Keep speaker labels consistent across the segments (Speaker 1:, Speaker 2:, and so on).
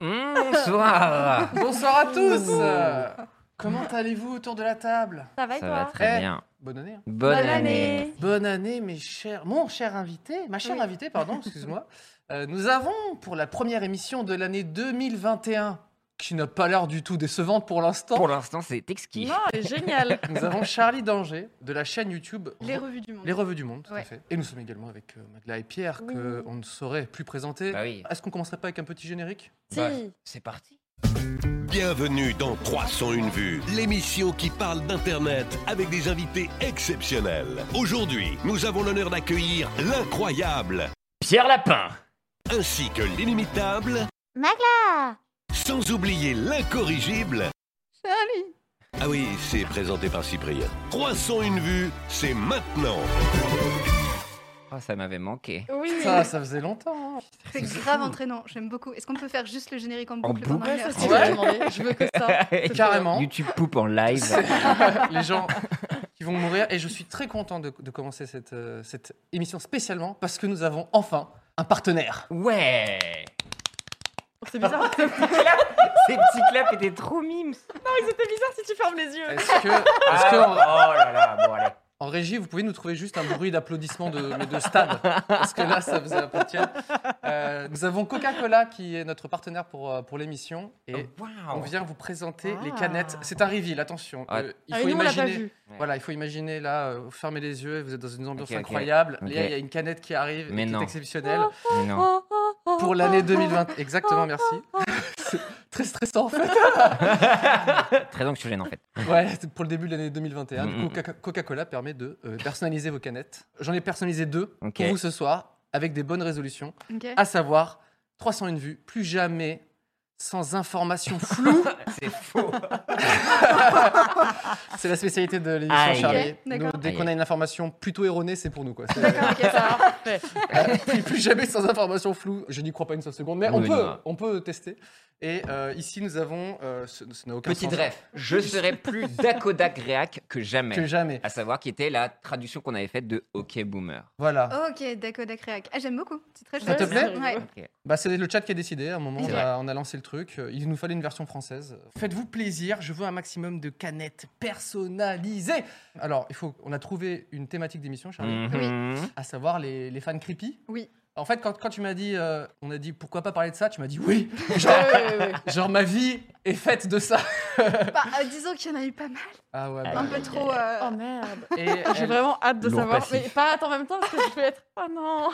Speaker 1: Bonsoir
Speaker 2: Bonsoir à tous Euh, Comment allez-vous autour de la table
Speaker 3: Ça va et
Speaker 1: Ça
Speaker 3: toi
Speaker 1: va très
Speaker 2: Eh,
Speaker 1: bien.
Speaker 2: Bonne année. hein.
Speaker 1: Bonne année
Speaker 2: Bonne année, mes chers, mon cher invité, ma chère
Speaker 3: Oui.
Speaker 2: invitée, pardon, excuse-moi. Euh, nous avons pour la première émission de l'année 2021, qui n'a pas l'air du tout décevante pour l'instant.
Speaker 1: Pour l'instant, c'est exquis.
Speaker 3: Non, elle est géniale
Speaker 2: Nous avons Charlie Danger de la chaîne YouTube
Speaker 3: Les
Speaker 2: Re-
Speaker 3: revues du monde.
Speaker 2: Les Revues du Monde, tout à
Speaker 3: Ouais.
Speaker 2: fait. Et nous sommes également avec euh, Magla et Pierre,
Speaker 3: Oui.
Speaker 2: que on ne saurait plus présenter.
Speaker 1: Bah oui.
Speaker 2: Est-ce qu'on commencerait pas avec un petit générique
Speaker 3: Si.
Speaker 1: Bah, c'est parti.
Speaker 4: Bienvenue dans 301 vues, l'émission qui parle d'Internet avec des invités exceptionnels. Aujourd'hui, nous avons l'honneur d'accueillir l'incroyable
Speaker 1: Pierre Lapin
Speaker 4: ainsi que l'inimitable,
Speaker 3: Magla
Speaker 4: sans oublier l'incorrigible.
Speaker 3: Salut
Speaker 4: Ah oui, c'est présenté par Cyprien. 301 vues, c'est maintenant.
Speaker 1: Oh, ça m'avait manqué.
Speaker 3: Oui,
Speaker 2: Ça, ça faisait longtemps. hein.
Speaker 5: C'est grave entraînant, j'aime beaucoup. Est-ce qu'on peut faire juste le générique en
Speaker 1: En
Speaker 5: boucle pendant
Speaker 1: boucle
Speaker 5: une heure
Speaker 2: c'est Ouais.
Speaker 3: je veux que ça.
Speaker 2: Carrément.
Speaker 1: YouTube poupe en live.
Speaker 2: les gens qui vont mourir. Et je suis très content de, de commencer cette, euh, cette émission spécialement parce que nous avons enfin un partenaire.
Speaker 1: Ouais
Speaker 3: Oh, C'est bizarre.
Speaker 1: Ces petits claps étaient trop mimes.
Speaker 3: C'était bizarre si tu fermes les
Speaker 1: Euh,
Speaker 3: yeux.
Speaker 2: Est-ce que, est-ce que en,
Speaker 1: Oh là là, bon allez.
Speaker 2: en régie, vous pouvez nous trouver juste un bruit d'applaudissement de, mais de stade Parce que là, ça faisait un peu tiède. Euh, nous avons Coca-Cola qui est notre partenaire pour, euh, pour l'émission. Et on
Speaker 1: Waouh
Speaker 2: vient vous présenter les
Speaker 3: Ah.
Speaker 2: canettes. C'est un reveal, attention.
Speaker 1: Ah.
Speaker 2: Euh, il
Speaker 3: Ah,
Speaker 2: faut
Speaker 3: nous, on l'a pas
Speaker 2: imaginer.
Speaker 3: vu.
Speaker 2: Voilà, il faut imaginer là, euh, vous fermez les yeux, vous êtes dans une ambiance
Speaker 1: Ok, ok.
Speaker 2: incroyable.
Speaker 1: Ok.
Speaker 2: Là, il y a une canette qui arrive,
Speaker 1: Mais
Speaker 2: qui
Speaker 1: non.
Speaker 2: est exceptionnelle.
Speaker 1: Mais non.
Speaker 3: Oh,
Speaker 2: pour l'année 2020. Exactement, merci. C'est très stressant en fait.
Speaker 1: Très anxiogène en fait.
Speaker 2: Ouais, c'est pour le début de l'année 2021. Du
Speaker 1: Mm,
Speaker 2: coup,
Speaker 1: mm.
Speaker 2: Coca- Coca-Cola permet de euh, personnaliser vos canettes. J'en ai personnalisé deux
Speaker 1: Ok.
Speaker 2: pour vous ce soir avec des bonnes résolutions,
Speaker 5: Ok.
Speaker 3: Ah,
Speaker 2: à savoir 301 vues, plus jamais sans information floue.
Speaker 1: C'est faux.
Speaker 2: c'est la spécialité de l'émission
Speaker 1: Aïe.
Speaker 2: Charlie.
Speaker 5: Ok, d'accord.
Speaker 2: Nous, dès
Speaker 1: Aïe,
Speaker 2: qu'on a une information plutôt erronée, c'est pour nous quoi. C'est-
Speaker 5: D'accord, ok, ça va.
Speaker 2: Euh, plus, plus jamais sans information floue. Je n'y crois pas une seule seconde, mais on,
Speaker 1: Oui,
Speaker 2: peut,
Speaker 1: non.
Speaker 2: on peut tester. Et euh, ici, nous avons. euh, ce, ce n'a aucun
Speaker 1: Petit
Speaker 2: sens
Speaker 1: ref, je serai plus Dakodak Reac que jamais.
Speaker 2: que jamais.
Speaker 1: À savoir qui était la traduction qu'on avait faite de OK Boomer.
Speaker 2: Voilà.
Speaker 5: Ok, d'accord, d'accord. Ah, j'aime beaucoup. C'est très
Speaker 2: Ça te
Speaker 5: chouette.
Speaker 2: plaît
Speaker 5: Ouais.
Speaker 1: Ok.
Speaker 2: Bah, c'est le chat qui a décidé. À un moment,
Speaker 1: C'est
Speaker 2: on a, on a lancé le truc. Euh, Il nous fallait une version française. Faites-vous plaisir. Je veux un maximum de canettes personnalisées. Mm. Alors, il faut. On a trouvé une thématique d'émission, Charlie.
Speaker 1: Mhm.
Speaker 2: À savoir les, les fans creepy.
Speaker 5: Oui.
Speaker 2: En fait, quand, quand tu m'as dit, euh, on a dit pourquoi pas parler de ça, tu m'as dit oui. Genre, genre, ma vie est faite de ça.
Speaker 5: Bah, euh, disons qu'il y en a eu pas mal.
Speaker 2: Ah ouais.
Speaker 1: Aïe,
Speaker 2: bah.
Speaker 5: Un peu trop. euh,
Speaker 3: Oh merde.
Speaker 2: Et
Speaker 3: J'ai
Speaker 2: elle-
Speaker 3: vraiment hâte de
Speaker 1: Lourd
Speaker 3: savoir.
Speaker 1: passif.
Speaker 3: Mais pas hâte en même temps parce que je vais être. Oh non.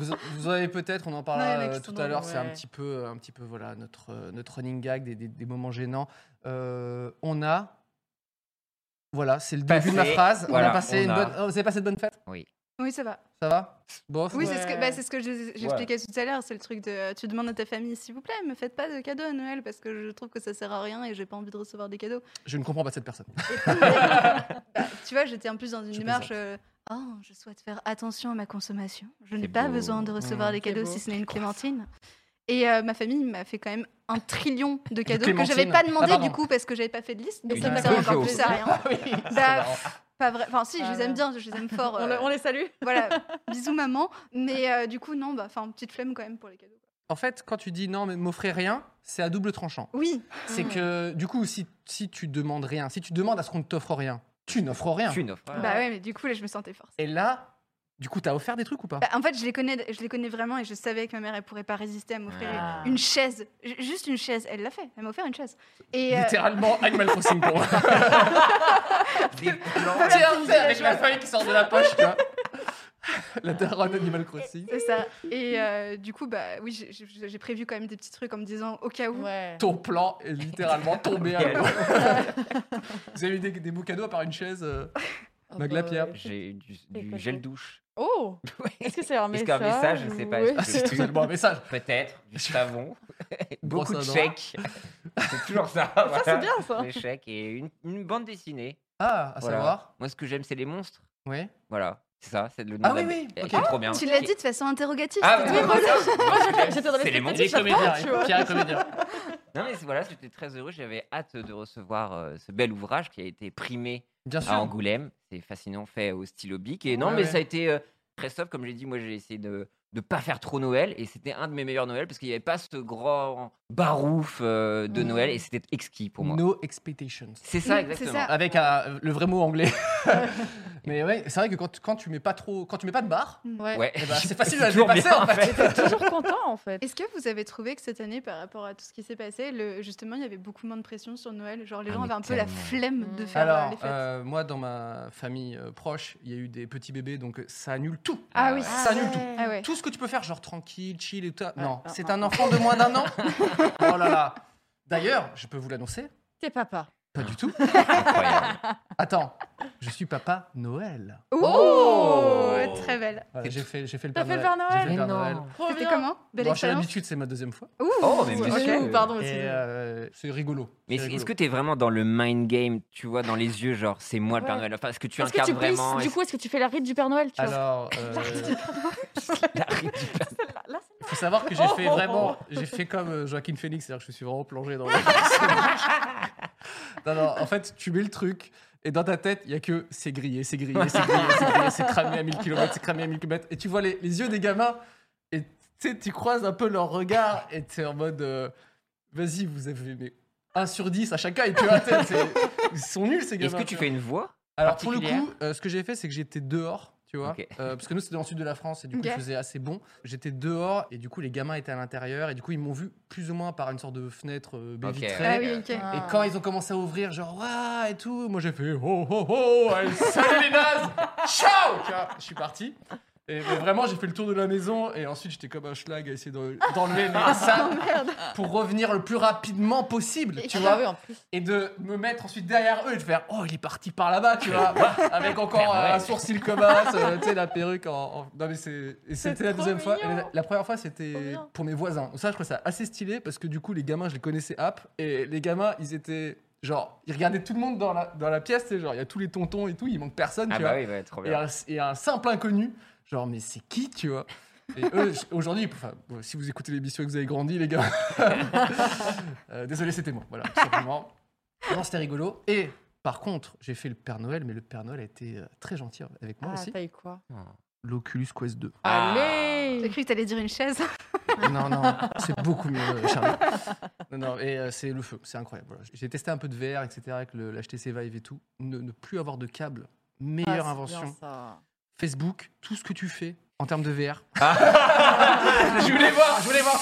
Speaker 2: Vous, vous en avez peut-être, on en
Speaker 5: Non, il y en
Speaker 2: parlera
Speaker 5: a qui
Speaker 2: euh,
Speaker 5: sont
Speaker 2: tout
Speaker 5: dans
Speaker 2: à
Speaker 5: le-
Speaker 2: l'heure, c'est un
Speaker 3: ouais.
Speaker 2: petit peu, euh, un petit peu voilà, notre, euh, notre running gag des, des- des moments gênants. Euh, on a. Voilà, c'est le
Speaker 1: Passé,
Speaker 2: début de ma phrase. on
Speaker 1: voilà,
Speaker 2: a passé
Speaker 1: on
Speaker 2: une
Speaker 1: a-
Speaker 2: bonne. oh, vous avez passé de bonnes fêtes
Speaker 5: Oui, ça va.
Speaker 2: Ça va Bof
Speaker 5: Oui,
Speaker 2: ouais.
Speaker 5: c'est ce que,
Speaker 3: Ouais.
Speaker 5: bah, c'est ce que je- j'expliquais tout à l'heure. C'est le truc de. euh, Tu demandes à ta famille, s'il vous plaît, me faites pas de cadeaux à Noël parce que je trouve que ça sert à rien et j'ai pas envie de recevoir des cadeaux.
Speaker 2: Je ne comprends pas cette personne.
Speaker 5: Bah, tu vois, j'étais en plus dans une
Speaker 2: Je
Speaker 5: démarche. euh, Oh, je souhaite faire attention à ma consommation. Je n'ai
Speaker 1: C'est
Speaker 5: pas
Speaker 1: beau.
Speaker 5: besoin de recevoir
Speaker 2: Mmh.
Speaker 5: des
Speaker 3: C'est
Speaker 5: cadeaux
Speaker 3: beau.
Speaker 5: si ce n'est une clémentine. Et euh, ma famille m'a fait quand même un trillion de cadeaux que
Speaker 2: clémentine.
Speaker 5: j'avais pas demandé
Speaker 2: Ah, pardon.
Speaker 5: du coup parce que j'avais pas fait de liste. Donc
Speaker 1: Une
Speaker 5: ça me sert encore
Speaker 1: Peugeot.
Speaker 5: plus à rien.
Speaker 2: C'est
Speaker 5: Bah,
Speaker 2: marrant.
Speaker 5: pas vrai. Enfin, si, je
Speaker 3: Ah
Speaker 5: les aime
Speaker 3: ouais.
Speaker 5: bien, je les aime fort.
Speaker 3: On,
Speaker 5: euh,
Speaker 3: le- on les salue.
Speaker 5: Voilà, bisous maman. Mais euh, du coup, non, bah, enfin, petite flemme quand même pour les cadeaux.
Speaker 2: en fait, quand tu dis non, mais m'offrez rien, c'est à double tranchant.
Speaker 5: Oui,
Speaker 2: C'est que, du coup, si, si tu demandes rien, si tu demandes à ce qu'on ne t'offre rien, tu n'offres rien.
Speaker 1: Tu n'offres pas.
Speaker 5: bah ouais, mais du coup, là, je me sentais forte.
Speaker 2: Et là, du coup, t'as offert des trucs ou pas
Speaker 5: Bah, en fait, je les, connais, je les connais vraiment et je savais que ma mère, elle pourrait pas résister à m'offrir
Speaker 1: Ah.
Speaker 5: une chaise. Ju- Juste une chaise. Elle l'a fait. Elle m'a offert une chaise. Et, euh,
Speaker 2: Littéralement, Animal Crossing pour moi.
Speaker 1: Des plans.
Speaker 2: Tiens, avec la feuille qui sort de la poche, tu vois. La daronne Animal Crossing.
Speaker 5: c'est ça. Et euh, du coup, bah oui, j'ai- j'ai j'ai prévu quand même des petits trucs en me disant au cas où.
Speaker 3: Ouais. Oh,
Speaker 2: Ton plan est littéralement tombé à l'eau.
Speaker 3: bah
Speaker 2: Vous avez eu des, des beaux cadeaux à part une chaise euh, Magla, Pierre
Speaker 1: J'ai eu du,
Speaker 3: Et
Speaker 1: du
Speaker 3: quoi
Speaker 1: gel
Speaker 3: d'autre
Speaker 1: douche.
Speaker 3: Oh
Speaker 1: Ouais.
Speaker 3: Est-ce que c'est un
Speaker 1: Est-ce
Speaker 3: message
Speaker 1: qu'un message, je sais pas, est-ce
Speaker 3: Ouais.
Speaker 1: que c'est-
Speaker 2: Seulement un message.
Speaker 1: Peut-être, du savon, beaucoup de
Speaker 2: Brosse à dents.
Speaker 1: chèques. c'est toujours ça.
Speaker 3: Ça, c'est bien, hein. ça.
Speaker 1: Des chèques et une, une bande dessinée.
Speaker 2: Ah, à
Speaker 1: Voilà.
Speaker 2: savoir.
Speaker 1: Moi, ce que j'aime, c'est les monstres.
Speaker 2: Oui.
Speaker 1: Voilà, c'est ça, c'est le nom
Speaker 2: Ah
Speaker 1: de la-
Speaker 2: oui, oui,
Speaker 1: Eh,
Speaker 2: ok.
Speaker 1: c'est trop bien.
Speaker 5: Tu l'as dit de façon interrogative.
Speaker 1: Ah
Speaker 5: c'était
Speaker 1: oui,
Speaker 5: trop
Speaker 1: voilà.
Speaker 5: drôle.
Speaker 3: Moi, j'étais- j'étais dans
Speaker 1: C'est les
Speaker 3: l'expectative,
Speaker 2: Il est
Speaker 3: j'étais
Speaker 2: comédien.
Speaker 3: pas, tu vois.
Speaker 2: Pierre est comédien.
Speaker 1: Non, mais c'est- voilà, j'étais très heureux. J'avais hâte de recevoir euh, ce bel ouvrage qui a été primé
Speaker 2: Bien
Speaker 1: à
Speaker 2: sûr.
Speaker 1: Angoulême. C'est fascinant, fait au stylo bic. Et non,
Speaker 2: Ouais,
Speaker 1: mais
Speaker 2: ouais.
Speaker 1: ça a été euh, très soft. Comme j'ai dit, moi, j'ai essayé de ne pas faire trop Noël. Et c'était un de mes meilleurs Noël parce qu'il n'y avait pas ce grand barouf euh, de
Speaker 3: Mhm.
Speaker 1: Noël. Et c'était exquis pour moi.
Speaker 2: Mmh. No expectations.
Speaker 1: C'est ça,
Speaker 5: Mm, c'est
Speaker 1: exactement.
Speaker 5: ça.
Speaker 2: Avec un- le vrai mot anglais. Mais ouais, c'est vrai que quand, quand tu mets pas trop, quand tu mets pas de barre,
Speaker 3: Ouais.
Speaker 1: Ah, Ouais.
Speaker 2: eh ben, c'est facile à le
Speaker 1: toujours
Speaker 2: dépasser
Speaker 1: bien,
Speaker 2: en
Speaker 1: en
Speaker 2: fait.
Speaker 3: J'étais toujours content, en fait.
Speaker 5: Est-ce que vous avez trouvé que cette année, par rapport à tout ce qui s'est passé, le- justement, il y avait beaucoup moins de pression sur Noël Genre, les
Speaker 1: Ah,
Speaker 5: gens
Speaker 1: mais
Speaker 5: avaient un peu la
Speaker 1: tellement.
Speaker 5: flemme de
Speaker 3: Mm.
Speaker 5: faire euh,
Speaker 2: Alors,
Speaker 5: les fêtes.
Speaker 2: euh, moi, dans ma famille euh, proche, il y a eu des petits bébés, donc euh, ça annule tout.
Speaker 5: Ah oui.
Speaker 2: Ça annule tout.
Speaker 5: Ah ouais.
Speaker 2: Tout ce que tu peux faire, genre tranquille, chill et tout. ça,
Speaker 3: Ouais,
Speaker 2: Non,
Speaker 3: un,
Speaker 2: c'est
Speaker 3: un.
Speaker 2: un enfant de moins d'un an. Oh là là. D'ailleurs, je peux vous l'annoncer.
Speaker 3: T'es papa.
Speaker 2: Pas du tout.
Speaker 1: Ah, Incroyable.
Speaker 2: Attends, je suis papa Noël.
Speaker 5: Oh,
Speaker 1: Oh.
Speaker 5: Très belle.
Speaker 2: Voilà, j'ai fait, j'ai fait le
Speaker 3: T'as
Speaker 2: Père
Speaker 3: fait le
Speaker 2: Noël.
Speaker 3: Père
Speaker 2: J'ai
Speaker 3: Noël
Speaker 2: fait le Père Noël.
Speaker 3: Trop
Speaker 5: C'était
Speaker 3: bien.
Speaker 5: comment Belle
Speaker 2: Bon, j'ai
Speaker 5: expérience
Speaker 2: l'habitude, c'est ma deuxième fois.
Speaker 5: Ouh.
Speaker 1: Oh, mais
Speaker 3: Ouais.
Speaker 1: monsieur.
Speaker 3: J'avoue, pardon,
Speaker 2: Et
Speaker 3: excusez-moi.
Speaker 2: euh, c'est rigolo.
Speaker 1: Mais
Speaker 2: c'est
Speaker 1: est-ce
Speaker 2: rigolo.
Speaker 1: que t'es vraiment dans le mind game, tu vois, dans les yeux, genre c'est moi le Père
Speaker 3: Ouais.
Speaker 1: Noël Enfin, est-ce que tu
Speaker 3: Est-ce que
Speaker 1: incarnes
Speaker 3: tu
Speaker 1: vraiment
Speaker 3: glisses Du
Speaker 1: est-ce
Speaker 3: coup, est-ce que tu fais la ride du Père Noël, tu vois
Speaker 2: Alors, euh,
Speaker 1: que la ride du Père-
Speaker 3: Celle-là, là, celle-là.
Speaker 2: faut savoir que j'ai
Speaker 3: Oh,
Speaker 2: fait
Speaker 3: oh,
Speaker 2: vraiment,
Speaker 3: oh.
Speaker 2: j'ai fait comme euh, Joaquin Phoenix, c'est-à-dire que je suis vraiment plongé dans. le- non, non, en fait, tu mets le truc. Et dans ta tête, il n'y a que c'est grillé, c'est grillé, c'est grillé, c'est grillé, c'est cramé à 1000 km, c'est cramé à 1000 km. Et tu vois les, les yeux des gamins, et tu sais, tu croises un peu leur regard, et tu es en mode euh, vas-y, vous avez mais 1 sur 10 à chacun, et tu vois, t'es- t'es- ils sont nuls ces gamins.
Speaker 1: Est-ce que tu fais une voix
Speaker 2: Alors pour le
Speaker 1: particulière
Speaker 2: coup, euh, ce que j'ai fait, c'est que j'étais dehors, tu vois,
Speaker 1: Ok.
Speaker 2: euh, parce que nous c'était dans le sud de la France et du coup
Speaker 5: Ok.
Speaker 2: il faisait assez bon. J'étais dehors et du coup les gamins étaient à l'intérieur et du coup ils m'ont vu plus ou moins par une sorte de fenêtre euh, baie
Speaker 1: Ok.
Speaker 2: vitrée.
Speaker 5: Ah oui, ok.
Speaker 2: Et quand ils ont commencé à ouvrir, genre waouh et tout, moi j'ai fait oh oh oh, allez, salut les nazes, ciao, tu vois, je suis parti. Et mais vraiment, j'ai fait le tour de la maison et ensuite j'étais comme un schlag à essayer d'en- d'enlever
Speaker 5: Ah,
Speaker 2: les ça pour revenir le plus rapidement possible,
Speaker 3: Ah.
Speaker 2: tu vois
Speaker 3: oui, en plus.
Speaker 2: et de me mettre ensuite derrière eux et de faire oh il est parti par là-bas tu vois avec encore
Speaker 1: Ah Ouais.
Speaker 2: euh, un sourcil comme as, euh, tu sais la perruque en, en- non mais c'est et
Speaker 3: C'est
Speaker 2: c'était la
Speaker 3: trop
Speaker 2: deuxième fois
Speaker 3: mignon.
Speaker 2: Et la, la première fois
Speaker 3: Trop
Speaker 2: c'était
Speaker 3: bien.
Speaker 2: pour mes voisins Donc ça je trouvais ça assez stylé parce que du coup les gamins je les connaissais app et les gamins ils étaient genre ils regardaient tout le monde dans la dans la pièce tu sais, genre il y a tous les tontons et tout il manque personne
Speaker 1: Ah
Speaker 2: tu
Speaker 1: bah
Speaker 2: vois
Speaker 1: oui, bah, trop
Speaker 2: et
Speaker 1: bien.
Speaker 2: un, et un simple inconnu genre mais c'est qui tu vois et eux j- aujourd'hui enfin bon, si vous écoutez l'émission et que vous avez grandi les gars euh, désolé, c'était moi. Voilà, tout simplement. non, c'était rigolo. Et par contre, j'ai fait le Père Noël, mais le Père Noël a été euh, très gentil avec moi
Speaker 3: Ah,
Speaker 2: aussi.
Speaker 3: t'as eu quoi
Speaker 2: L'Oculus Quest 2.
Speaker 1: Ah.
Speaker 5: J'ai
Speaker 3: Allez
Speaker 5: cru que t'allais dire une chaise.
Speaker 2: non, non, c'est beaucoup mieux, euh, Charlie. Non, non, et euh, c'est le feu, c'est incroyable. Voilà. J'ai testé un peu de VR, etc., avec le- l'HTC Vive et tout. Ne, ne plus avoir de câble,
Speaker 3: Ah,
Speaker 2: meilleure
Speaker 3: c'est
Speaker 2: invention.
Speaker 3: bien, ça.
Speaker 2: Facebook, tout ce que tu fais en termes de VR.
Speaker 1: Ah. Je voulais voir, je voulais voir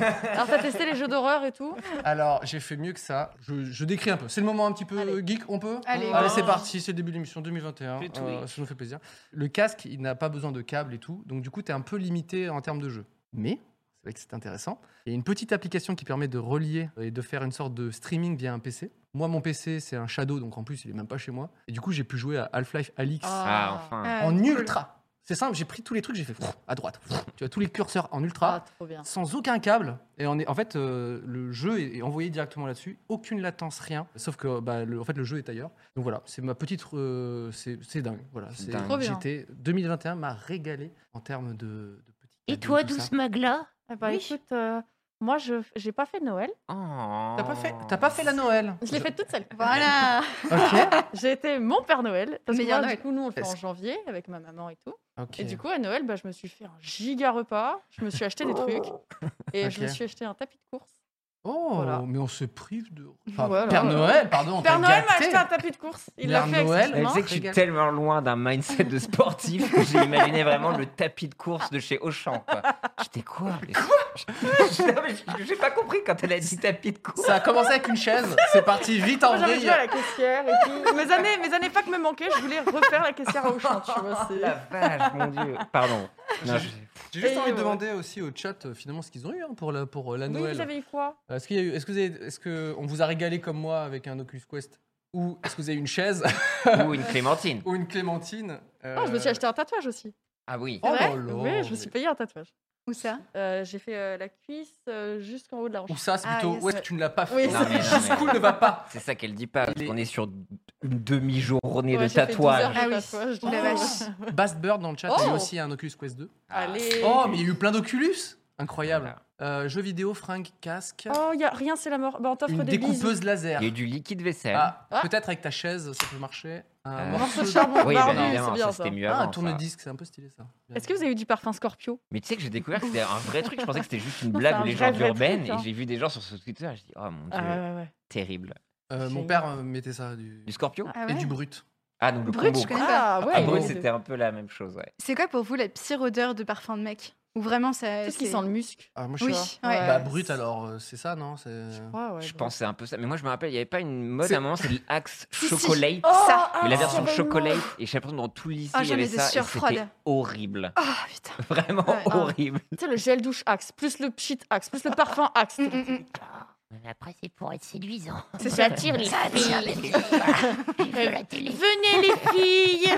Speaker 3: Alors, Ah, t'as testé les jeux d'horreur et tout
Speaker 2: Alors, j'ai fait mieux que ça. Je, je décris un peu. C'est le moment un petit peu
Speaker 3: Allez.
Speaker 2: geek, on peut
Speaker 5: Allez, Oh.
Speaker 2: Allez,
Speaker 5: ouais.
Speaker 2: c'est parti, c'est le début de l'émission 2021.
Speaker 1: Plus de
Speaker 2: Euh,
Speaker 1: Twitch.
Speaker 2: ça nous fait plaisir. Le casque, il n'a pas besoin de câble et tout, donc du coup, tu es un peu limité en termes de jeu. Mais, c'est vrai que c'est intéressant, il y a une petite application qui permet de relier et de faire une sorte de streaming via un PC. Moi, mon PC, c'est un Shadow, donc en plus, il est même pas chez moi. Et du coup, j'ai pu jouer à Half-Life Alix
Speaker 1: Ah, enfin.
Speaker 2: en
Speaker 5: cool.
Speaker 2: ultra. C'est simple, j'ai pris tous les trucs, j'ai fait pff, à droite. pff, tu as tous les curseurs en ultra
Speaker 3: Ah, trop bien.
Speaker 2: sans aucun câble. Et on est, en fait, euh, le jeu est, est envoyé directement là-dessus. Aucune latence, rien. Sauf que bah, le, en fait, le jeu est ailleurs. Donc voilà, c'est ma petite. euh, c'est c'est dingue. Voilà,
Speaker 1: C'est
Speaker 2: c'est
Speaker 1: dingue.
Speaker 3: Trop bien.
Speaker 2: J'étais 2021 m'a régalé en termes de, de petits. cadeaux tout ça.
Speaker 6: Magla
Speaker 3: Eh ben,
Speaker 6: Oui.
Speaker 3: écoute, euh, moi, je j'ai pas fait Noël.
Speaker 1: Oh.
Speaker 2: T'as pas fait, t'as pas fait la Noël.
Speaker 3: Je l'ai fait toute seule.
Speaker 5: Voilà.
Speaker 2: Ok.
Speaker 3: J'ai été mon Père Noël. Parce que
Speaker 5: Meilleur
Speaker 3: moi,
Speaker 5: Noël.
Speaker 3: du coup, nous, on le fait en
Speaker 2: Est-ce-
Speaker 3: janvier avec ma maman et tout.
Speaker 2: Ok.
Speaker 3: Et du coup, à Noël, bah, je me suis fait un giga repas. Je me suis
Speaker 1: Oh.
Speaker 3: acheté des trucs. Et je me
Speaker 2: Oh. Ok.
Speaker 3: suis acheté un tapis de course.
Speaker 2: oh,
Speaker 3: voilà.
Speaker 2: mais on se prive de. Enfin,
Speaker 3: Voilà.
Speaker 2: Père Noël, pardon.
Speaker 3: Père
Speaker 2: t'as
Speaker 3: Noël m'a
Speaker 2: gâté.
Speaker 3: acheté un tapis de course. Il l'a
Speaker 2: Père
Speaker 3: fait
Speaker 2: Noël.
Speaker 1: Elle
Speaker 3: exceptionnellement.
Speaker 1: sait que je suis
Speaker 2: Régale.
Speaker 1: tellement loin d'un mindset de sportif que j'ai imaginé vraiment le tapis de course de chez Auchan. Quoi. J'étais quoi mais- Non, mais j- J'ai pas compris quand elle a dit tapis de course.
Speaker 2: Ça a commencé avec une chaise. C'est parti vite en
Speaker 3: Moi, j'avais
Speaker 2: vrille.
Speaker 3: joué à la caissière et tout. Mes années, mes années fac me manquaient, je voulais refaire la caissière à Auchan, tu vois. c'est-
Speaker 1: La vache, mon dieu. Pardon. Non,
Speaker 2: J'ai-
Speaker 1: je-
Speaker 2: J'ai juste
Speaker 3: Et
Speaker 2: envie de
Speaker 3: ouais.
Speaker 2: demander aussi au chat euh, finalement ce qu'ils ont eu hein, pour la pour euh, la
Speaker 3: Oui,
Speaker 2: Noël.
Speaker 3: vous avez eu quoi
Speaker 2: Est-ce qu'il y a eu- est-ce que vous avez- est-ce que on vous a régalé comme moi avec un Oculus Quest ou est-ce que vous avez une chaise
Speaker 1: Ou une clémentine.
Speaker 2: ou une clémentine euh,
Speaker 3: Oh, je me suis acheté un tatouage aussi.
Speaker 1: Ah oui.
Speaker 2: Oh
Speaker 3: C'est
Speaker 2: là là.
Speaker 3: Oui, je me suis payé un tatouage.
Speaker 5: Où ça
Speaker 3: Euh, j'ai fait euh, la cuisse euh, jusqu'en haut de la
Speaker 2: Ou
Speaker 3: hanche.
Speaker 2: ça, c'est
Speaker 5: Ah,
Speaker 2: plutôt
Speaker 5: yes,
Speaker 2: où est-ce
Speaker 3: ouais.
Speaker 2: que tu ne l'as pas
Speaker 3: Oui,
Speaker 2: fait
Speaker 3: Non,
Speaker 1: mais non,
Speaker 2: Jusqu'où
Speaker 1: mais-
Speaker 2: ne va pas
Speaker 1: C'est ça qu'elle dit pas, parce
Speaker 2: Il est-
Speaker 1: qu'on est sur une demi-journée
Speaker 3: Ouais,
Speaker 1: de
Speaker 3: j'ai fait 12 heures
Speaker 1: tatouage.
Speaker 3: de
Speaker 5: Ah oui.
Speaker 3: tatouage.
Speaker 5: Ouh la vache.
Speaker 2: Bast Bird dans le chat,
Speaker 3: Oh.
Speaker 2: il y a aussi un Oculus Quest 2.
Speaker 3: Allez.
Speaker 2: Oh, mais il y a eu plein d'Oculus Incroyable. Euh, jeux vidéo, fringues, casque,
Speaker 3: Oh, y a rien, c'est la mort. Bah, on t'offre
Speaker 2: une
Speaker 3: des bisous.
Speaker 2: découpeuse laser.
Speaker 1: Il y a eu du liquide vaisselle.
Speaker 2: Ah,
Speaker 3: Ah.
Speaker 2: peut-être avec ta chaise, ça peut marcher. Un
Speaker 1: Euh,
Speaker 3: Morceau
Speaker 2: morceau
Speaker 3: de
Speaker 2: de-
Speaker 3: charbon
Speaker 1: oui,
Speaker 3: barbu,
Speaker 1: bah,
Speaker 3: c'est
Speaker 1: évidemment,
Speaker 3: bien
Speaker 1: ça
Speaker 3: ça.
Speaker 1: c'était mieux
Speaker 2: Ah,
Speaker 1: avant.
Speaker 2: un
Speaker 1: ça.
Speaker 2: tourne-disque, c'est un peu stylé ça. Bien.
Speaker 3: Est-ce que vous avez eu du parfum Scorpio
Speaker 1: Mais tu sais que j'ai découvert que c'était un vrai truc. Je pensais que c'était juste une
Speaker 3: Non, c'est
Speaker 1: blague
Speaker 3: un
Speaker 1: ou les
Speaker 3: vrai,
Speaker 1: gens
Speaker 3: vrai
Speaker 1: urbaines.
Speaker 3: truc, hein.
Speaker 1: Et j'ai vu des gens sur ce Twitter. Et je dis, oh mon dieu,
Speaker 3: Ah ouais, ouais, ouais.
Speaker 1: terrible.
Speaker 2: Euh, Mon
Speaker 3: Génial.
Speaker 2: père euh, mettait ça du.
Speaker 1: Du scorpion
Speaker 5: Ah
Speaker 2: Et
Speaker 5: ouais
Speaker 2: du brut.
Speaker 1: Ah, donc le
Speaker 5: Brut,
Speaker 1: combo.
Speaker 5: je connais pas.
Speaker 3: Ah, ouais.
Speaker 1: Ah,
Speaker 3: il
Speaker 1: brut,
Speaker 3: est-
Speaker 1: c'était un peu la même chose, ouais.
Speaker 5: C'est quoi pour vous la pire odeur de parfum de mec Ou vraiment ça.
Speaker 3: Tu sais ce qui
Speaker 5: c'est-
Speaker 3: sent le musc
Speaker 2: Ah, moi je
Speaker 5: Oui,
Speaker 2: suis.
Speaker 5: ouais.
Speaker 3: Ouais.
Speaker 2: Bah, brut alors, euh, c'est ça, non C'est-
Speaker 3: Ouais, ouais,
Speaker 1: euh, Je
Speaker 3: brut.
Speaker 1: pense que c'est un peu ça. Mais moi, je me rappelle, il n'y avait pas une mode
Speaker 2: C'est-
Speaker 1: à un moment, c'est l'axe
Speaker 5: Si, oh, si.
Speaker 1: chocolat.
Speaker 5: Ça.
Speaker 3: ah,
Speaker 1: Mais la
Speaker 3: c'est
Speaker 1: version
Speaker 3: vraiment-
Speaker 1: chocolat, et j'ai l'impression que dans tout le lycée,
Speaker 5: Ah,
Speaker 1: il y
Speaker 5: j'en
Speaker 1: avait
Speaker 5: étais
Speaker 1: ça. et
Speaker 5: sûre,
Speaker 1: C'était
Speaker 5: froide.
Speaker 1: horrible.
Speaker 5: Ah putain.
Speaker 1: Vraiment
Speaker 5: Ouais, ah.
Speaker 1: horrible.
Speaker 3: Tu sais, le gel douche axe, plus le pchit axe, plus le parfum axe.
Speaker 5: Mm, mm, mm.
Speaker 6: Mais après, c'est pour être séduisant.
Speaker 5: C'est
Speaker 6: Ça
Speaker 5: ça.
Speaker 6: attire les
Speaker 5: Ça attire les
Speaker 6: filles. Je veux la télé.
Speaker 3: Venez les filles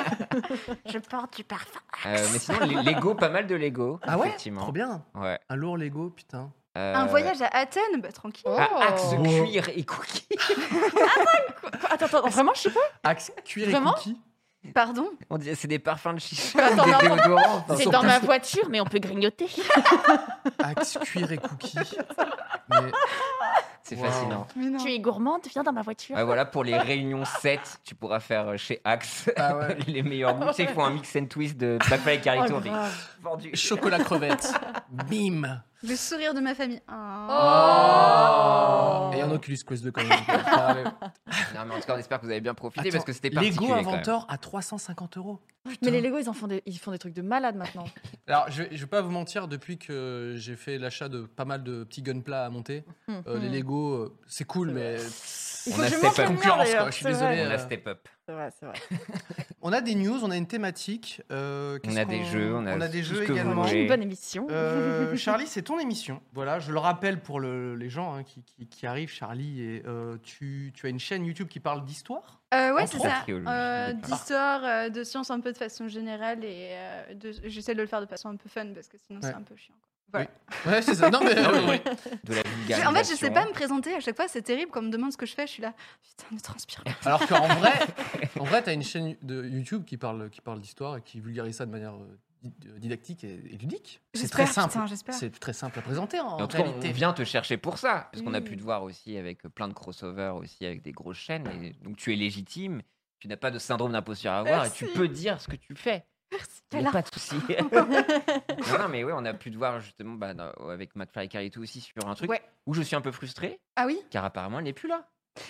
Speaker 6: Je porte du parfum.
Speaker 1: Euh, mais sinon, les- Lego, pas mal de Lego.
Speaker 2: Ah ouais
Speaker 1: Effectivement.
Speaker 2: Trop bien.
Speaker 1: Ouais.
Speaker 2: Un lourd Lego, putain.
Speaker 1: Euh,
Speaker 5: Un voyage à Athènes Bah tranquille.
Speaker 1: Ah, axe
Speaker 2: Oh.
Speaker 1: cuir et cookies.
Speaker 3: Attends, attends, vraiment, je sais pas.
Speaker 2: Axe cuir
Speaker 3: Vraiment
Speaker 2: et cookies.
Speaker 5: Pardon
Speaker 1: On dit, c'est des parfums de chicha.
Speaker 3: Attends,
Speaker 1: des
Speaker 3: mais attends.
Speaker 1: déodorants.
Speaker 2: Ils
Speaker 3: C'est
Speaker 2: sont
Speaker 3: dans
Speaker 2: plus-
Speaker 3: ma voiture, mais on peut grignoter.
Speaker 2: Axe cuir et cookies. Mais
Speaker 1: C'est
Speaker 2: Wow.
Speaker 1: fascinant.
Speaker 5: Mais non.
Speaker 3: Tu es gourmande, viens dans ma voiture.
Speaker 1: Ouais, voilà, pour les réunions 7, tu pourras faire euh, chez Axe
Speaker 2: Ah ouais.
Speaker 1: les meilleurs goûts. Tu sais, ils font un mix and twist de Backpack et
Speaker 3: Oh,
Speaker 1: Caritori.
Speaker 3: grave.
Speaker 1: Vendu.
Speaker 2: chocolat crevette. Bim.
Speaker 5: Le sourire de ma famille. Ah.
Speaker 3: Oh.
Speaker 2: Et un Oculus Quest 2 quand même. Ah, ouais.
Speaker 1: Non, mais en tout cas, on espère que vous avez bien profité
Speaker 2: Attends,
Speaker 1: parce que c'était particulier.
Speaker 2: Lego
Speaker 1: quand même.
Speaker 2: Inventor à 350 euros.
Speaker 3: Mais les Lego, ils, en font des... ils font des trucs de malade maintenant.
Speaker 2: Alors, je vais, je vais pas vous mentir, depuis que j'ai fait l'achat de pas mal de petits gunpla à monter, euh, les Lego, euh, c'est cool,
Speaker 3: Hmm. C'est
Speaker 2: mais
Speaker 3: vrai.
Speaker 2: c'est
Speaker 1: On
Speaker 3: Il faut
Speaker 1: a step
Speaker 3: que je mange
Speaker 1: up.
Speaker 3: le mien,
Speaker 2: Concurrence,
Speaker 3: d'ailleurs,
Speaker 2: quoi, je suis
Speaker 3: c'est vrai.
Speaker 2: désolé.
Speaker 1: On a
Speaker 2: Euh,
Speaker 1: step up.
Speaker 3: C'est vrai, c'est vrai.
Speaker 2: On a des news, on a une thématique. euh,
Speaker 1: On
Speaker 2: qu'est-ce
Speaker 1: a
Speaker 2: qu'on-
Speaker 1: des jeux, on a
Speaker 2: des
Speaker 1: tout
Speaker 2: jeux
Speaker 1: ce que vous
Speaker 2: également.
Speaker 1: voulez.
Speaker 3: J'ai une bonne émission.
Speaker 2: Euh, Charlie, c'est ton émission. Voilà, je le rappelle pour le- les gens hein, qui, qui- qui arrivent. Charlie, et, euh, tu, tu as une chaîne YouTube qui parle d'histoire.
Speaker 5: Euh, ouais,
Speaker 2: Entre
Speaker 5: c'est ça.
Speaker 1: archéologie,
Speaker 5: Euh,
Speaker 1: d'accord.
Speaker 5: D'histoire, euh, de science un peu de façon générale. Et euh, de- j'essaie de le faire de façon un peu fun parce que sinon
Speaker 2: Ouais.
Speaker 5: c'est un peu chiant. Voilà.
Speaker 2: Ouais, c'est ça. Non, mais, euh,
Speaker 1: De la
Speaker 5: En
Speaker 1: vulgarisation.
Speaker 5: fait, je sais pas me présenter à chaque fois, c'est terrible. Quand on me demande ce que je fais, je suis là. Putain, ne transpire pas.
Speaker 2: Alors qu'en vrai, en vrai, t'as une chaîne de YouTube qui parle, qui parle d'histoire et qui vulgarise ça de manière euh, di- euh, didactique et, et ludique. C'est très
Speaker 5: J'espère,
Speaker 2: simple.
Speaker 5: putain, j'espère.
Speaker 2: C'est très simple à présenter en,
Speaker 1: Et En tout cas, on
Speaker 2: réalité.
Speaker 1: vient te chercher pour ça, parce qu'on a
Speaker 5: Mm.
Speaker 1: pu te voir aussi avec euh, plein de crossovers, aussi avec des grosses chaînes. Et donc, tu es légitime, tu n'as pas de syndrome d'imposture à avoir, et tu
Speaker 3: Merci.
Speaker 1: peux dire ce que tu fais. Il n'y a pas
Speaker 5: Voilà.
Speaker 1: de souci. non, non, mais oui, on a pu te voir justement bah, dans- avec McFly et Carlito aussi sur un truc
Speaker 5: Ouais.
Speaker 1: où je suis un peu frustré,
Speaker 5: Ah oui
Speaker 1: car apparemment, elle n'est plus là.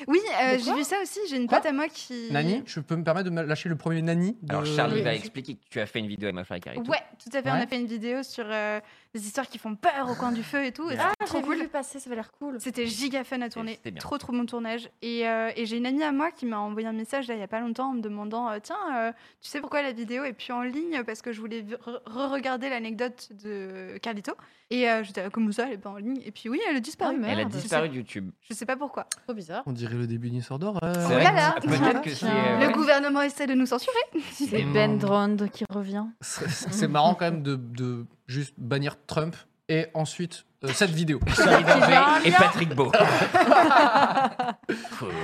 Speaker 5: Oui, euh,
Speaker 3: De
Speaker 5: j'ai
Speaker 3: quoi
Speaker 5: vu ça aussi. J'ai une
Speaker 2: Quoi
Speaker 5: pote à moi qui.
Speaker 2: Nani, je peux me permettre de me lâcher le premier Nani de-
Speaker 1: Alors, Charlie
Speaker 3: Oui.
Speaker 1: va expliquer que tu as fait une vidéo avec McFly et Carlito.
Speaker 5: Ouais, tout à fait. On
Speaker 2: Ouais.
Speaker 5: a fait une vidéo sur euh, des histoires qui font peur au coin du feu et tout. et
Speaker 3: Ah,
Speaker 5: c'était
Speaker 3: j'ai
Speaker 5: trop cool.
Speaker 3: vu passer, ça va l'air cool.
Speaker 5: C'était giga fun à tourner,
Speaker 1: c'était bien.
Speaker 5: trop trop bon tournage. Et, euh, et j'ai une amie à moi qui m'a envoyé un message là, il n'y a pas longtemps en me demandant euh, Tiens, euh, tu sais pourquoi la vidéo est plus en ligne Parce que je voulais v- re- re-regarder l'anecdote de Carlito. Et euh, j'étais ah, Comment ça, elle n'est pas en ligne Et puis oui, elle a disparu.
Speaker 3: Ah, mais-
Speaker 1: Elle a
Speaker 3: Merde.
Speaker 1: disparu de YouTube.
Speaker 5: Je sais pas pourquoi.
Speaker 3: Trop bizarre.
Speaker 2: On dirait le début d'une histoire d'or.
Speaker 1: C'est
Speaker 5: Oh là là.
Speaker 1: que- peut-être que c'est. euh,
Speaker 5: Le
Speaker 1: ouais.
Speaker 5: gouvernement essaie de nous censurer.
Speaker 3: C'est Ben Drond qui revient.
Speaker 2: C'est- C'est marrant quand même de, de juste bannir Trump et ensuite euh, cette vidéo. Charlie Darger.
Speaker 1: et Patrick Beau.
Speaker 2: Ouais,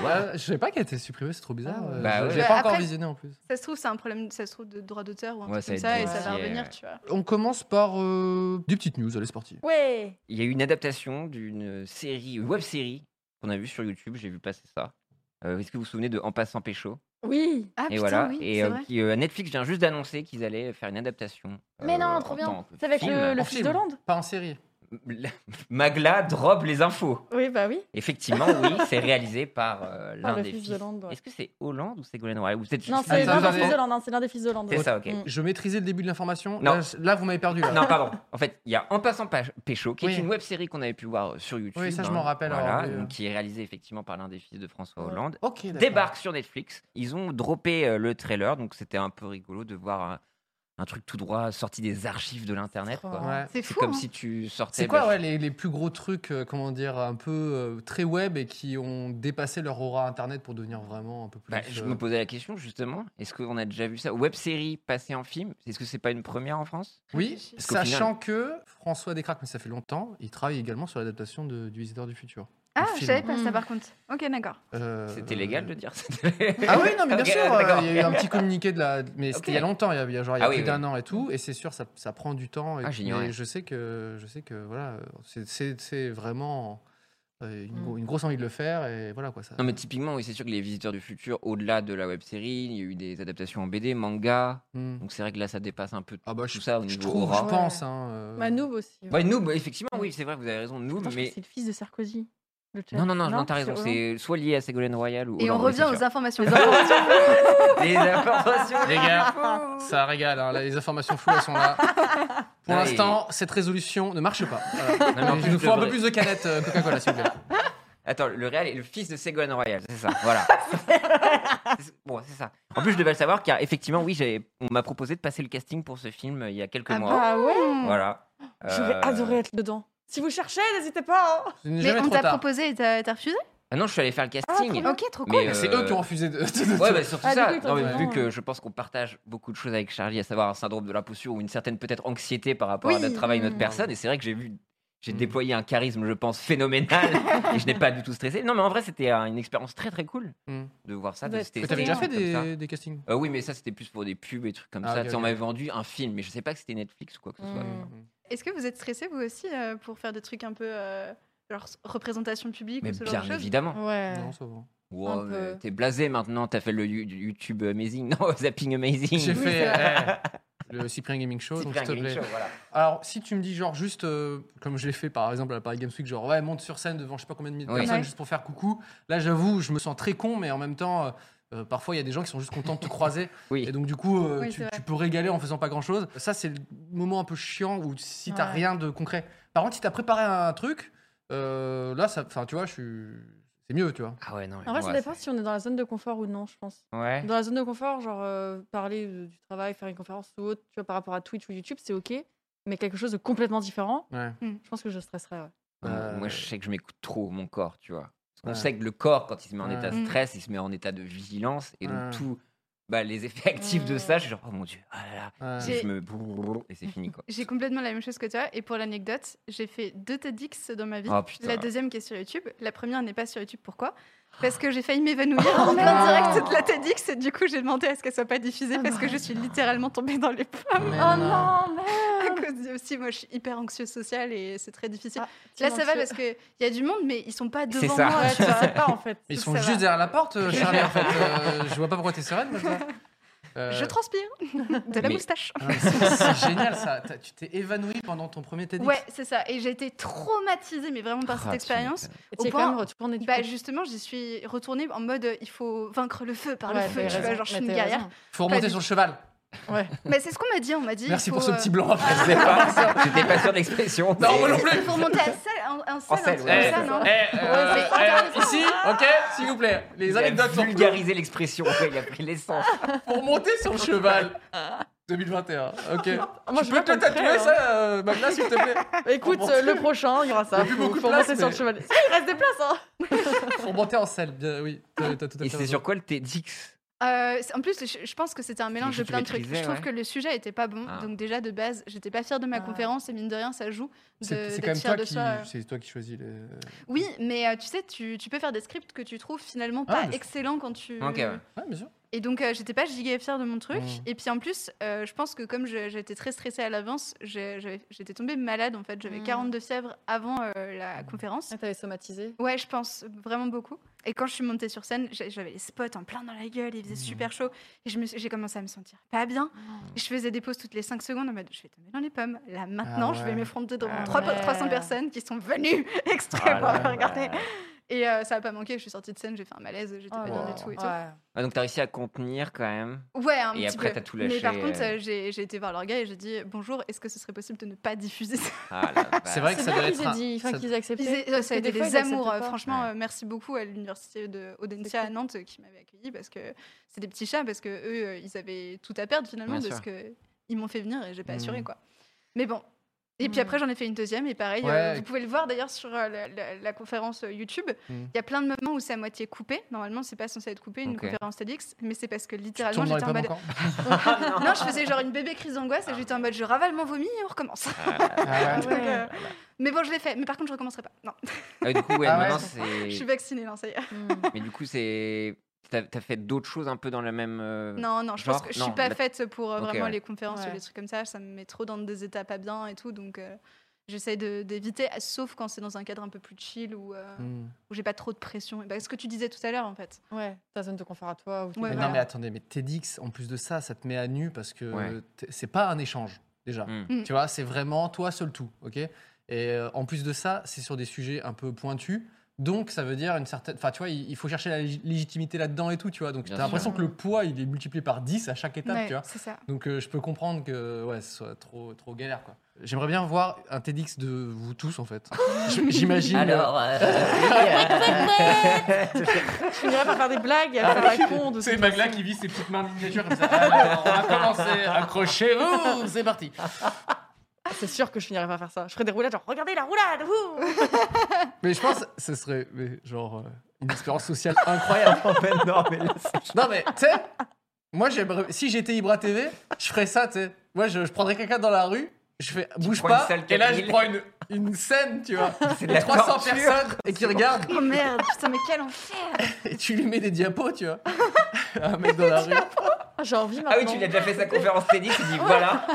Speaker 2: Euh, je savais pas qu'elle était supprimée, c'est trop bizarre.
Speaker 3: Ah ouais.
Speaker 2: euh,
Speaker 1: Bah
Speaker 2: je-
Speaker 1: ouais.
Speaker 2: J'ai pas encore
Speaker 5: Après-
Speaker 2: visionné en plus.
Speaker 5: Ça se trouve, c'est un problème ça se trouve, de droit d'auteur ou un
Speaker 1: Ouais,
Speaker 5: truc comme
Speaker 1: ça va
Speaker 5: ça,
Speaker 1: être
Speaker 5: et ça va
Speaker 1: difficile,
Speaker 5: revenir,
Speaker 1: ouais.
Speaker 5: tu vois.
Speaker 2: On commence par euh, des petites news, allez, c'est parti.
Speaker 3: Ouais.
Speaker 1: Il y a eu une adaptation d'une série, web série, qu'on a vue sur YouTube. J'ai vu passer ça. Euh, Est-ce que vous vous souvenez de En passant pécho
Speaker 3: Oui.
Speaker 5: Ah,
Speaker 1: Et
Speaker 5: putain,
Speaker 1: voilà.
Speaker 5: oui,
Speaker 1: et
Speaker 5: c'est
Speaker 1: euh,
Speaker 5: vrai.
Speaker 1: qui, euh, Netflix vient juste d'annoncer qu'ils allaient faire une adaptation.
Speaker 3: Mais
Speaker 1: euh,
Speaker 3: non,
Speaker 1: en
Speaker 3: trop
Speaker 1: tant
Speaker 3: bien.
Speaker 1: que
Speaker 3: C'est avec
Speaker 1: film.
Speaker 3: le, le
Speaker 2: En
Speaker 3: fils
Speaker 2: film.
Speaker 3: d'Hollande.
Speaker 2: Pas en série.
Speaker 1: La- Magla drop les infos.
Speaker 3: Oui, bah oui.
Speaker 1: Effectivement, oui, c'est réalisé par euh, l'un
Speaker 3: Par le
Speaker 1: des
Speaker 3: fils
Speaker 1: fils.
Speaker 3: d'Hollande. ouais.
Speaker 1: Est-ce que c'est Hollande ou Ségolène Royal ou peut-être
Speaker 3: Non,
Speaker 1: juste-
Speaker 3: c'est
Speaker 2: Attends,
Speaker 3: l'un des
Speaker 2: attends,
Speaker 3: fils
Speaker 2: attends.
Speaker 3: d'Hollande. hein, C'est l'un des fils d'Hollande.
Speaker 1: C'est ça, ok.
Speaker 3: Mm.
Speaker 2: Je maîtrisais le début de l'information.
Speaker 1: Non.
Speaker 2: Là, je- là, vous m'avez perdu. Là.
Speaker 1: Non, pardon. En fait, il y a En passant pa- pécho, qui
Speaker 2: Oui.
Speaker 1: est une web série qu'on avait pu voir euh, sur YouTube.
Speaker 2: Oui, ça, je m'en rappelle, hein,
Speaker 1: Voilà,
Speaker 2: alors, oui,
Speaker 1: donc,
Speaker 2: oui.
Speaker 1: qui est réalisée effectivement par l'un des fils de François
Speaker 3: Ouais.
Speaker 1: Hollande.
Speaker 2: Ok, d'accord.
Speaker 1: Débarque sur Netflix. Ils ont droppé euh, le trailer, donc c'était un peu rigolo de voir un, un truc tout droit sorti des archives de l'internet. quoi.
Speaker 2: Ouais.
Speaker 5: C'est
Speaker 1: C'est
Speaker 5: fou.
Speaker 1: comme
Speaker 5: hein.
Speaker 1: si tu sortais.
Speaker 2: C'est quoi
Speaker 1: bah,
Speaker 2: ouais, les, les plus gros trucs, euh, comment dire, un peu euh, très web et qui ont dépassé leur aura internet pour devenir vraiment un peu plus.
Speaker 1: bah, je
Speaker 2: euh,
Speaker 1: me posais la question justement. Est-ce qu'on a déjà vu ça Web série passée en film Est-ce que c'est pas une première en France
Speaker 2: Oui,
Speaker 1: Parce qu'au
Speaker 2: sachant que François Descraques, mais ça fait longtemps, il travaille également sur l'adaptation de- du Visiteur du Futur.
Speaker 5: Ah,
Speaker 2: film.
Speaker 5: je savais pas ça
Speaker 3: Mm.
Speaker 5: par contre. Ok, d'accord.
Speaker 2: Euh,
Speaker 1: C'était légal de dire ça C'était-
Speaker 2: Ah oui, non, mais bien
Speaker 1: Ok,
Speaker 2: sûr, euh,
Speaker 1: d'accord.
Speaker 2: il y a eu un petit communiqué de la. Mais
Speaker 1: Ok.
Speaker 2: c'était il y a longtemps, il y a, il y a genre, il y a
Speaker 1: Ah oui,
Speaker 2: plus
Speaker 1: oui.
Speaker 2: d'un an et tout, et c'est sûr, ça, ça prend du temps. Et,
Speaker 1: Ah, j'ignorais.
Speaker 2: mais je sais que, je sais que voilà, c'est- c'est c'est vraiment euh, une, gro- une grosse envie de le faire, et voilà quoi. Ça...
Speaker 1: Non, mais typiquement, oui, c'est sûr que les visiteurs du futur, au-delà de la web série, il y a eu des adaptations en BD, manga.
Speaker 2: Hmm.
Speaker 1: Donc c'est vrai que là, ça dépasse un peu
Speaker 2: Ah bah, je,
Speaker 1: tout ça au
Speaker 2: je
Speaker 1: niveau
Speaker 2: trouve, je
Speaker 1: aura.
Speaker 3: Ouais.
Speaker 2: pense. hein, euh,
Speaker 3: Bah, Noob aussi. ouais.
Speaker 1: Ouais, Noob, effectivement,
Speaker 5: Mm.
Speaker 1: oui, c'est vrai, vous avez raison, Noob,
Speaker 3: Attends, je crois
Speaker 1: mais.
Speaker 3: que C'est le fils de Sarkozy. le chat.
Speaker 1: Non, non, non, non, t'as raison,
Speaker 3: Hollande.
Speaker 1: c'est soit lié à Ségolène Royal ou.
Speaker 5: Et on
Speaker 1: Hollande, oui,
Speaker 5: revient
Speaker 1: c'est
Speaker 5: aux
Speaker 1: sûr.
Speaker 5: informations.
Speaker 1: Les informations
Speaker 2: Les gars,
Speaker 5: Oh.
Speaker 2: ça régale, hein, là, les informations floues, elles sont là. Pour
Speaker 1: Ouais.
Speaker 2: l'instant, cette résolution ne marche pas. Voilà.
Speaker 1: Ah mais en
Speaker 2: Il
Speaker 1: plus,
Speaker 2: nous
Speaker 1: je
Speaker 2: faut un peu
Speaker 1: devrais.
Speaker 2: plus de canettes euh, Coca-Cola, s'il vous plaît.
Speaker 1: Attends, le réel est le fils de Ségolène Royal, c'est ça, voilà. C'est- bon, c'est ça. En plus, je devais le savoir car effectivement, oui, j'avais- on m'a proposé de passer le casting pour ce film euh, il y a quelques
Speaker 5: Ah
Speaker 1: mois.
Speaker 3: Ah ouais
Speaker 1: Voilà.
Speaker 3: Je vais
Speaker 1: Euh,
Speaker 3: adorer être dedans. Si vous cherchez, n'hésitez pas. hein.
Speaker 2: Ce n'est
Speaker 5: Mais
Speaker 2: jamais
Speaker 5: on
Speaker 2: trop
Speaker 5: t'a
Speaker 2: tard.
Speaker 5: proposé et t'as t'as refusé
Speaker 1: Ah non, je suis allé faire le casting.
Speaker 5: Ok, trop cool.
Speaker 1: mais,
Speaker 2: Mais C'est
Speaker 1: euh,
Speaker 2: eux qui ont refusé de.
Speaker 1: Ouais, bah, surtout
Speaker 3: Ah, du coup,
Speaker 1: ça.
Speaker 3: ils t'ont
Speaker 1: Non,
Speaker 3: dit
Speaker 1: mais
Speaker 3: non,
Speaker 1: vu
Speaker 3: ouais.
Speaker 1: que je pense qu'on partage beaucoup de choses avec Charlie, à savoir un syndrome de l'imposture ou une certaine peut-être anxiété par rapport à
Speaker 5: Oui.
Speaker 1: notre travail, notre
Speaker 5: Mm.
Speaker 1: personne. Et c'est vrai que j'ai vu, j'ai
Speaker 2: Mm.
Speaker 1: déployé un charisme, je pense, phénoménal. et je n'ai pas du tout stressé. Non, mais en vrai, c'était euh, une expérience très très cool
Speaker 2: Mm.
Speaker 1: de voir ça. de
Speaker 3: Ouais,
Speaker 1: tester
Speaker 2: Mais
Speaker 3: Mais
Speaker 1: ça,
Speaker 2: t'avais
Speaker 3: t'avais
Speaker 2: déjà fait
Speaker 1: trucs comme ça.
Speaker 2: des, des castings
Speaker 1: Euh, oui, mais ça c'était plus pour des pubs et trucs comme
Speaker 2: Ah,
Speaker 1: ça.
Speaker 2: ok,
Speaker 1: Tu sais, On
Speaker 2: ok.
Speaker 1: m'avait vendu un film, mais je sais pas que c'était Netflix ou quoi que
Speaker 5: Hmm.
Speaker 1: ce soit.
Speaker 3: Mm.
Speaker 2: Bah,
Speaker 5: Est-ce que vous êtes stressé vous aussi euh, pour faire des trucs un peu euh, genre s- représentation publique
Speaker 1: Mais
Speaker 5: ou ce genre
Speaker 1: bien
Speaker 5: de choses
Speaker 1: évidemment.
Speaker 3: Ouais.
Speaker 2: Non, ça va.
Speaker 1: Wow,
Speaker 3: peu.
Speaker 1: mais t'es blasé maintenant, t'as fait le You- YouTube Amazing, non, Zapping Amazing.
Speaker 2: J'ai
Speaker 3: Oui,
Speaker 2: fait
Speaker 3: c'est
Speaker 2: eh, le Cyprien Gaming Show,
Speaker 1: C'est
Speaker 2: donc
Speaker 1: bien,
Speaker 2: s'il te
Speaker 1: Gaming
Speaker 2: plaît.
Speaker 1: Show, voilà.
Speaker 2: Alors, si tu me dis, genre, juste euh, comme je l'ai fait par exemple à la Paris Games Week, genre, ouais, monte sur scène devant je sais pas combien de mille
Speaker 1: Oui.
Speaker 2: personnes
Speaker 5: Ouais.
Speaker 2: juste pour faire coucou, là, j'avoue, je me sens très con, mais en même temps, euh, euh, parfois, il y a des gens qui sont juste contents de te croiser.
Speaker 1: Oui.
Speaker 2: Et donc, du coup, euh,
Speaker 5: Oui,
Speaker 2: tu,
Speaker 5: c'est vrai.
Speaker 2: tu peux régaler en faisant pas grand chose. Ça, c'est le moment un peu chiant où si t'as
Speaker 3: Ouais.
Speaker 2: rien de concret. Par contre, si t'as préparé un truc, euh, là, ça, enfin, tu vois, je suis. C'est mieux, tu vois.
Speaker 1: Ah ouais, non. mais
Speaker 3: En vrai,
Speaker 1: moi,
Speaker 3: ça dépend si on est dans la zone de confort ou non, je pense.
Speaker 1: Ouais.
Speaker 3: Dans la zone de confort, genre euh, parler euh, du travail, faire une conférence ou autre, tu vois, par rapport à Twitch ou YouTube, c'est ok. Mais quelque chose de complètement différent,
Speaker 2: Ouais.
Speaker 3: je pense que je stresserais. ouais.
Speaker 2: Euh,
Speaker 1: Moi, je sais que je m'écoute trop mon corps, tu vois. Parce qu'on
Speaker 2: Ouais.
Speaker 1: sait que le corps, quand il se met en
Speaker 2: Ouais.
Speaker 1: état de
Speaker 5: Mm.
Speaker 1: stress, il se met en état de vigilance. Et donc,
Speaker 2: Ouais.
Speaker 1: tout, bah, les effets actifs de ça, je suis genre, oh mon dieu, ah là là.
Speaker 2: Ouais.
Speaker 1: Et Je me. Et c'est fini, quoi.
Speaker 5: J'ai complètement la même chose que toi. Et pour l'anecdote, j'ai fait deux TEDx dans ma vie.
Speaker 1: Oh putain.
Speaker 5: la deuxième qui est sur YouTube. La première n'est pas sur YouTube. Pourquoi Parce que j'ai failli m'évanouir
Speaker 1: Oh
Speaker 5: en plein direct de la TEDx. Et du coup, j'ai demandé à ce qu'elle soit pas diffusée
Speaker 1: Oh
Speaker 5: parce que je suis littéralement tombée dans les pommes.
Speaker 2: Mais
Speaker 3: Oh
Speaker 2: non.
Speaker 3: non, mais.
Speaker 1: Ah.
Speaker 5: À cause de- aussi, moi, je suis hyper anxieuse sociale et c'est très difficile.
Speaker 3: Ah,
Speaker 5: Là, ça va parce qu'il y a du monde, mais ils sont pas
Speaker 1: C'est
Speaker 5: devant
Speaker 1: ça.
Speaker 5: moi.
Speaker 3: Ouais,
Speaker 5: tu
Speaker 3: tu
Speaker 5: vois.
Speaker 3: sais pas en fait.
Speaker 2: Ils sont
Speaker 5: Ça
Speaker 2: juste
Speaker 5: va.
Speaker 2: derrière la porte, euh, Charlie, en fait. Euh, je vois pas pourquoi t'es sereine, moi, ça. Euh,
Speaker 5: Je transpire de la
Speaker 1: Mais-
Speaker 5: moustache.
Speaker 2: ah, c'est- C'est génial, ça. T'as- Tu t'es évanoui pendant ton premier TEDx.
Speaker 5: Ouais, c'est ça. Et j'ai été traumatisée, mais vraiment par
Speaker 1: Ah,
Speaker 5: cette
Speaker 1: tu
Speaker 5: expérience.
Speaker 1: m'étonnes.
Speaker 3: Et tu es
Speaker 5: point-
Speaker 3: quand même retourné du
Speaker 5: Bah
Speaker 3: coup.
Speaker 5: justement, j'y suis retournée en mode euh, il faut vaincre le feu par
Speaker 3: Ouais,
Speaker 5: le feu.
Speaker 3: t'as
Speaker 5: Tu vois,
Speaker 3: raison,
Speaker 5: genre je
Speaker 3: mais
Speaker 5: suis une
Speaker 3: t'as
Speaker 5: guerrière.
Speaker 3: raison.
Speaker 2: Faut remonter
Speaker 5: Pas
Speaker 2: sur le cheval.
Speaker 3: Ouais.
Speaker 5: Mais c'est ce qu'on m'a dit. On m'a dit.
Speaker 2: Merci
Speaker 5: il
Speaker 2: pour
Speaker 5: faut,
Speaker 2: ce
Speaker 5: euh,
Speaker 2: petit blanc après.
Speaker 1: Je sais pas, J'étais pas sûr de l'expression.
Speaker 2: Non, moi non
Speaker 1: mais-
Speaker 2: plus.
Speaker 5: Il faut remonter à selle, en, en selle,
Speaker 1: selle,
Speaker 5: un truc
Speaker 1: ouais.
Speaker 5: comme ça, non
Speaker 2: Eh, euh,
Speaker 5: Ouais, c'est
Speaker 2: eh,
Speaker 5: intéressant.
Speaker 2: ici, ok, s'il vous plaît. Les
Speaker 1: Il a
Speaker 2: anecdotes sont
Speaker 1: vulgarisé l'expression, ouais, il a pris l'essence.
Speaker 2: pour monter sur le cheval. 2021, ok.
Speaker 3: Moi,
Speaker 2: tu
Speaker 3: je
Speaker 2: peux
Speaker 3: veux
Speaker 2: te le
Speaker 3: qu'on le
Speaker 2: tatouer,
Speaker 5: hein.
Speaker 3: crée,
Speaker 2: ça, euh, Magna, s'il te plaît
Speaker 3: Écoute,
Speaker 2: Faut
Speaker 3: euh,
Speaker 2: monter.
Speaker 3: le prochain, il y aura
Speaker 2: Il y
Speaker 3: ça.
Speaker 2: a plus
Speaker 3: Faut-
Speaker 2: beaucoup de
Speaker 3: faut
Speaker 2: place,
Speaker 3: monter sur le
Speaker 2: mais-
Speaker 3: cheval. Si, il reste des places, hein
Speaker 2: Pour monter en selle, bien, oui. T'as t'as tout à
Speaker 1: Et
Speaker 2: fait
Speaker 1: c'est
Speaker 2: raison.
Speaker 1: sur quoi le TEDx
Speaker 5: Euh, c'est- en plus, je, je pense que c'était un mélange de
Speaker 1: juste
Speaker 5: plein de trucs.
Speaker 1: maîtrisé,
Speaker 5: Je trouve
Speaker 1: ouais.
Speaker 5: que le sujet était pas bon.
Speaker 1: Ah.
Speaker 5: Donc déjà de base, j'étais pas fière de ma
Speaker 3: Ah.
Speaker 5: conférence et mine de rien, ça joue de-
Speaker 2: C'est c'est
Speaker 5: d'être
Speaker 2: quand même
Speaker 5: fière
Speaker 2: toi
Speaker 5: de
Speaker 2: qui,
Speaker 5: soi. euh.
Speaker 2: c'est toi qui choisis les.
Speaker 5: Oui, mais euh, tu sais, tu, tu peux faire des scripts que tu trouves finalement
Speaker 2: Ah,
Speaker 5: pas
Speaker 2: mais je-
Speaker 5: excellents quand tu.
Speaker 1: Ok, ouais.
Speaker 2: Ouais, bien sûr.
Speaker 5: Et donc euh, j'étais pas giga fière de mon truc.
Speaker 2: Mm.
Speaker 5: Et puis en plus, euh, je pense que comme je- j'étais très stressée à l'avance, j'ai- j'avais- j'étais tombée malade en fait. J'avais
Speaker 3: Mm.
Speaker 5: 42 fièvres avant euh,
Speaker 2: Mmh.
Speaker 5: la conférence.
Speaker 3: Ah, T'avais somatisé.
Speaker 5: Ouais, je pense vraiment beaucoup. Et quand je suis montée sur scène, j'a- j'avais les spots en plein dans la gueule,
Speaker 1: Mmh.
Speaker 5: il faisait super chaud. Et je me suis- j'ai commencé à me sentir pas bien. Je faisais des pauses toutes les 5 secondes en mode je vais tomber dans les pommes. Là maintenant, je vais
Speaker 2: ouais.
Speaker 5: m'effronter devant
Speaker 1: Ah
Speaker 5: trois po-
Speaker 3: ouais.
Speaker 5: 300 personnes qui sont venues extrêmement
Speaker 1: Ah là là.
Speaker 5: regarder. Et euh, ça a pas manqué, je suis sortie de scène, j'ai fait un malaise, j'étais pas
Speaker 3: Oh
Speaker 5: bien
Speaker 3: là
Speaker 5: du
Speaker 3: là.
Speaker 5: tout. Et tout.
Speaker 3: Ouais.
Speaker 1: Ah, donc t'as réussi à contenir quand même.
Speaker 5: Ouais, un
Speaker 1: Et
Speaker 5: petit
Speaker 1: après,
Speaker 5: peu.
Speaker 1: t'as tout
Speaker 5: Mais par
Speaker 1: lâché,
Speaker 5: contre,
Speaker 1: euh.
Speaker 5: euh, j'ai j'ai été voir leur gars et j'ai dit bonjour, est-ce que ce serait possible de ne pas diffuser ça
Speaker 1: Ah, la vache.
Speaker 2: C'est vrai que
Speaker 3: C'est
Speaker 2: ça
Speaker 3: bien
Speaker 2: doit être.
Speaker 3: qu'ils aient
Speaker 2: un-
Speaker 3: dit,
Speaker 2: ça-
Speaker 3: enfin qu'ils aient accepté.
Speaker 5: Ils- euh, ça a
Speaker 3: Parce que
Speaker 5: été
Speaker 3: des fois,
Speaker 5: des,
Speaker 3: ils acceptent
Speaker 5: amours. euh,
Speaker 3: pas.
Speaker 5: Franchement,
Speaker 1: Ouais.
Speaker 5: euh, merci beaucoup à l'université de
Speaker 3: C'est
Speaker 5: Audencia
Speaker 3: cool.
Speaker 5: à Nantes euh, qui m'avait accueilli parce que c'est des petits chats parce que eux, euh, ils avaient tout à perdre finalement
Speaker 1: Bien
Speaker 5: de
Speaker 1: sûr.
Speaker 5: ce que ils m'ont fait venir et j'ai pas assuré
Speaker 1: Mhm.
Speaker 5: quoi. Mais bon. Et puis
Speaker 3: Mhm.
Speaker 5: après, j'en ai fait une deuxième et pareil, euh,
Speaker 2: Ouais.
Speaker 5: vous pouvez le voir d'ailleurs sur euh, la, la- la conférence euh, YouTube. Il
Speaker 2: Mhm.
Speaker 5: y a plein de moments où c'est à moitié coupé. Normalement, c'est pas censé être coupé une
Speaker 1: Ok.
Speaker 5: conférence TEDx, mais c'est parce que
Speaker 2: Tu
Speaker 5: littéralement,
Speaker 2: tournes dans les
Speaker 5: j'étais en
Speaker 2: pommes
Speaker 5: mode.
Speaker 2: encore
Speaker 5: non. je faisais genre une bébé crise d'angoisse et j'étais en mode je ravale mon vomi et on recommence.
Speaker 2: Ah ouais.
Speaker 5: Donc, euh, Mais bon, je l'ai fait. Mais par contre, je recommencerai pas. Non,
Speaker 1: Ah ouais, du coup, ouais,
Speaker 2: Ah ouais.
Speaker 1: maintenant,
Speaker 5: je suis
Speaker 1: c'est.
Speaker 5: vaccinée, non, ça y est.
Speaker 1: Mais du coup, c'est. T'as t'as fait d'autres choses un peu dans la même. euh,
Speaker 5: Non, non, je
Speaker 1: Genre,
Speaker 5: pense que je
Speaker 1: non,
Speaker 5: suis pas
Speaker 1: la-
Speaker 5: faite pour euh,
Speaker 1: Ok,
Speaker 5: vraiment
Speaker 1: ouais.
Speaker 5: les conférences ou
Speaker 3: Ouais.
Speaker 5: les trucs comme ça. Ça me met trop dans des états pas bien et tout. Donc, euh, j'essaie de- d'éviter, à- sauf quand c'est dans un cadre un peu plus chill ou euh,
Speaker 1: Mm.
Speaker 2: Hmm.
Speaker 5: où j'ai pas trop de pression. Et bah, ce que tu disais tout à l'heure, en fait.
Speaker 3: Ouais, ta zone de confort à toi. Ou
Speaker 5: Ouais,
Speaker 2: Mais
Speaker 5: voilà.
Speaker 2: Non, mais attendez, mais TEDx, en plus de ça, ça te met à nu parce que
Speaker 1: Ouais.
Speaker 2: t'es- c'est pas un échange, déjà.
Speaker 1: hmm.
Speaker 5: Mm.
Speaker 2: Tu vois, c'est vraiment toi seul tout, ok Et euh, en plus de ça, c'est sur des sujets un peu pointus. Donc, ça veut dire une certaine. Enfin, tu vois, il il faut chercher la lég- légitimité là-dedans et tout, tu vois. Donc,
Speaker 1: Bien
Speaker 2: t'as l'impression
Speaker 3: sûr.
Speaker 2: que le poids, il est multiplié par 10 à chaque étape,
Speaker 5: Ouais,
Speaker 2: tu vois.
Speaker 5: c'est ça.
Speaker 2: Donc, euh, je peux comprendre que, ouais, ce soit trop, trop galère, quoi. J'aimerais bien voir un TEDx de vous tous, en fait. Je- J'imagine.
Speaker 1: Alors. euh,
Speaker 3: Je finirais par faire des blagues et
Speaker 1: Ah
Speaker 3: à faire la con de
Speaker 2: C'est
Speaker 3: cette
Speaker 2: Magla
Speaker 3: façon.
Speaker 2: qui vit ses petites mains miniatures comme ça. Alors, on va commencer. Accrochez-vous, c'est parti.
Speaker 3: Ah, C'est sûr que je finirais par faire ça. Je ferais des roulades genre regardez la roulade. wouh
Speaker 2: Mais je pense que ce serait mais genre euh, une expérience sociale incroyable.
Speaker 1: non, mais là,
Speaker 2: non mais tu sais, moi j'aimerais si j'étais Ibra TV, je ferais ça, tu sais. Moi je, je prendrais quelqu'un dans la rue, je fais bouge
Speaker 1: prends une
Speaker 2: pas
Speaker 1: salle
Speaker 2: et là je
Speaker 1: 4000.
Speaker 2: prends une, une scène, tu vois.
Speaker 1: c'est de
Speaker 2: Il y a
Speaker 1: la
Speaker 2: 300
Speaker 1: torture.
Speaker 2: personnes et qui regardent
Speaker 5: Oh merde, putain, mais quel enfer
Speaker 2: et tu lui mets des diapos, tu vois. Un mec dans la rue.
Speaker 3: Ah, J'ai envie maintenant.
Speaker 1: Ah oui, tu lui as déjà fait sa conférence TEDx, tu dis voilà,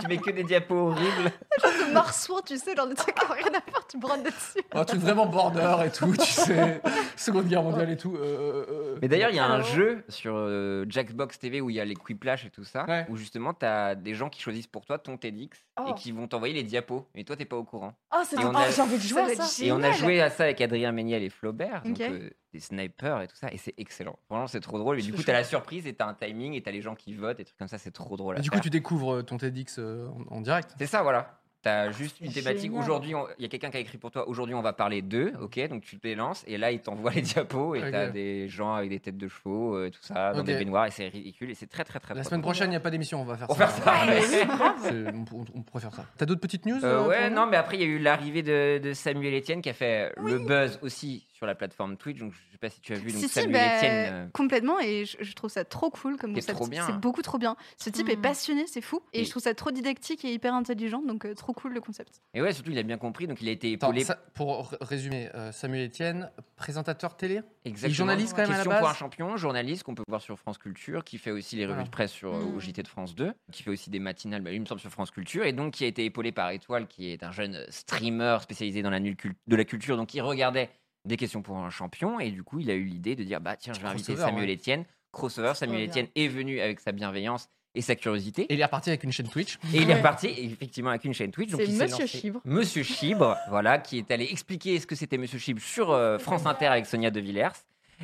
Speaker 1: tu mets que des diapos horribles.
Speaker 5: Le morceau, tu sais, genre des trucs qui n'ont rien à voir, tu brodes dessus.
Speaker 2: Un truc vraiment border et tout, tu sais. Seconde guerre mondiale et tout. euh, euh, euh.
Speaker 1: Mais d'ailleurs, il y a un
Speaker 3: Alors-
Speaker 1: jeu sur euh, Jackbox TV où il y a les quiplash et tout ça,
Speaker 2: Ouais.
Speaker 1: où justement, tu as des gens qui choisissent pour toi ton TEDx et
Speaker 3: Oh.
Speaker 1: qui vont t'envoyer les diapos. Mais toi, t'es pas au courant.
Speaker 3: Oh, c'est
Speaker 1: Et on
Speaker 3: oh,
Speaker 1: a-
Speaker 3: j'ai envie de jouer
Speaker 5: Ça doit
Speaker 3: à ça.
Speaker 5: être
Speaker 1: Et on a
Speaker 5: Génial.
Speaker 1: joué à ça avec Adrien Méniel et Flaubert, donc
Speaker 5: Ok.
Speaker 1: euh, des snipers et tout ça, et c'est excellent. Franchement, c'est trop drôle. Et du
Speaker 3: Je-
Speaker 1: coup,
Speaker 3: je-
Speaker 1: t'as la surprise et t'as un timing et t'as les gens qui votent et trucs comme ça, c'est trop drôle. à
Speaker 2: Du coup,
Speaker 1: faire.
Speaker 2: tu découvres ton TEDx euh, en, en direct.
Speaker 1: C'est ça, voilà. T'as
Speaker 5: Ah,
Speaker 1: juste une
Speaker 3: c'est
Speaker 1: thématique.
Speaker 3: génial.
Speaker 1: Aujourd'hui, on- il y a quelqu'un qui a écrit pour toi. Aujourd'hui, on va parler d'eux. Ok, donc tu te les lances et là, il t'envoie les diapos et
Speaker 2: Ok.
Speaker 1: t'as des gens avec des têtes de chevaux, euh, tout ça, dans
Speaker 2: Ok.
Speaker 1: des baignoires et c'est ridicule et c'est très très très.
Speaker 2: La
Speaker 1: drôle.
Speaker 2: semaine prochaine, il n'y a pas d'émission, on va faire
Speaker 1: On
Speaker 2: ça.
Speaker 1: va faire ça. mais-
Speaker 2: C'est- on, on- on pourrait faire ça. T'as d'autres petites news
Speaker 1: Euh,
Speaker 2: euh,
Speaker 1: ouais,
Speaker 2: pour nous
Speaker 1: non, mais après, il y a eu l'arrivée de, de Samuel Etienne qui a fait le buzz aussi sur la plateforme Twitch. Donc, je sais pas si tu as vu. Donc,
Speaker 5: Si, si,
Speaker 1: Samuel
Speaker 5: bah,
Speaker 1: Etienne. euh,
Speaker 5: complètement. Et je, je trouve ça trop cool comme
Speaker 1: C'est
Speaker 5: concept.
Speaker 1: trop bien.
Speaker 5: C'est beaucoup trop bien. Ce type est
Speaker 3: Mm.
Speaker 5: passionné, c'est fou. Et,
Speaker 1: Et-
Speaker 5: je trouve ça trop didactique et hyper intelligent. Donc, euh, trop cool le concept.
Speaker 1: Et ouais, surtout, il a bien compris. Donc, il a été
Speaker 2: Attends,
Speaker 1: épaulé.
Speaker 2: ça- pour r- résumer, euh, Samuel Etienne, présentateur télé
Speaker 1: Exactement.
Speaker 2: journaliste, quand même, à la
Speaker 1: Question
Speaker 2: base.
Speaker 1: pour un champion, journaliste qu'on peut voir sur France Culture, qui fait aussi les revues
Speaker 2: Voilà. Mmh.
Speaker 1: de presse sur, euh, au
Speaker 3: Mm.
Speaker 1: JT de France 2, qui fait aussi des matinales, bah, il me semble, sur France Culture, et donc qui a été épaulé par Étoile, qui est un jeune streamer spécialisé dans la nulle cul- de la culture, donc il regardait des questions pour un champion, et du coup, il a eu l'idée de dire bah tiens, je vais inviter
Speaker 2: Crossover,
Speaker 1: Samuel
Speaker 2: ouais. Oh,
Speaker 1: Etienne. Crossover, Samuel
Speaker 3: bien.
Speaker 1: Etienne est venu avec sa bienveillance et sa curiosité.
Speaker 2: Et il est reparti avec une chaîne Twitch.
Speaker 1: Et il est
Speaker 3: Ouais.
Speaker 1: reparti effectivement avec une chaîne Twitch. donc
Speaker 3: C'est
Speaker 1: il s'est
Speaker 3: Monsieur
Speaker 1: lancé-
Speaker 3: Chibre.
Speaker 1: Monsieur Chibre, voilà, qui est allé expliquer ce que c'était Monsieur Chibre sur euh, France Inter avec Sonia De Villers.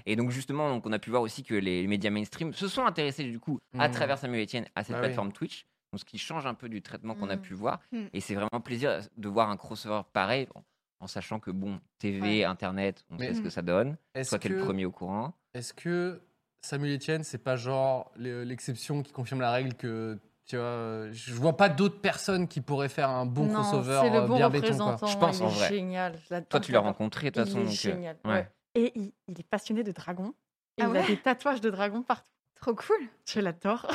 Speaker 1: Et donc justement, donc on a pu voir aussi que les médias mainstream se sont intéressés du coup à
Speaker 2: Mm.
Speaker 1: travers Samuel Etienne à cette
Speaker 2: Bah oui. Hmm.
Speaker 1: plateforme Twitch. Donc ce qui change un peu du traitement qu'on a
Speaker 3: Mm.
Speaker 1: pu voir.
Speaker 5: Mm.
Speaker 1: Et c'est vraiment plaisir de voir un crossover pareil, en- en sachant que bon, TV, Internet, on
Speaker 2: Mais- hmm.
Speaker 1: sait ce que
Speaker 5: Mm.
Speaker 1: ça donne.
Speaker 2: Est-ce
Speaker 1: Soit t'es le
Speaker 2: que, Ah,
Speaker 1: premier au courant.
Speaker 2: est que Samuel Etienne, c'est pas genre le- l'exception qui confirme la règle que tu vois, je vois pas d'autres personnes qui pourraient faire un bon
Speaker 3: Non,
Speaker 2: crossover
Speaker 3: C'est
Speaker 2: euh,
Speaker 3: le bon
Speaker 2: bien béton. quoi.
Speaker 3: représentant.
Speaker 1: Je pense,
Speaker 3: il
Speaker 1: en
Speaker 3: est
Speaker 1: vrai.
Speaker 3: Génial. je l'adore.
Speaker 1: Toi, tu l'as rencontré de toute façon.
Speaker 3: Il est
Speaker 1: donc, euh,
Speaker 3: génial.
Speaker 1: ouais.
Speaker 3: ouais. Et il, il est passionné de dragons. Et il
Speaker 5: Ah
Speaker 3: a
Speaker 5: ouais
Speaker 3: des tatouages de dragons partout.
Speaker 5: Trop cool.
Speaker 3: Je l'adore.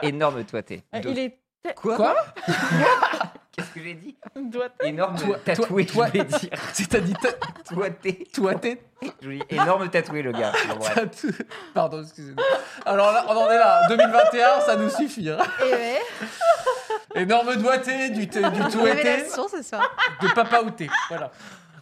Speaker 1: Énorme toi, t'es.
Speaker 3: Il est te-
Speaker 1: Quoi,
Speaker 2: Ah, Quoi
Speaker 1: Qu'est-ce que j'ai dit
Speaker 3: doit-
Speaker 1: Énorme
Speaker 2: Toi-
Speaker 1: tatoué,
Speaker 2: toi-
Speaker 1: je voulais dire.
Speaker 2: T'as dit ta-
Speaker 1: Toi, t'es.
Speaker 2: toi, t'es
Speaker 1: Je lui dis énorme tatoué, le gars. Bon, bref.
Speaker 2: t'as tout- Pardon, excusez-moi. Alors là, on en est là. 2021, ça nous suffit. hein.
Speaker 5: Et ouais,
Speaker 2: Énorme doigté du, t- du toueté,
Speaker 5: révélation ce soir.
Speaker 2: de papa outé. Voilà.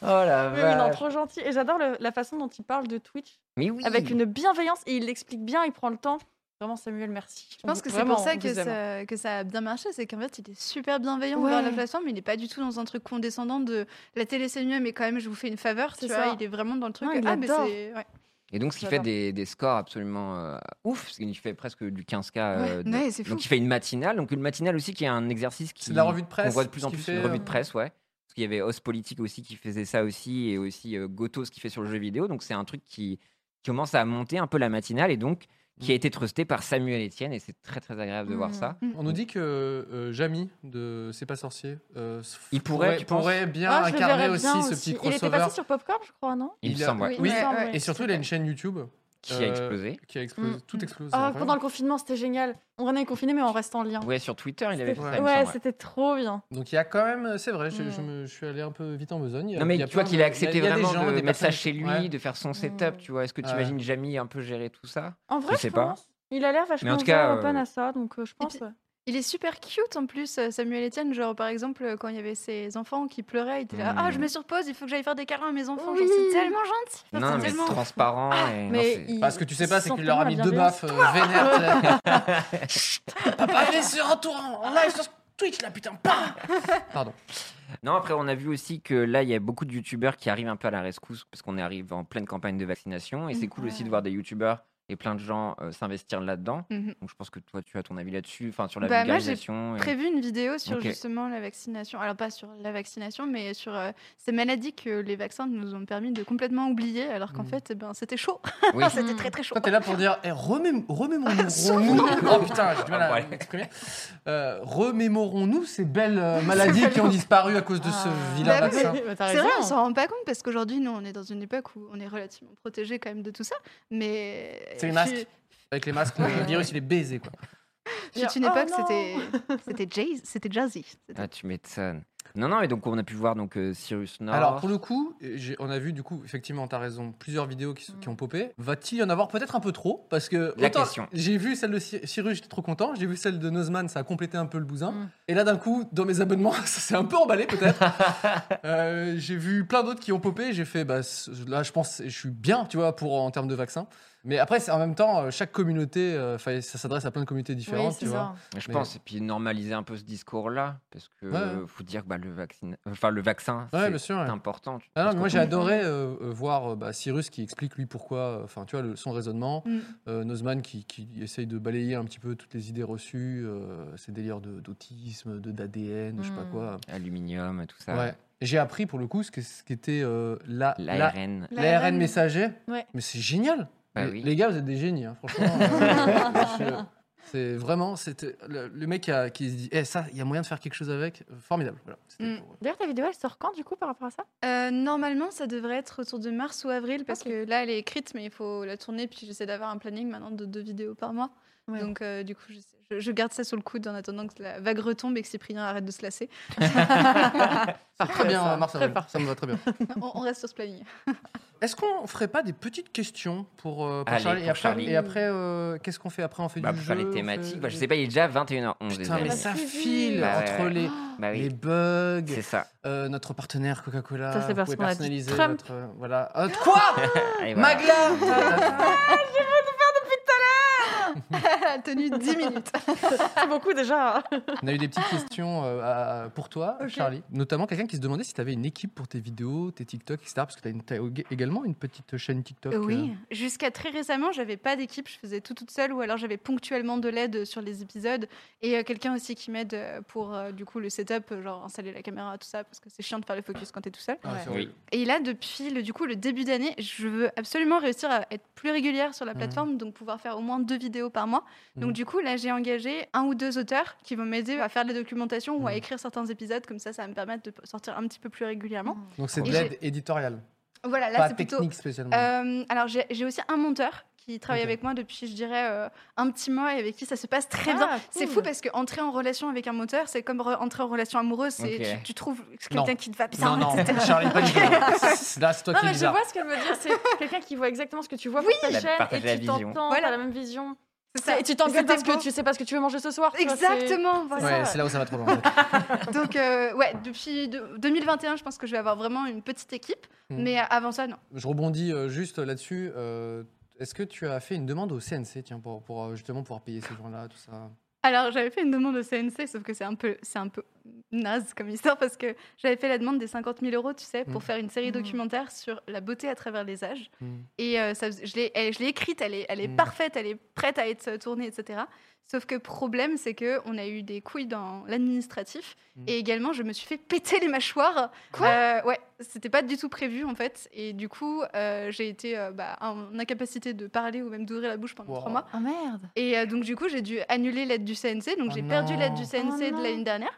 Speaker 1: Oh la
Speaker 3: Mais oui, non,
Speaker 1: vache.
Speaker 3: trop gentil. Et j'adore le- la façon dont il parle de Twitch
Speaker 1: Mais oui.
Speaker 3: avec une bienveillance. Et il l'explique bien, il prend le temps. Vraiment, Samuel, merci.
Speaker 5: Je pense que c'est pour ça que ça, que ça a bien marché. C'est qu'en fait, il est super bienveillant
Speaker 3: Ouais.
Speaker 5: vers la plateforme. mais Il n'est pas du tout dans un truc condescendant de la télé, c'est mieux, mais quand même, je vous fais une faveur. Tu
Speaker 3: C'est
Speaker 5: vois,
Speaker 3: ça.
Speaker 5: il est vraiment dans le truc.
Speaker 3: Non, il
Speaker 5: ah, mais
Speaker 3: adore.
Speaker 5: c'est. Ouais,
Speaker 1: Et donc, ce qui fait
Speaker 3: J'adore.
Speaker 1: des, des scores absolument euh, ouf, parce qu'il fait presque du 15K. euh,
Speaker 5: Ouais,
Speaker 1: de-
Speaker 5: ouais, c'est fou.
Speaker 1: donc, il fait une matinale. Donc, une matinale aussi qui est un exercice qui.
Speaker 2: C'est de la revue de presse.
Speaker 1: Mm. On voit de plus en
Speaker 2: ce qui
Speaker 1: plus
Speaker 2: fait,
Speaker 1: une revue de
Speaker 2: euh,
Speaker 1: presse, ouais. Parce qu'il y avait Os Politique aussi qui faisait ça aussi, et aussi euh, Gotos qui fait sur le jeu vidéo. Donc, c'est un truc qui qui commence à monter un peu la matinale et donc qui a
Speaker 2: Mm.
Speaker 1: été trusté par Samuel Etienne et c'est très très agréable de
Speaker 3: Mm.
Speaker 1: voir ça.
Speaker 2: On nous dit que euh, Jamy de C'est pas sorcier euh, s-
Speaker 1: Il pourrait, tu penses
Speaker 2: pourrait bien
Speaker 3: Ah, je le
Speaker 2: incarner
Speaker 3: verrais
Speaker 2: aussi
Speaker 3: bien
Speaker 2: ce
Speaker 3: aussi.
Speaker 2: petit
Speaker 3: Il était
Speaker 2: crossover.
Speaker 3: passé sur Popcorn, je crois, non
Speaker 1: Il, me
Speaker 2: Il a-
Speaker 1: semble, ouais,
Speaker 2: Oui,
Speaker 3: il me
Speaker 5: ouais,
Speaker 3: semble,
Speaker 5: ouais.
Speaker 3: ouais.
Speaker 2: Et surtout, il a une chaîne YouTube
Speaker 1: qui
Speaker 2: Euh,
Speaker 1: a explosé.
Speaker 2: qui a explosé,
Speaker 3: Mm.
Speaker 2: tout explose.
Speaker 3: Ah,
Speaker 2: c'est
Speaker 3: pendant le
Speaker 2: incroyable.
Speaker 3: confinement, c'était génial. On est confiné, mais on reste en lien.
Speaker 1: Ouais, sur Twitter, il avait fait
Speaker 3: C'était-
Speaker 1: ça.
Speaker 3: Ouais,
Speaker 1: il me semble, ouais.
Speaker 3: c'était trop bien.
Speaker 2: Donc il y a quand même, c'est vrai, je, je
Speaker 3: Mm.
Speaker 2: me, je suis allé un peu vite en besogne. Il y a-
Speaker 1: Non mais
Speaker 2: il y a
Speaker 1: tu vois
Speaker 2: plein
Speaker 1: qu'il
Speaker 2: de-
Speaker 1: a accepté
Speaker 2: il y a- il y a des
Speaker 1: vraiment
Speaker 2: gens,
Speaker 1: de
Speaker 2: des
Speaker 1: mettre ça
Speaker 2: personnes-
Speaker 1: chez lui,
Speaker 2: ouais.
Speaker 1: de faire son setup,
Speaker 3: Mm.
Speaker 1: tu vois. Est-ce que tu
Speaker 2: Ouais.
Speaker 1: imagines Jamie un peu gérer tout
Speaker 5: Ah,
Speaker 1: ça
Speaker 3: En vrai,
Speaker 1: Je
Speaker 3: je,
Speaker 1: sais pas.
Speaker 3: pense. Il a l'air vachement
Speaker 1: Mais en tout cas,
Speaker 3: ouvert, open
Speaker 1: euh,
Speaker 3: à ça, donc euh, je pense.
Speaker 5: puis-
Speaker 3: ouais.
Speaker 5: Il est super cute en plus, euh, Samuel Etienne. Genre, par exemple, euh, quand il y avait ses enfants qui pleuraient, il était là
Speaker 1: Mm.
Speaker 5: Ah, je me surpose, il faut que j'aille faire des câlins à mes enfants.
Speaker 3: Mmh. Oui.
Speaker 5: Genre, c'est tellement gentil.
Speaker 1: Non, non,
Speaker 5: c'est
Speaker 1: mais c'est
Speaker 5: tellement- Ah,
Speaker 1: transparent. et non,
Speaker 3: Mais
Speaker 1: c'est-
Speaker 3: il-
Speaker 2: Parce que tu sais pas, c'est
Speaker 3: il
Speaker 2: qu'il leur a
Speaker 3: sent
Speaker 2: mis
Speaker 3: tellement
Speaker 2: deux
Speaker 3: la bienveillance.
Speaker 2: baffes euh, vénères. Papa, il est sur un tour en en live sur Twitch là, putain. Pam Pardon.
Speaker 1: Non, après, on a vu aussi que là, il y a beaucoup de youtubeurs qui arrivent un peu à la rescousse parce qu'on arrive en pleine campagne de vaccination et c'est
Speaker 5: Mm-hmm.
Speaker 1: cool aussi de voir des youtubeurs et plein de gens euh, s'investir là-dedans.
Speaker 5: Mhm.
Speaker 1: Donc, je pense que toi, tu as ton avis là-dessus, enfin, sur la
Speaker 5: Bah, moi, j'ai
Speaker 1: vulgarisation. et-
Speaker 5: prévu une vidéo sur
Speaker 1: Ok.
Speaker 5: justement la vaccination. Alors pas sur la vaccination, mais sur euh, ces maladies que les vaccins nous ont permis de complètement oublier, alors qu'en
Speaker 2: Mm.
Speaker 5: fait, eh ben, c'était chaud.
Speaker 1: Oui.
Speaker 5: c'était très très chaud.
Speaker 2: Toi, t'es là pour dire, eh, remé- remémorons-nous. oh putain, j'ai du mal à m'exprimer. Euh, remémorons-nous ces belles euh, maladies qui ont disparu à cause de ce
Speaker 3: Ah.
Speaker 2: vilain
Speaker 5: Bah oui.
Speaker 2: vaccin.
Speaker 3: Bah, t'as
Speaker 5: C'est vrai,
Speaker 3: raison.
Speaker 5: on s'en rend pas compte parce qu'aujourd'hui, nous, on est dans une époque où on est relativement protégé quand même de tout ça. Mais
Speaker 2: C'est les
Speaker 5: fut-
Speaker 2: masques. Avec les masques, le virus, il est baisé quoi.
Speaker 5: Fut une
Speaker 3: Oh
Speaker 5: époque,
Speaker 3: non.
Speaker 5: c'était c'était jazz, c'était jazzy. C'était-
Speaker 1: Ah, tu m'étonnes. Non, non, et donc, on a pu voir donc euh, Cyrus North.
Speaker 2: Alors pour le coup, euh, j'ai- on a vu du coup effectivement, t'as raison, plusieurs vidéos qui, sont- qui ont popé. Va-t-il y en avoir peut-être un peu trop Parce que
Speaker 1: La question.
Speaker 2: j'ai vu celle de Cy- Cyrus, j'étais trop content. J'ai vu celle de Nozman, ça a complété un peu le bousin.
Speaker 3: Mm.
Speaker 2: Et là d'un coup, dans mes abonnements, ça s'est un peu emballé peut-être. Euh, j'ai vu plein d'autres qui ont popé. J'ai fait, bah c- là je pense, je suis bien, tu vois, pour en termes de vaccin. Mais après, c'est en même temps, euh, chaque communauté, euh, enfin, ça s'adresse à plein de communautés différentes,
Speaker 3: Oui,
Speaker 2: tu
Speaker 3: c'est
Speaker 2: vois.
Speaker 3: ça.
Speaker 1: Je
Speaker 2: Mais-
Speaker 1: pense, et puis normaliser un peu ce discours-là, parce que
Speaker 2: Ouais,
Speaker 1: euh, faut dire que bah, le, vaccin... enfin, le vaccin,
Speaker 2: Ouais,
Speaker 1: c'est
Speaker 2: bien sûr. ouais.
Speaker 1: important.
Speaker 2: Ah non,
Speaker 1: Parce
Speaker 2: mais moi
Speaker 1: qu'on-
Speaker 2: j'ai adoré euh, euh, voir euh, bah, Cyrus qui explique lui pourquoi, euh, enfin tu vois le- son raisonnement,
Speaker 5: Mm.
Speaker 2: euh, Nozman qui, qui essaye de balayer un petit peu toutes les idées reçues, euh, ces délires de- d'autisme, de d'ADN, je sais pas
Speaker 3: Mm.
Speaker 2: quoi.
Speaker 1: Aluminium, et tout ça.
Speaker 2: Ouais. J'ai appris pour le coup ce que- ce qu'était euh, la- la-
Speaker 1: L'ARN.
Speaker 2: l'ARN messager.
Speaker 3: Ouais.
Speaker 2: Mais c'est génial.
Speaker 1: Bah
Speaker 2: les,
Speaker 1: oui.
Speaker 2: les gars, vous êtes des génies, hein, franchement. euh, monsieur, c'est vraiment, c'était le, le mec qui, a- qui se dit, eh ça, il y a moyen de faire quelque chose avec, formidable. Voilà, C'était
Speaker 5: Mm.
Speaker 2: pour- euh,
Speaker 3: D'ailleurs, ta vidéo, elle sort quand, du coup, par rapport à ça
Speaker 5: Euh, normalement, ça devrait être autour de mars ou avril parce
Speaker 3: Ok.
Speaker 5: que là, elle est écrite, mais il faut la tourner. Puis j'essaie d'avoir un planning maintenant de deux vidéos par mois.
Speaker 3: Ouais.
Speaker 5: Donc euh, du coup, je, sais- je- je garde ça sous le coude en attendant que la vague retombe et que Cyprien arrête de se lasser.
Speaker 2: Très bien,
Speaker 3: Ça,
Speaker 2: Marcel,
Speaker 3: très fort.
Speaker 2: ça me va très bien.
Speaker 5: on, on reste sur ce planning.
Speaker 2: Est-ce qu'on ferait pas des petites questions pour, euh, pour
Speaker 1: Allez,
Speaker 2: Charlie,
Speaker 1: pour
Speaker 2: Et après,
Speaker 1: Charlie.
Speaker 2: et après, euh, qu'est-ce qu'on fait après On fait
Speaker 1: Bah,
Speaker 2: du
Speaker 1: pour faire
Speaker 2: jeu,
Speaker 1: les
Speaker 2: on
Speaker 1: thématiques,
Speaker 2: fait-
Speaker 1: bah, je sais pas, il est déjà 21h11, les
Speaker 2: Putain, mais
Speaker 1: amis.
Speaker 2: ça
Speaker 3: Bah, si,
Speaker 2: file
Speaker 1: bah,
Speaker 2: entre
Speaker 1: ouais.
Speaker 2: les,
Speaker 1: Bah oui,
Speaker 2: les bugs,
Speaker 1: c'est ça.
Speaker 2: euh, notre partenaire Coca-Cola.
Speaker 3: Ça, c'est
Speaker 2: vous
Speaker 3: parce
Speaker 2: pouvez
Speaker 3: qu'on a dit
Speaker 2: personnaliser
Speaker 3: Trump.
Speaker 2: votre, euh, voilà. Euh, quoi
Speaker 1: Allez, voilà.
Speaker 2: Magla
Speaker 5: Elle a tenu 10 minutes.
Speaker 3: C'est beaucoup déjà.
Speaker 2: On a eu des petites questions euh, à- pour toi, Charlie. Notamment quelqu'un qui se demandait si tu avais une équipe pour tes vidéos, tes TikTok, etc. Parce que tu as, également une petite chaîne TikTok.
Speaker 5: Euh,
Speaker 3: Euh,
Speaker 5: Oui, jusqu'à très récemment, j'avais pas d'équipe, je faisais tout toute seule ou alors j'avais ponctuellement de l'aide sur les épisodes et euh, quelqu'un aussi qui m'aide euh, pour euh, du coup le setup, euh, genre installer la caméra, tout ça, parce que c'est chiant de faire le focus quand t'es tout seul.
Speaker 2: euh, ah, c'est
Speaker 1: Oui.
Speaker 2: horrible.
Speaker 5: Et là, depuis le, du coup, le début d'année, je veux absolument réussir à être plus régulière sur la
Speaker 2: Mhm.
Speaker 5: plateforme, donc pouvoir faire au moins deux vidéos par mois. Donc
Speaker 2: Mhm.
Speaker 5: du coup, là, j'ai engagé un ou deux auteurs qui vont m'aider à faire de la documentation ou à
Speaker 2: Mhm.
Speaker 5: écrire certains épisodes, comme ça, ça va me permettre de p- sortir un petit peu plus régulièrement.
Speaker 2: Donc c'est de
Speaker 5: Et
Speaker 2: l'aide éditoriale,
Speaker 5: Voilà, là,
Speaker 2: Mmh. pas
Speaker 5: c'est plutôt...
Speaker 2: technique spécialement.
Speaker 5: Euh, alors j'ai j'ai aussi un monteur qui travaille
Speaker 2: Ok.
Speaker 5: avec moi depuis, je dirais, euh, un petit mois et avec qui ça se passe très
Speaker 2: Ah,
Speaker 5: bien. Ah, C'est fou parce que entrer en relation avec un monteur, c'est comme re- entrer en relation amoureuse. c'est
Speaker 1: Ok.
Speaker 5: Tu, tu trouves
Speaker 2: Non.
Speaker 5: quelqu'un qui te va
Speaker 2: Non,
Speaker 5: bien.
Speaker 2: non,
Speaker 5: etc.
Speaker 2: Charlie, pas du tout. Là, c'est toi
Speaker 3: Non,
Speaker 2: qui es
Speaker 3: mais je
Speaker 2: bizarre.
Speaker 3: vois ce qu'elle veut dire. C'est quelqu'un qui voit exactement ce que tu vois pour ta
Speaker 1: La-
Speaker 3: chaîne
Speaker 1: partager
Speaker 3: et
Speaker 1: la
Speaker 3: tu
Speaker 1: vision.
Speaker 3: t'entends,
Speaker 5: Voilà.
Speaker 3: t'as la même vision.
Speaker 5: C'est ça.
Speaker 3: Et tu t'engueules
Speaker 5: C'était
Speaker 3: parce
Speaker 5: beau.
Speaker 3: que tu sais pas ce que tu veux manger ce soir. tu vois, c'est-
Speaker 5: Exactement, voilà.
Speaker 2: Ouais, c'est là où ça va trop loin. en fait.
Speaker 5: Donc, euh, ouais, depuis de- 2021, je pense que je vais avoir vraiment une petite équipe.
Speaker 2: Hmm.
Speaker 5: Mais euh, avant ça, non.
Speaker 2: Je rebondis euh, juste là-dessus. euh, Est-ce que tu as fait une demande au CNC tiens, pour, pour, euh, justement pouvoir payer ces gens-là, tout ça
Speaker 5: Alors, j'avais fait une demande au CNC, sauf que c'est un peu, c'est un peu naze comme histoire parce que j'avais fait la demande des 50 000 euros, tu sais, pour
Speaker 2: Mm.
Speaker 5: faire une série
Speaker 3: Mm.
Speaker 5: documentaire sur la beauté à travers les âges.
Speaker 2: Mm.
Speaker 5: Et euh, ça, faisait- je l'ai, elle- je l'ai écrite, elle est, elle est
Speaker 2: Mm.
Speaker 5: parfaite, elle est prête à être tournée, etc. Sauf que problème, c'est que on a eu des couilles dans l'administratif
Speaker 2: Mm.
Speaker 5: et également je me suis fait péter les mâchoires. Quoi Ouais, c'était pas du tout prévu en fait et du coup euh, j'ai été euh, bah, en incapacité de parler ou même d'ouvrir la bouche pendant
Speaker 2: Wow.
Speaker 5: trois mois
Speaker 7: Oh merde.
Speaker 5: et euh, donc du coup j'ai dû annuler l'aide du CNC donc
Speaker 2: Oh
Speaker 5: j'ai perdu
Speaker 2: non.
Speaker 5: l'aide du
Speaker 3: Oh
Speaker 5: CNC
Speaker 7: non.
Speaker 5: de l'année dernière.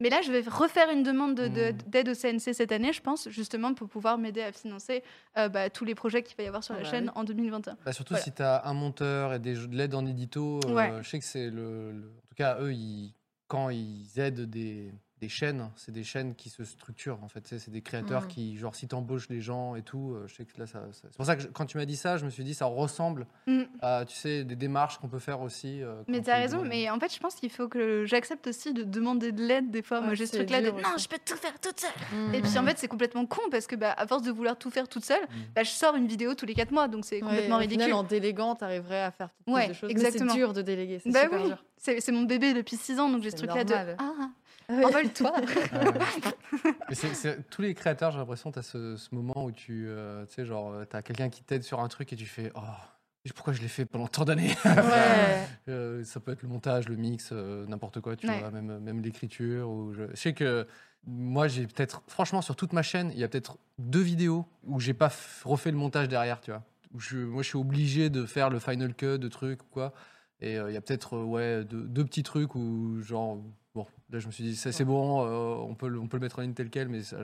Speaker 5: Mais là, je vais refaire une demande de- de-
Speaker 3: Hmm.
Speaker 2: Mm.
Speaker 5: d'aide au CNC cette année, je pense, justement pour pouvoir m'aider à financer euh, bah, tous les projets qu'il va y avoir sur
Speaker 3: Ah
Speaker 5: la
Speaker 3: bah
Speaker 5: chaîne
Speaker 3: oui.
Speaker 5: en 2021.
Speaker 2: Bah, surtout
Speaker 5: Voilà.
Speaker 2: si tu as un monteur et des, de l'aide en édito, euh,
Speaker 5: Ouais.
Speaker 2: je sais que c'est le, le- En tout cas, eux, ils- quand ils aident des, des chaînes, c'est des chaînes qui se structurent en fait. tu sais, C'est des créateurs
Speaker 5: Hmm.
Speaker 3: Mhm.
Speaker 2: qui, genre, si t'embauches les gens et tout, euh, je sais que là, ça. ça- C'est pour ça que je- quand tu m'as dit ça, je me suis dit, ça ressemble
Speaker 3: Hmm.
Speaker 5: Mm.
Speaker 2: à, tu sais, des démarches qu'on peut faire aussi. euh,
Speaker 5: Mais
Speaker 2: quand
Speaker 5: t'as
Speaker 2: on-
Speaker 5: raison, mais en fait, je pense qu'il faut que j'accepte aussi de demander de l'aide des fois. Moi,
Speaker 3: Ouais,
Speaker 5: j'ai ce
Speaker 3: c'est
Speaker 5: truc-là de
Speaker 3: dur
Speaker 5: non,
Speaker 3: aussi. Hmm.
Speaker 5: je peux tout faire toute seule. Et puis en fait, c'est complètement con parce que, bah, à force de vouloir tout faire toute seule, bah, je sors une vidéo tous les 4 mois, donc c'est complètement
Speaker 3: Ouais, au
Speaker 5: ridicule.
Speaker 3: Final, en déléguant, t'arriverais à faire plus
Speaker 5: Ouais,
Speaker 3: de choses.
Speaker 5: exactement.
Speaker 3: Mais c'est dur de déléguer, c'est
Speaker 5: Bah
Speaker 3: super
Speaker 5: oui,
Speaker 3: dur.
Speaker 5: c'est c'est mon bébé depuis 6 ans, donc j'ai ce
Speaker 3: C'est
Speaker 5: truc-là de
Speaker 3: normal.
Speaker 5: ah, envole-toi.
Speaker 2: Ouais. Mais c'est- c'est- tous les créateurs, j'ai l'impression, tu as ce, ce moment où tu euh, tu sais, genre, euh, t'as quelqu'un qui t'aide sur un truc et tu fais Oh, pourquoi je l'ai fait pendant tant d'années
Speaker 3: Ouais.
Speaker 2: Euh, Ça peut être le montage, le mix, euh, n'importe quoi, tu
Speaker 5: Ouais.
Speaker 2: vois, même, même l'écriture. Ou je... je sais que moi, j'ai peut-être, franchement, sur toute ma chaîne, il y a peut-être deux vidéos où j'ai pas f- refait le montage derrière, tu vois. Où je, moi, je suis obligé de faire le final cut de trucs ou quoi. Et euh, il y a peut-être euh, ouais, deux, deux petits trucs où, genre, bon, là, je me suis dit, ça, c'est bon, euh, on, peut le, on peut le mettre en ligne tel quel, mais ça-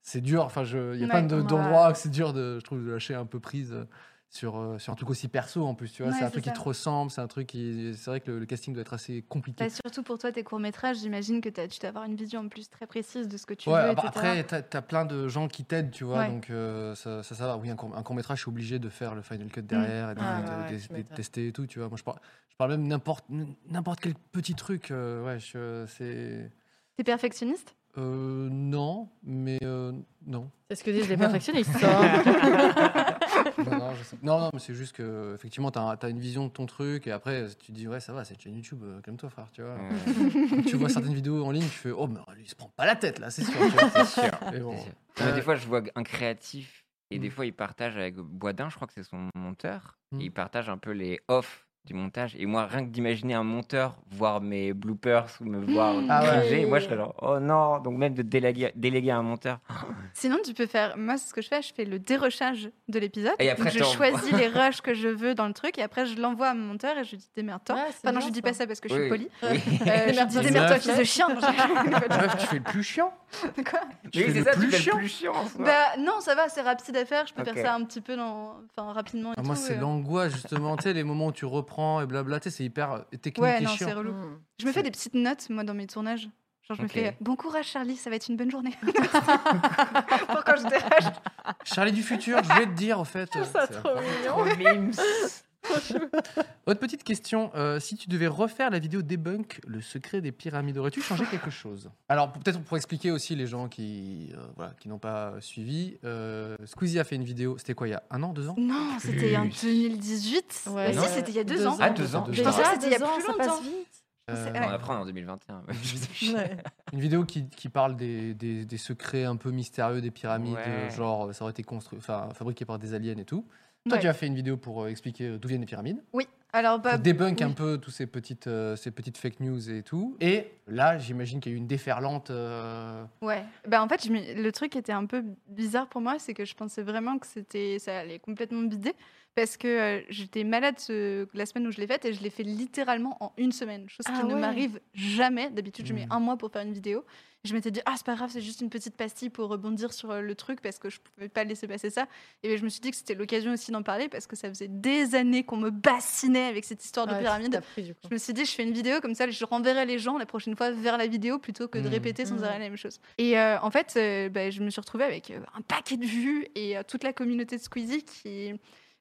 Speaker 2: c'est dur. Enfin, je- il y a plein
Speaker 5: Ouais,
Speaker 2: de-
Speaker 3: ouais.
Speaker 2: d'endroits où c'est dur, de, je trouve, de lâcher un peu prise euh, sur, euh, sur un truc aussi perso en plus, tu vois.
Speaker 5: Ouais,
Speaker 2: c'est un
Speaker 5: c'est
Speaker 2: truc
Speaker 5: ça.
Speaker 2: qui te ressemble, c'est un truc qui. C'est vrai que le, le casting doit être assez compliqué.
Speaker 5: Bah, surtout pour toi, tes courts-métrages, j'imagine que t'as- tu dois avoir une vision en plus très précise de ce que tu
Speaker 2: ouais,
Speaker 5: veux.
Speaker 2: bah,
Speaker 5: etc.
Speaker 2: après, t'as as plein de gens qui t'aident, tu vois,
Speaker 5: Ouais.
Speaker 2: donc euh, ça, ça, ça va. Oui, un court, un court métrage, je suis obligé de faire le final cut derrière et de,
Speaker 3: Ah,
Speaker 2: de-
Speaker 3: ouais, ouais,
Speaker 2: de-
Speaker 3: tu
Speaker 2: de
Speaker 3: m'étonnes.
Speaker 2: tester et tout, tu vois. Moi, je parle, je parle même n'importe n'importe quel petit truc. euh, ouais, je- euh, c'est.
Speaker 5: T'es perfectionniste
Speaker 2: euh, non, mais euh, non.
Speaker 3: C'est ce que disent les perfectionnistes. ça.
Speaker 2: non, non, je sais- non, non, mais c'est juste que effectivement, t'as as une vision de ton truc et après, tu te dis ouais, ça va, c'est une chaîne YouTube, euh, calme-toi, frère, tu vois. tu vois certaines vidéos en ligne, tu fais oh, mais lui, il se prend pas la tête là, c'est sûr. tu vois.
Speaker 1: C'est sûr.
Speaker 2: Et bon.
Speaker 1: C'est sûr. Non, mais
Speaker 2: Euh,
Speaker 1: des fois, je vois un créatif et des
Speaker 2: Mm.
Speaker 1: fois, il partage avec Boisdin, je crois que c'est son monteur.
Speaker 2: Mm.
Speaker 1: Et il partage un peu les off du montage. Et moi, rien que d'imaginer un monteur voir mes bloopers ou me voir
Speaker 2: Ah ouais.
Speaker 1: cringer, moi, je serais genre, oh non. Donc, même de déléguer, déléguer à un monteur.
Speaker 5: Sinon, tu peux faire. Moi, c'est ce que je fais, je fais le dérushage de l'épisode.
Speaker 1: Et après,
Speaker 5: Donc, je
Speaker 1: t'en-
Speaker 5: choisis les rushs que je veux dans le truc et après, je l'envoie à mon monteur et je lui dis démerde-toi.
Speaker 3: Ouais, c'est
Speaker 5: Enfin, non,
Speaker 3: bien,
Speaker 5: je dis
Speaker 3: ça.
Speaker 5: pas ça parce que je
Speaker 1: Oui.
Speaker 5: suis polie.
Speaker 1: Oui.
Speaker 5: Euh, je dis
Speaker 3: Démerde-toi,
Speaker 5: démerde-toi,
Speaker 3: fils
Speaker 5: fils de chien.
Speaker 2: Meuf, tu fais le plus chiant.
Speaker 5: Quoi
Speaker 1: Mais
Speaker 2: Tu
Speaker 1: oui,
Speaker 2: fais
Speaker 1: c'est
Speaker 2: le
Speaker 1: ça,
Speaker 2: plus
Speaker 1: tu fais
Speaker 2: chiant.
Speaker 1: le plus chiant. en soi.
Speaker 5: Bah, non, ça va, c'est rapide à faire. Je peux
Speaker 1: Ok.
Speaker 5: faire ça un petit peu dans... enfin, rapidement. Et
Speaker 2: Ah, moi,
Speaker 5: tout,
Speaker 2: c'est
Speaker 5: euh.
Speaker 2: l'angoisse, justement. tu sais, les moments où tu reprends et blabla, tu sais, c'est hyper euh, technique
Speaker 5: Ouais,
Speaker 2: et
Speaker 5: non, c'est
Speaker 2: chiant.
Speaker 5: relou.
Speaker 3: Mm.
Speaker 5: Je me fais des petites notes, moi, dans mes tournages. Genre,
Speaker 1: Ok.
Speaker 5: je me fais bon courage, Charlie, ça va être une bonne journée. Pour quand je dérache.
Speaker 2: Charlie du futur, je vais te dire, en fait. euh,
Speaker 3: Ça,
Speaker 2: c'est-
Speaker 3: trop mignon.
Speaker 1: Oh, mimes.
Speaker 2: Autre petite question, euh, si tu devais refaire la vidéo debunk, le secret des pyramides, aurais-tu changé quelque chose Alors pour- peut-être pour expliquer aussi les gens qui, euh, voilà, qui n'ont pas suivi, euh, Squeezie a fait une vidéo, c'était quoi, il y a un an, deux ans
Speaker 5: Non, c'était en
Speaker 1: Plus.
Speaker 5: 2018.
Speaker 3: Ouais,
Speaker 5: Bah, si,
Speaker 2: non.
Speaker 5: c'était il y a deux,
Speaker 3: Deux
Speaker 5: ans.
Speaker 3: ans.
Speaker 1: Ah, deux ans.
Speaker 2: Déjà,
Speaker 5: Je pensais que c'était il y a
Speaker 3: deux ans,
Speaker 5: plus
Speaker 3: ça passe
Speaker 5: longtemps.
Speaker 3: vite.
Speaker 2: Euh,
Speaker 5: Ouais.
Speaker 1: On apprend en 2021. Je sais plus.
Speaker 3: Ouais.
Speaker 2: Une vidéo qui, qui parle des, des- des secrets un peu mystérieux des pyramides,
Speaker 1: Ouais.
Speaker 2: euh, genre euh, ça aurait été construit, enfin fabriqué par des aliens et tout. Toi,
Speaker 5: Ouais.
Speaker 2: tu as fait une vidéo pour euh, expliquer euh, d'où viennent les pyramides,
Speaker 5: Alors, bah,
Speaker 2: pour débunk
Speaker 5: oui.
Speaker 2: un peu tous ces petites, euh, ces petites fake news et tout. Et là, j'imagine qu'il y a eu une déferlante. euh,
Speaker 5: Ouais. Bah, en fait, je m'y- le truc qui était un peu bizarre pour moi, c'est que je pensais vraiment que c'était ça allait complètement bider parce que euh, j'étais malade ce- la semaine où je l'ai faite et je l'ai fait littéralement en une semaine, chose
Speaker 7: Ah
Speaker 5: qui ne
Speaker 7: ouais.
Speaker 5: m'arrive jamais. D'habitude, je mets
Speaker 2: Mm.
Speaker 5: un mois pour faire une vidéo. Je m'étais dit ah c'est pas grave, c'est juste une petite pastille pour rebondir sur euh, le truc parce que je pouvais pas laisser passer ça. Et ben, je me suis dit que c'était l'occasion aussi d'en parler parce que ça faisait des années qu'on me bassinait avec cette histoire de
Speaker 3: Ouais,
Speaker 5: pyramide.
Speaker 3: t'as pris, du coup.
Speaker 5: Je me suis dit, je fais une vidéo comme ça, je renverrai les gens la prochaine fois vers la vidéo plutôt que de
Speaker 1: Mmh.
Speaker 2: Mm.
Speaker 5: répéter sans
Speaker 3: Mm.
Speaker 5: arrêt la même chose. Et euh, en fait, euh, bah, je me suis retrouvée avec euh, un paquet de vues et euh, toute la communauté de Squeezie qui.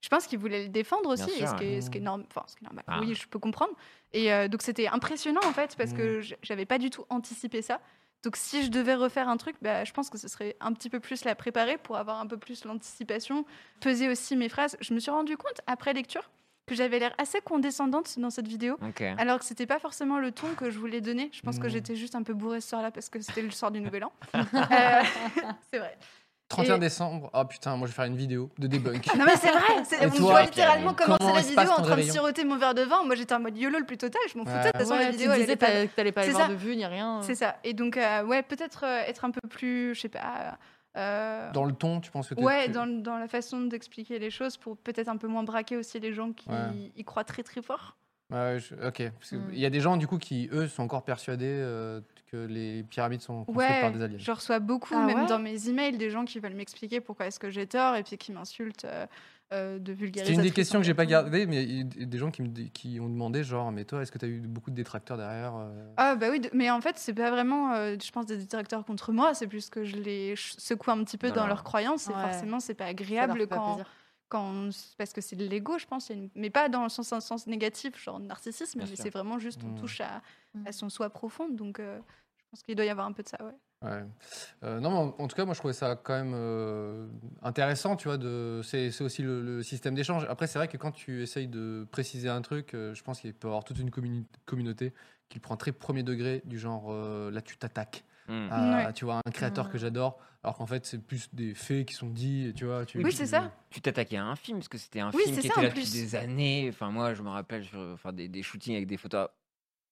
Speaker 5: Je pense qu'ils voulaient le défendre
Speaker 1: Bien
Speaker 5: aussi, et
Speaker 1: sûr,
Speaker 5: ce, qui est,
Speaker 2: ouais.
Speaker 5: ce qui est norm- enfin, ce qui est normal.
Speaker 1: Ah.
Speaker 5: Oui, je peux comprendre. Et euh, donc c'était impressionnant en fait, parce
Speaker 2: Mm.
Speaker 5: que j- j'avais pas du tout anticipé ça. Donc si je devais refaire un truc, bah, je pense que ce serait un petit peu plus la préparer pour avoir un peu plus l'anticipation, peser aussi mes phrases. Je me suis rendu compte après lecture que j'avais l'air assez condescendante dans cette vidéo,
Speaker 1: Ok.
Speaker 5: alors que c'était pas forcément le ton que je voulais donner. Je pense que
Speaker 2: Mm.
Speaker 5: j'étais juste un peu bourrée ce soir-là parce que c'était le soir du Nouvel An. Euh, c'est vrai.
Speaker 2: 31
Speaker 3: Et-
Speaker 2: décembre, oh putain, moi je vais faire une vidéo de debunk.
Speaker 5: Non mais c'est vrai, c'est-
Speaker 2: Et
Speaker 5: on
Speaker 2: toi,
Speaker 5: voit littéralement
Speaker 2: Pierre,
Speaker 5: commencer
Speaker 2: comment
Speaker 5: la
Speaker 2: se passe
Speaker 5: vidéo en
Speaker 2: ton
Speaker 5: train de
Speaker 2: réveillon
Speaker 5: siroter mon verre de vin. Moi j'étais en mode YOLO le plus total, je m'en foutais. De toute
Speaker 2: Ouais.
Speaker 5: façon la
Speaker 3: Ouais, tu
Speaker 5: vidéo
Speaker 3: te
Speaker 5: elle
Speaker 3: disais
Speaker 5: était pas-
Speaker 3: t'allais- que t'allais pas aller
Speaker 5: C'est
Speaker 3: voir
Speaker 5: ça.
Speaker 3: de vue ni rien.
Speaker 5: C'est ça. Et donc euh, ouais peut-être euh, être un peu plus, je sais pas. euh,
Speaker 2: Dans le ton, tu penses que t'es-
Speaker 5: Ouais,
Speaker 2: tu-
Speaker 5: dans, le- dans la façon d'expliquer les choses pour peut-être un peu moins braquer aussi les gens qui
Speaker 2: Ouais.
Speaker 5: y croient très très fort.
Speaker 2: Ouais, je- ok. Parce que
Speaker 5: Hmm.
Speaker 3: Mm.
Speaker 2: Il y a des gens du coup qui eux sont encore persuadés euh, que les pyramides sont construites par
Speaker 5: Ouais,
Speaker 2: des aliens.
Speaker 5: je reçois beaucoup,
Speaker 3: Ah
Speaker 5: même
Speaker 3: ouais
Speaker 5: dans mes emails, des gens qui veulent m'expliquer pourquoi est-ce que j'ai tort et puis qui m'insultent euh, euh, de
Speaker 2: C'était
Speaker 5: vulgariser.
Speaker 2: une des questions que j'ai pas gardées, mais il y a des gens qui, me, di- qui ont demandé genre, mais toi, est-ce que t'as eu beaucoup de détracteurs derrière euh
Speaker 5: Ah bah oui, de- mais en fait, c'est pas vraiment, euh, je pense, des directeurs contre moi, c'est plus que je les ch- secoue un petit peu
Speaker 1: Dans
Speaker 5: dans
Speaker 1: leur-
Speaker 5: leurs croyances et
Speaker 3: Ouais.
Speaker 5: forcément, c'est pas
Speaker 3: Ça leur
Speaker 5: agréable
Speaker 3: fait pas
Speaker 5: quand,
Speaker 3: plaisir.
Speaker 5: quand on s- parce que c'est de l'ego, je pense, il y a une- mais pas dans le sens, un sens négatif, genre narcissisme,
Speaker 1: Bien
Speaker 5: mais
Speaker 1: sûr. Mmh.
Speaker 5: c'est vraiment juste on
Speaker 2: Mm.
Speaker 5: touche à,
Speaker 3: Mm.
Speaker 5: à son soi profond, donc euh, je pense qu'il doit y avoir un peu de ça, ouais.
Speaker 2: Ouais. Euh, non, mais en, en tout cas, moi, je trouvais ça quand même euh, intéressant, tu vois. De, c'est, c'est aussi le, le système d'échange. Après, c'est vrai que quand tu essayes de préciser un truc, euh, je pense qu'il peut y avoir toute une communi- communauté qui le prend très premier degré, du genre euh, là, tu t'attaques
Speaker 1: Hmm.
Speaker 2: à,
Speaker 5: Ouais.
Speaker 2: tu vois, un créateur que
Speaker 3: Mm.
Speaker 2: j'adore, alors qu'en fait, c'est plus des faits qui sont dits, et tu vois. Tu,
Speaker 5: Oui,
Speaker 2: tu-
Speaker 5: c'est ça.
Speaker 1: Tu t'attaquais à un film, parce que c'était un
Speaker 5: Oui,
Speaker 1: film
Speaker 5: c'est
Speaker 1: qui
Speaker 5: ça,
Speaker 1: était
Speaker 5: en
Speaker 1: là depuis
Speaker 5: plus.
Speaker 1: des années. Enfin, moi, je me rappelle sur, enfin, des, des shootings avec des photos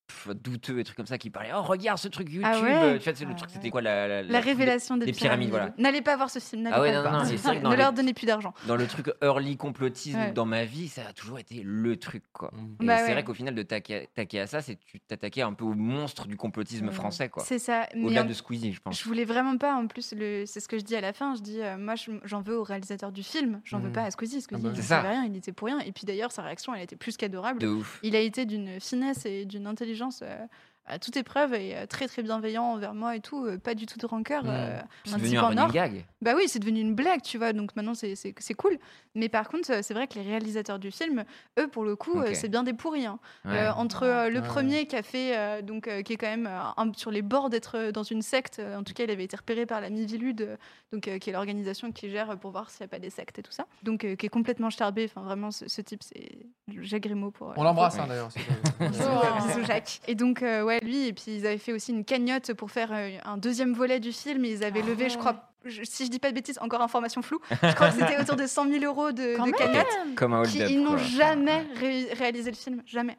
Speaker 1: pff, douteux et trucs comme ça qui parlaient Oh, regarde ce truc YouTube
Speaker 5: Ah ouais
Speaker 1: Tu vois, c'est le
Speaker 3: Ah
Speaker 1: truc,
Speaker 3: ouais.
Speaker 1: c'était quoi la, la-
Speaker 5: La
Speaker 1: la-
Speaker 5: révélation des,
Speaker 1: des
Speaker 5: pyramides.
Speaker 1: pyramides, voilà.
Speaker 5: N'allez pas voir ce film, n'allez
Speaker 1: Ah ouais,
Speaker 5: pas
Speaker 1: non, non,
Speaker 5: le voir.
Speaker 1: c'est vrai que dans
Speaker 5: ne
Speaker 1: les-
Speaker 5: leur donnez plus d'argent.
Speaker 1: Dans le truc early complotisme,
Speaker 5: Ouais.
Speaker 1: dans ma vie, ça a toujours été le truc, quoi.
Speaker 2: Mm.
Speaker 1: Et
Speaker 5: Bah
Speaker 1: c'est
Speaker 5: ouais.
Speaker 1: vrai qu'au final, de t'attaquer t'attaquer à ça, c'est tu t'attaquais un peu au monstre du complotisme
Speaker 3: Mm.
Speaker 1: français, quoi.
Speaker 5: Mmh. C'est ça. Mais
Speaker 1: Au-delà
Speaker 5: en-
Speaker 1: de Squeezie, je pense.
Speaker 5: Je voulais vraiment pas, en plus, le... c'est ce que je dis à la fin. Je dis, euh, moi, je- j'en veux au réalisateur du film, j'en
Speaker 1: Mm.
Speaker 5: veux
Speaker 2: Mhm.
Speaker 5: pas à Squeezie. Squeezie,
Speaker 2: bah
Speaker 5: il
Speaker 2: oui.
Speaker 5: ne
Speaker 1: Ah C'est ça.
Speaker 5: savait rien, il était pour rien. Et puis d'ailleurs, sa réaction, elle était plus qu'adorable.
Speaker 1: De ouf.
Speaker 5: Il a été d'une finesse et d'une intelligence euh, à toute épreuve et euh, très très bienveillant envers moi et tout. euh, pas du tout de rancœur.
Speaker 2: Mhm.
Speaker 5: euh,
Speaker 1: Mm. C'est
Speaker 5: un
Speaker 1: devenu
Speaker 5: petit
Speaker 1: un
Speaker 5: point
Speaker 1: running
Speaker 5: nord.
Speaker 1: gag.
Speaker 5: Bah oui, c'est devenu une blague, tu vois. Donc maintenant, c'est- c'est c'est cool. Mais par contre, euh, c'est vrai que les réalisateurs du film, eux, pour le coup, euh,
Speaker 1: Ok.
Speaker 5: c'est bien des pourris. hein.
Speaker 1: Ouais.
Speaker 5: Euh, entre euh, le
Speaker 2: Ouais.
Speaker 5: premier qui a fait, euh, donc, euh, qui est quand même euh, un- sur les bords d'être euh, dans une secte, euh, en tout cas il avait été repéré par la Mivilude, euh, donc, euh, qui est l'organisation qui gère euh, pour voir s'il n'y a pas des sectes et tout ça, donc euh, qui est complètement charbé, enfin vraiment ce, ce type c'est Jacques Grimaud pour... euh,
Speaker 2: On l'embrasse,
Speaker 1: Ouais.
Speaker 2: hein, d'ailleurs. c'est-
Speaker 5: Bisous, euh, bisous, Jacques. Et donc, euh, ouais, lui, et puis ils avaient fait aussi une cagnotte pour faire euh, un deuxième volet du film. Et ils avaient
Speaker 3: Ah
Speaker 5: levé,
Speaker 3: ouais.
Speaker 5: je crois, je- si je dis pas de bêtises, encore information floue, je crois que c'était autour de 100 000 euros de,
Speaker 3: Quand
Speaker 5: de
Speaker 3: même.
Speaker 5: cagnotte.
Speaker 1: Comme un
Speaker 5: Qui,
Speaker 1: hold-up.
Speaker 5: ils n'ont
Speaker 1: quoi.
Speaker 5: jamais ré- réalisé le film, jamais.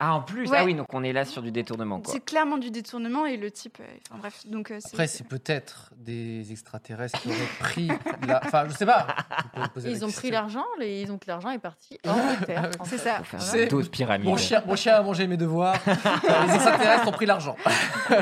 Speaker 1: Ah, en plus
Speaker 5: Ouais.
Speaker 1: Ah oui, donc on est là sur du détournement, quoi.
Speaker 5: C'est clairement du détournement et le type. euh, Enfin bref, donc euh, c'est-
Speaker 2: Après, c'est peut-être des extraterrestres qui auraient pris la. Enfin, je sais pas. On peut poser la
Speaker 3: Ils ont pris
Speaker 2: question.
Speaker 3: l'argent, les... ils ont que l'argent est parti hors de terre. en
Speaker 5: C'est
Speaker 3: fait.
Speaker 5: ça.
Speaker 1: Pour faire
Speaker 2: C'est-
Speaker 1: d'autres pyramides.
Speaker 2: Mon chien, mon chien a mangé mes devoirs. Euh, les extraterrestres ont pris l'argent.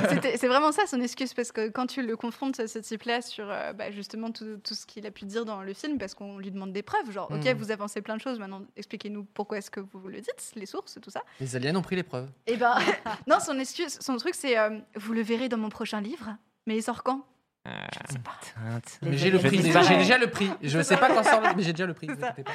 Speaker 5: C'était- C'est vraiment ça son excuse parce que quand tu le confrontes ce type-là sur euh, bah, justement tout, tout ce qu'il a pu dire dans le film, parce qu'on lui demande des preuves, genre ok
Speaker 2: Mm.
Speaker 5: vous avancez plein de choses, maintenant expliquez-nous pourquoi est-ce que vous le dites, les sources, tout ça.
Speaker 2: Les aliens ont pris les preuves.
Speaker 5: Et ben non son excuse, son truc c'est euh, vous le verrez dans mon prochain livre, mais il sort quand
Speaker 1: Ah,
Speaker 5: Je sais pas.
Speaker 1: teinte.
Speaker 3: Les
Speaker 2: Mais j'ai le
Speaker 3: aliens
Speaker 2: prix.
Speaker 1: Je sais
Speaker 2: J'ai
Speaker 1: pas.
Speaker 2: j'ai déjà le prix. Je sais pas quand ça sort, mais j'ai déjà le prix. ne vous inquiétez pas.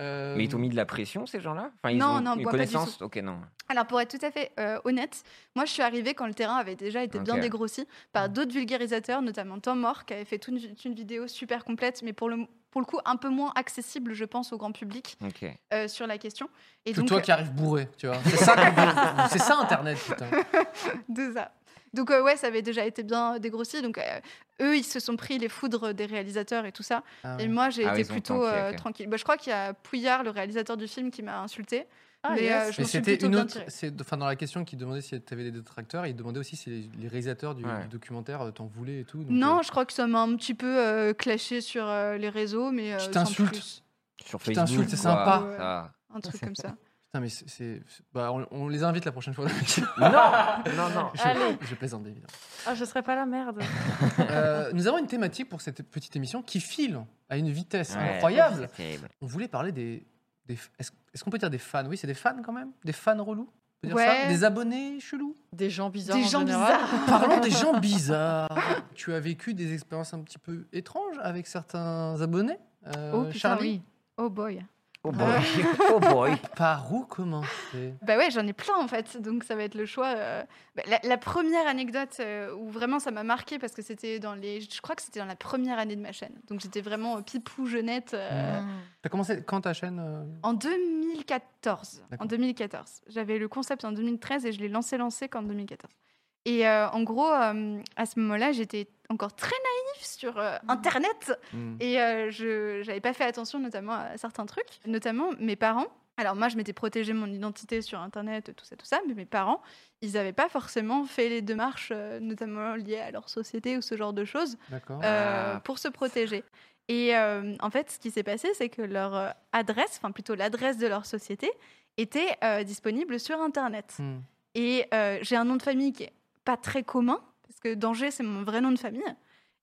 Speaker 2: Euh,
Speaker 1: Mais ils t'ont mis de la pression, ces gens-là enfin, ils
Speaker 5: Non,
Speaker 1: ont
Speaker 5: non,
Speaker 1: une
Speaker 5: bois pas du
Speaker 1: connaissance Ok, non.
Speaker 5: Alors pour être tout à fait euh, honnête, moi je suis arrivée quand le terrain avait déjà été bien
Speaker 1: Ok. Mm.
Speaker 5: dégrossi par d'autres vulgarisateurs, notamment Tom Moore, qui avait fait toute une, toute une vidéo super complète, mais pour le, pour le coup un peu moins accessible, je pense, au grand public
Speaker 1: Ok.
Speaker 5: euh, sur la question. Et
Speaker 2: que
Speaker 5: donc,
Speaker 2: toi
Speaker 5: euh,
Speaker 2: qui arrives bourré, tu vois. C'est ça, que vous- c'est ça Internet, putain.
Speaker 5: de ça. Donc euh, ouais, ça avait déjà été bien dégrossi. Donc euh, eux, ils se sont pris les foudres des réalisateurs et tout ça.
Speaker 2: Ah
Speaker 5: Et
Speaker 2: ouais.
Speaker 5: moi, j'ai
Speaker 1: Ah,
Speaker 5: été
Speaker 1: ils ont
Speaker 5: plutôt
Speaker 1: tanké,
Speaker 5: euh,
Speaker 1: ok.
Speaker 5: tranquille. Bah, je crois qu'il y a Pouillard, le réalisateur du film, qui m'a insulté.
Speaker 3: Ah,
Speaker 5: Mais,
Speaker 3: yes.
Speaker 5: euh, je
Speaker 2: Mais
Speaker 5: m'en suis
Speaker 2: c'était
Speaker 5: plutôt
Speaker 2: une
Speaker 5: bien
Speaker 2: autre.
Speaker 5: tirée.
Speaker 2: c'est- Enfin, dans la question qui demandait si tu avais des détracteurs, il demandait aussi si les, les réalisateurs du,
Speaker 1: Ouais.
Speaker 2: du documentaire euh, t'en voulaient et tout. donc,
Speaker 5: Non,
Speaker 2: euh,
Speaker 5: je crois que ça m'a un petit peu euh, clashé sur euh, les réseaux, mais euh,
Speaker 2: Qui
Speaker 5: sans
Speaker 2: t'insulte.
Speaker 5: plus.
Speaker 1: Sur
Speaker 2: Putain,
Speaker 1: Facebook.
Speaker 2: c'est
Speaker 1: quoi,
Speaker 2: sympa.
Speaker 5: Ouais.
Speaker 1: ça.
Speaker 5: un truc comme ça.
Speaker 2: Putain, mais c'est. c'est- c'est- Bah, on, on les invite la prochaine fois. je,
Speaker 1: Non, non, non.
Speaker 3: Allez.
Speaker 2: je plaisante, évidemment.
Speaker 3: Ah, je serais pas la merde.
Speaker 2: Euh, nous avons une thématique pour cette petite émission qui file à une vitesse
Speaker 1: Ouais,
Speaker 2: incroyable.
Speaker 1: c'est terrible.
Speaker 2: On voulait parler des. des f- Est-ce est-ce qu'on peut dire des fans Oui, c'est des fans quand même Des fans relous On peut dire ça
Speaker 5: Ouais.
Speaker 2: Des abonnés chelous
Speaker 3: Des gens bizarres.
Speaker 5: Des
Speaker 3: en
Speaker 5: gens
Speaker 3: général.
Speaker 5: bizarres.
Speaker 2: Parlons des gens bizarres. Tu as vécu des expériences un petit peu étranges avec certains abonnés Euh,
Speaker 5: oh putain,
Speaker 2: Charlie,
Speaker 5: oui. Oh boy.
Speaker 1: Oh boy. Oh boy.
Speaker 2: par où commencer
Speaker 5: Bah ouais, j'en ai plein en fait, donc ça va être le choix. euh, bah, la, la première anecdote euh, où vraiment ça m'a marqué parce que c'était dans les, je crois que c'était dans la première année de ma chaîne, donc j'étais vraiment euh, pipou jeunette. euh,
Speaker 2: Mmh.
Speaker 3: Mm.
Speaker 2: T'as commencé quand ta chaîne euh
Speaker 5: En 2014. En
Speaker 2: D'accord.
Speaker 5: 2014. J'avais le concept en 2013 et je l'ai lancé lancé qu'en 2014. Et euh, en gros, euh, à ce moment-là, j'étais encore très naïve sur euh,
Speaker 2: Mmh.
Speaker 5: Internet. Et euh, je n'avais pas fait attention notamment à certains trucs, notamment mes parents. Alors moi, je m'étais protégée mon identité sur Internet, tout ça, tout ça, mais mes parents, ils n'avaient pas forcément fait les démarches, euh, notamment liées à leur société ou ce genre de choses,
Speaker 2: D'accord.
Speaker 5: euh,
Speaker 1: Ah.
Speaker 5: pour se protéger. Et euh, en fait, ce qui s'est passé, c'est que leur euh, adresse, enfin plutôt l'adresse de leur société, était euh, disponible sur Internet.
Speaker 2: Hmm.
Speaker 5: Et euh, j'ai un nom de famille qui est pas très commun, parce que Danger, c'est mon vrai nom de famille.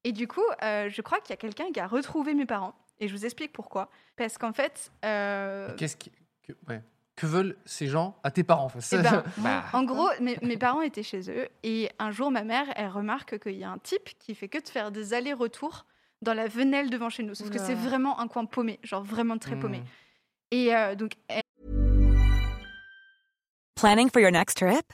Speaker 5: Et du coup, euh, je crois qu'il y a quelqu'un qui a retrouvé mes parents. Et je vous explique pourquoi. Parce qu'en fait, euh,
Speaker 2: Qu'est-ce qui- que, ouais. Que veulent ces gens à tes parents en fait
Speaker 5: eh ben,
Speaker 1: Bah,
Speaker 5: en gros, mes, mes parents étaient chez eux. Et un jour, ma mère, elle remarque qu'il y a un type qui fait que de faire des allers-retours dans la venelle devant chez nous. Sauf que
Speaker 3: Oula.
Speaker 5: c'est vraiment un coin paumé, genre vraiment très paumé.
Speaker 2: Hmm.
Speaker 5: Et euh, donc,
Speaker 7: Planning for your next trip?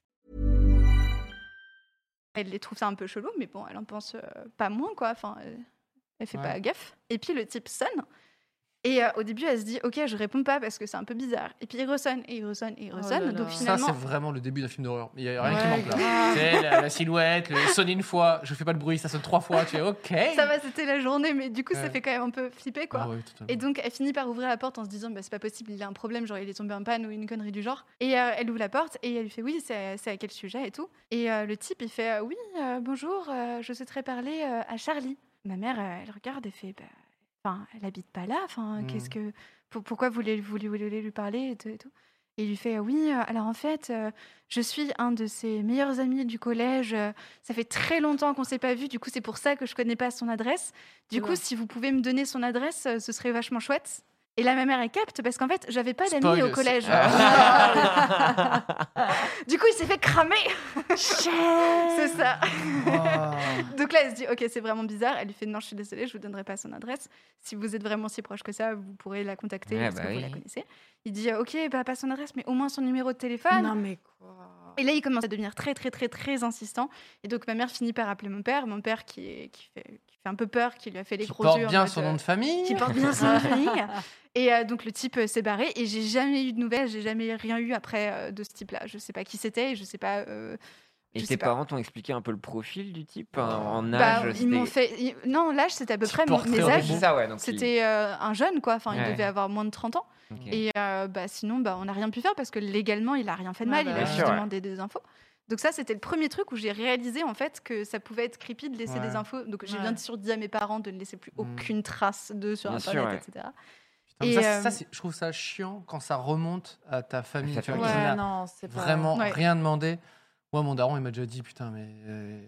Speaker 5: Elle les trouve ça un peu chelou, mais bon, elle en pense euh, pas moins, quoi. Enfin, elle, elle fait
Speaker 2: Ouais.
Speaker 5: pas gaffe. Et puis le type sonne. Et euh, au début, elle se dit, ok, je réponds pas parce que c'est un peu bizarre. Et puis il ressonne, et il ressonne, et il
Speaker 3: Oh là
Speaker 5: ressonne.
Speaker 3: là.
Speaker 5: Donc
Speaker 3: Ça,
Speaker 2: Ça,
Speaker 5: finalement,
Speaker 2: c'est vraiment le début d'un film d'horreur. Il n'y a rien
Speaker 3: Ouais,
Speaker 2: qui manque là.
Speaker 3: grave.
Speaker 2: Tu sais, la, la silhouette, le sonne une fois, je fais pas de bruit, ça sonne trois fois, tu es ok.
Speaker 5: ça va, c'était la journée, mais du coup, ça
Speaker 2: Ouais.
Speaker 5: fait quand même un peu flipper, quoi.
Speaker 2: Ah ouais, totalement.
Speaker 5: Et donc, elle finit par ouvrir la porte en se disant, bah, c'est pas possible, il a un problème, genre il est tombé en panne ou une connerie du genre. Et euh, elle ouvre la porte et elle lui fait, oui, c'est c'est à quel sujet et tout. Et euh, le type, il fait, euh, oui, euh, bonjour, euh, je souhaiterais parler euh, à Charlie. Ma mère, euh, elle regarde et fait, bah, enfin, elle habite pas là, enfin,
Speaker 2: Hmm.
Speaker 5: qu'est-ce que. pour- pourquoi vous voulez, vous voulez- vous voulez lui parler et tout, et tout. Et il lui fait, euh, oui, euh, alors en fait, euh, je suis un de ses meilleurs amis du collège. euh, ça fait très longtemps qu'on s'est pas vu, du coup, c'est pour ça que je connais pas son adresse. Du
Speaker 3: Oula.
Speaker 5: coup, si vous pouvez me donner son adresse, euh, ce serait vachement chouette. Et là, ma mère, elle capte parce qu'en fait, j'avais pas d'amis
Speaker 2: Spoil,
Speaker 5: au
Speaker 2: c'est-
Speaker 5: collège.
Speaker 2: Ah.
Speaker 5: du coup, il s'est fait cramer. c'est ça.
Speaker 2: Wow.
Speaker 5: Donc là, elle se dit, ok, c'est vraiment bizarre. Elle lui fait, non, je suis désolée, je vous donnerai pas son adresse. Si vous êtes vraiment si proche que ça, vous pourrez la contacter
Speaker 1: Ouais,
Speaker 5: parce
Speaker 1: bah
Speaker 5: que vous
Speaker 1: oui.
Speaker 5: la connaissez. Il dit, ok, bah pas son adresse, mais au moins son numéro de téléphone.
Speaker 3: Non, mais quoi
Speaker 5: Et là, il commence à devenir très, très, très, très insistant. Et donc, ma mère finit par appeler mon père. Mon père qui, est- qui, fait, qui fait un peu peur, qui lui a fait les
Speaker 2: Qui
Speaker 5: gros
Speaker 2: porte
Speaker 5: yeux. en
Speaker 2: bien
Speaker 5: mode,
Speaker 2: son
Speaker 5: euh,
Speaker 2: nom de famille.
Speaker 5: qui porte bien son nom de famille. Et euh, donc le type euh, s'est barré et j'ai jamais eu de nouvelles, j'ai jamais rien eu après euh, de ce type-là. Je sais pas qui c'était, et je sais pas. euh,
Speaker 1: et
Speaker 5: je
Speaker 1: tes
Speaker 5: sais pas.
Speaker 1: parents t'ont expliqué un peu le profil du type hein, en
Speaker 5: bah,
Speaker 1: âge
Speaker 5: ils m'ont
Speaker 1: c'était-
Speaker 5: fait. ils- Non, l'âge c'était à peu
Speaker 2: Petit
Speaker 5: près mes-
Speaker 2: portrait
Speaker 5: mes
Speaker 2: en
Speaker 5: âges.
Speaker 2: robot.
Speaker 1: ça, ouais. Donc il-
Speaker 5: C'était euh, un jeune quoi, enfin
Speaker 1: Ouais.
Speaker 5: il devait avoir moins de 30 ans.
Speaker 1: ok.
Speaker 5: Et euh, bah sinon bah on n'a rien pu faire parce que légalement il a rien fait de
Speaker 3: Ouais,
Speaker 5: mal,
Speaker 3: bah
Speaker 5: il a
Speaker 3: ouais.
Speaker 5: juste
Speaker 1: Ah Bien sûr, ouais.
Speaker 5: demandé des infos. Donc ça c'était le premier truc où j'ai réalisé en fait que ça pouvait être creepy de laisser
Speaker 2: Ouais.
Speaker 5: des infos. Donc j'ai
Speaker 3: Ouais.
Speaker 5: bien sûr dit à mes parents de ne laisser plus
Speaker 2: Mm.
Speaker 5: aucune trace d'eux sur
Speaker 1: Bien sûr,
Speaker 5: internet,
Speaker 1: ouais.
Speaker 5: etc.
Speaker 2: Putain, mais
Speaker 5: Et,
Speaker 2: ça, c'est-
Speaker 5: euh,
Speaker 2: ça, c'est- je trouve ça chiant quand ça remonte à ta famille.
Speaker 1: Ta
Speaker 2: Tu vois,
Speaker 1: famille.
Speaker 2: qui n'a
Speaker 3: Ouais, non, c'est pas...
Speaker 2: vraiment
Speaker 5: Ouais.
Speaker 2: rien demandé. Moi, mon daron, il m'a déjà dit, putain, mais euh,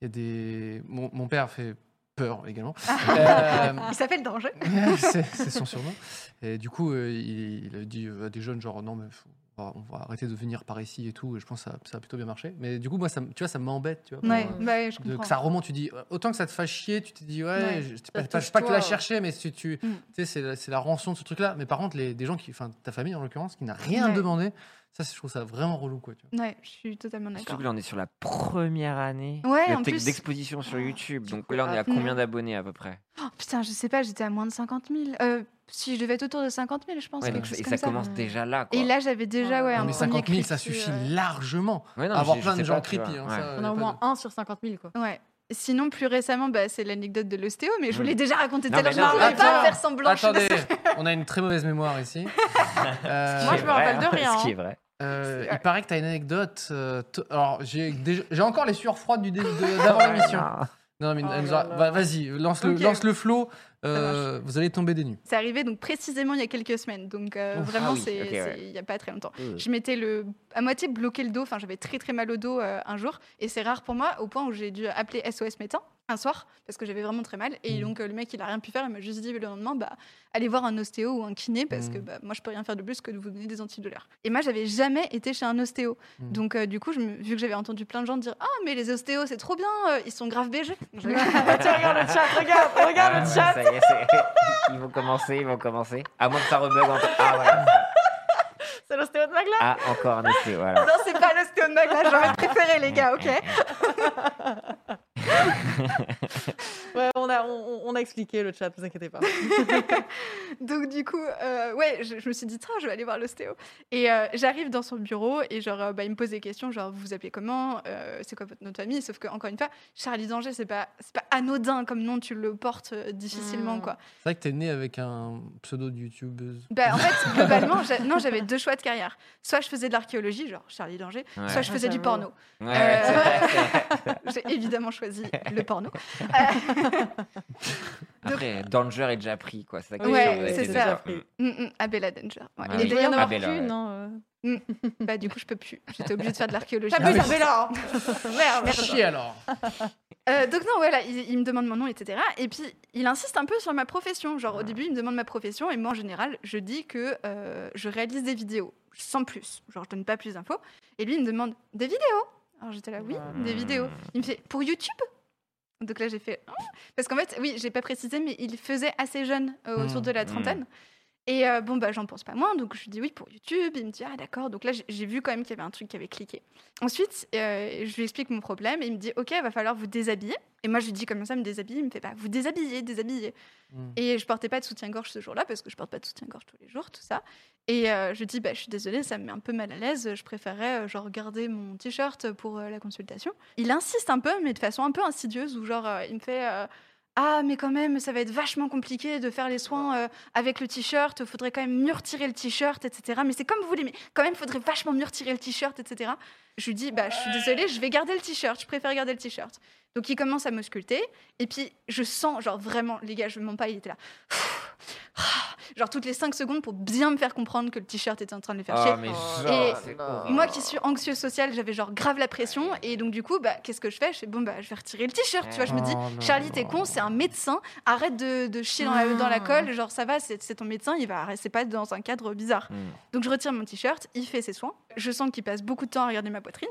Speaker 2: il y a des. Mon, mon père fait peur également. Euh,
Speaker 3: Ah.
Speaker 5: Il s'appelle Danger.
Speaker 2: c'est c'est son surnom. Et du coup, euh, il, il a dit euh, à des jeunes genre non mais faut- on va- on va arrêter de venir par ici et tout. Et je pense que ça, ça a plutôt bien marché. Mais du coup, moi, ça, me- tu vois, ça m'embête, tu vois.
Speaker 5: Ouais,
Speaker 2: pour, euh,
Speaker 5: bah, je
Speaker 2: de-
Speaker 5: comprends.
Speaker 2: que ça remonte, tu dis euh, autant que ça te fasse chier, tu te dis ouais,
Speaker 3: Ouais,
Speaker 2: je, c'est
Speaker 3: ça
Speaker 2: pas, pas-
Speaker 3: touche
Speaker 2: pas que la
Speaker 3: toi. euh,
Speaker 2: chercher, mais si tu, tu
Speaker 5: Mm.
Speaker 2: sais, c'est la, c'est la rançon de ce truc-là. Mais par contre, les, des gens qui, enfin, ta famille en l'occurrence, qui n'a rien
Speaker 5: Ouais.
Speaker 2: demandé, ça, c'est- je trouve ça vraiment relou, quoi. Tu vois.
Speaker 5: Ouais, je suis totalement
Speaker 1: Surtout
Speaker 5: d'accord.
Speaker 1: que là, on est sur la première année
Speaker 5: Ouais,
Speaker 1: de
Speaker 5: en
Speaker 1: tec-
Speaker 5: plus-
Speaker 1: d'exposition sur
Speaker 5: Oh,
Speaker 1: YouTube.
Speaker 3: du
Speaker 1: Donc
Speaker 3: coup,
Speaker 1: là, on est à
Speaker 3: hop.
Speaker 1: combien d'abonnés à peu près
Speaker 5: Oh, putain, Mm. je sais pas, j'étais à moins de 50 000. Euh, si je devais être autour de 50 000, je pense.
Speaker 1: Ouais, donc
Speaker 5: quelque
Speaker 1: c'est-
Speaker 5: chose
Speaker 1: Et
Speaker 5: comme
Speaker 1: ça
Speaker 5: ça.
Speaker 1: commence
Speaker 3: Mm.
Speaker 1: déjà là. Quoi.
Speaker 5: Et là, j'avais déjà
Speaker 3: Ah.
Speaker 5: ouais,
Speaker 3: Non,
Speaker 5: un
Speaker 2: Non, mais
Speaker 5: premier
Speaker 2: 50 000, ça
Speaker 5: clip,
Speaker 2: suffit
Speaker 5: euh,
Speaker 2: largement.
Speaker 1: Ouais, non, mais
Speaker 2: Avoir
Speaker 1: je- je
Speaker 2: plein de
Speaker 1: sais pas,
Speaker 2: gens
Speaker 1: tu vois.
Speaker 2: creepy. hein,
Speaker 1: Ouais.
Speaker 2: ça,
Speaker 3: On
Speaker 2: y
Speaker 3: a
Speaker 2: a
Speaker 3: au
Speaker 2: pas
Speaker 3: moins
Speaker 2: de-
Speaker 3: un sur 50 000, quoi.
Speaker 5: Ouais. Sinon, plus récemment, bah, c'est l'anecdote de l'ostéo, mais je vous
Speaker 1: Mm.
Speaker 5: l'ai déjà raconté
Speaker 1: Non,
Speaker 5: tout à l'heure.
Speaker 1: mais
Speaker 5: Je
Speaker 1: non,
Speaker 5: voulais pas
Speaker 2: attends,
Speaker 5: faire semblant. je suis
Speaker 2: Attendez,
Speaker 5: désolée.
Speaker 2: on a une très mauvaise mémoire ici. Euh,
Speaker 3: Moi, je me
Speaker 1: C'est vrai,
Speaker 3: rappelle de
Speaker 1: hein,
Speaker 3: rien,
Speaker 1: Ce qui
Speaker 3: hein.
Speaker 1: est vrai.
Speaker 2: euh,
Speaker 5: C'est-
Speaker 2: il paraît que tu as une anecdote. euh, t- Alors, j'ai déjà- j'ai encore les sueurs froides du dé- de-
Speaker 5: Ah
Speaker 2: d'avant l'émission. Non, mais
Speaker 3: Oh
Speaker 2: elle nous
Speaker 3: là
Speaker 2: aura-
Speaker 3: là.
Speaker 2: va- vas-y, lance le,
Speaker 5: Ok.
Speaker 2: lance le flot. euh, vous allez tomber des nues.
Speaker 5: C'est arrivé donc précisément il y a quelques semaines, donc euh,
Speaker 1: Ouf,
Speaker 5: vraiment
Speaker 1: ah oui,
Speaker 5: c'est
Speaker 1: ok,
Speaker 5: c'est-
Speaker 1: ouais.
Speaker 5: il y a pas très longtemps.
Speaker 2: Mm.
Speaker 1: Euh.
Speaker 5: Je m'étais le à moitié bloqué le dos, enfin j'avais très très mal au dos euh, un jour et c'est rare pour moi au point où j'ai dû appeler SOS médecin. un soir parce que j'avais vraiment très mal et
Speaker 2: Mm.
Speaker 5: donc euh, le mec il a rien pu faire il m'a juste dit le lendemain bah allez voir un ostéo ou un kiné parce que
Speaker 2: Mm.
Speaker 5: bah, moi je peux rien faire de plus que de vous donner des antidouleurs et moi j'avais jamais été chez un ostéo
Speaker 2: Mm.
Speaker 5: donc euh, du coup je me- vu que j'avais entendu plein de gens dire ah mais les ostéos c'est trop bien euh, ils sont grave BG Je-
Speaker 3: regarde le chat, regarde, regarde
Speaker 1: Ah,
Speaker 3: le chat.
Speaker 1: ça y est, c'est- ils vont commencer, ils vont commencer. À moins que ça rebug encore. Ah, voilà.
Speaker 3: C'est l'ostéo de Magla.
Speaker 1: Ah, encore un essai, voilà.
Speaker 5: non c'est pas l'ostéo de Magla j'aurais préféré les gars ok
Speaker 3: Ouais, on a, on, on a expliqué le chat, ne vous inquiétez pas.
Speaker 5: Donc du coup, euh, ouais, je, je me suis dit, tiens, je vais aller voir l'ostéo. Et euh, j'arrive dans son bureau et genre, euh, bah, il me pose des questions, genre, vous vous appelez comment Euh, C'est quoi votre nom de famille Sauf que encore une fois, Charlie Danger, c'est pas, c'est pas anodin comme nom, tu le portes euh, difficilement,
Speaker 3: Mm.
Speaker 5: quoi.
Speaker 2: C'est vrai que t'es né avec un pseudo de youtubeuse.
Speaker 5: Bah, en fait, globalement, j'a- non, j'avais deux choix de carrière. Soit je faisais de l'archéologie, genre Charlie Danger,
Speaker 1: Ouais.
Speaker 5: soit je
Speaker 3: Ah,
Speaker 5: faisais du
Speaker 3: j'avoue.
Speaker 5: porno. Euh,
Speaker 1: Ouais, ouais, c'est vrai, c'est vrai.
Speaker 5: J'ai évidemment choisi le porno. Euh,
Speaker 1: Après, Danger est déjà pris, quoi. C'est ça qui
Speaker 5: Ouais,
Speaker 1: change avec
Speaker 5: c'est
Speaker 1: les deux
Speaker 5: ça.
Speaker 1: genres. Mm.
Speaker 5: Mm, mm, Abella Danger. ouais.
Speaker 1: Ah
Speaker 5: Et
Speaker 1: oui.
Speaker 3: Il doit y en avoir
Speaker 5: d'ailleurs,
Speaker 1: Abel,
Speaker 3: qu'une,
Speaker 1: ouais.
Speaker 3: non
Speaker 5: bah, du coup, je peux plus. J'étais obligée de faire de l'archéologie. Ah,
Speaker 3: T'as plus
Speaker 2: mais-
Speaker 3: Abella
Speaker 5: hein.
Speaker 3: Merde,
Speaker 5: bah.
Speaker 3: merde.
Speaker 2: Chier alors
Speaker 5: Euh, donc non, voilà, il, il me demande mon nom, etc. Et puis, il insiste un peu sur ma profession. Genre, au début, il me demande ma profession, et moi, en général, je dis que euh, je réalise des vidéos, sans plus. Genre, je donne pas plus d'infos. Et lui, il me demande des vidéos. Alors, j'étais là, oui, des vidéos. Il me fait, pour YouTube Donc là, j'ai fait... Ah. Parce qu'en fait, oui, j'ai pas précisé, mais il faisait assez jeune, euh, autour
Speaker 2: Mm,
Speaker 5: de la
Speaker 1: mm.
Speaker 5: trentaine. Et euh, bon, bah, j'en pense pas moins, donc je lui dis oui pour YouTube. Il me dit, ah d'accord, donc là, j'ai- j'ai vu quand même qu'il y avait un truc qui avait cliqué. Ensuite, euh, je lui explique mon problème et il me dit Ok, va falloir vous déshabiller. Et moi, je lui dis comme ça, me déshabiller. Il me fait bah, Vous déshabillez, déshabillez.
Speaker 2: Mm.
Speaker 5: Et je portais pas de soutien-gorge ce jour-là parce que je porte pas de soutien-gorge tous les jours, tout ça. Et euh, je lui dis bah, Je suis désolée, ça me met un peu mal à l'aise. Je préférais euh, genre garder mon t-shirt pour euh, la consultation. Il insiste un peu, mais de façon un peu insidieuse, où genre euh, il me fait. euh, ah, mais quand même, ça va être vachement compliqué de faire les soins euh, avec le t-shirt. Faudrait quand même mieux retirer le t-shirt, etc. Mais c'est comme vous voulez, mais quand même, faudrait vachement mieux retirer le t-shirt, etc. Je lui dis, bah, je suis désolée, je vais garder le t-shirt, je préfère garder le t-shirt. Donc il commence à m'ausculter, et puis je sens, genre vraiment, les gars, je ne mens pas, il était là. Ah. Genre toutes les 5 secondes pour bien me faire comprendre que le t-shirt était en train de les faire chier.
Speaker 1: Oh, mais genre,
Speaker 5: Et
Speaker 1: c'est
Speaker 5: Moi qui suis anxieuse sociale, j'avais genre grave la pression, et donc du coup, bah, qu'est-ce que je fais Je fais, bon, bah, je vais retirer le t-shirt, tu vois, je me dis. Charlie, t'es con, c'est un médecin. Arrête de, de chier dans la, dans la colle. Genre, ça va, c'est c'est ton médecin, il va rester pas dans un cadre bizarre.
Speaker 1: Mm.
Speaker 5: Donc je retire mon t-shirt, il fait ses soins. Je sens qu'il passe beaucoup de temps à regarder ma poitrine.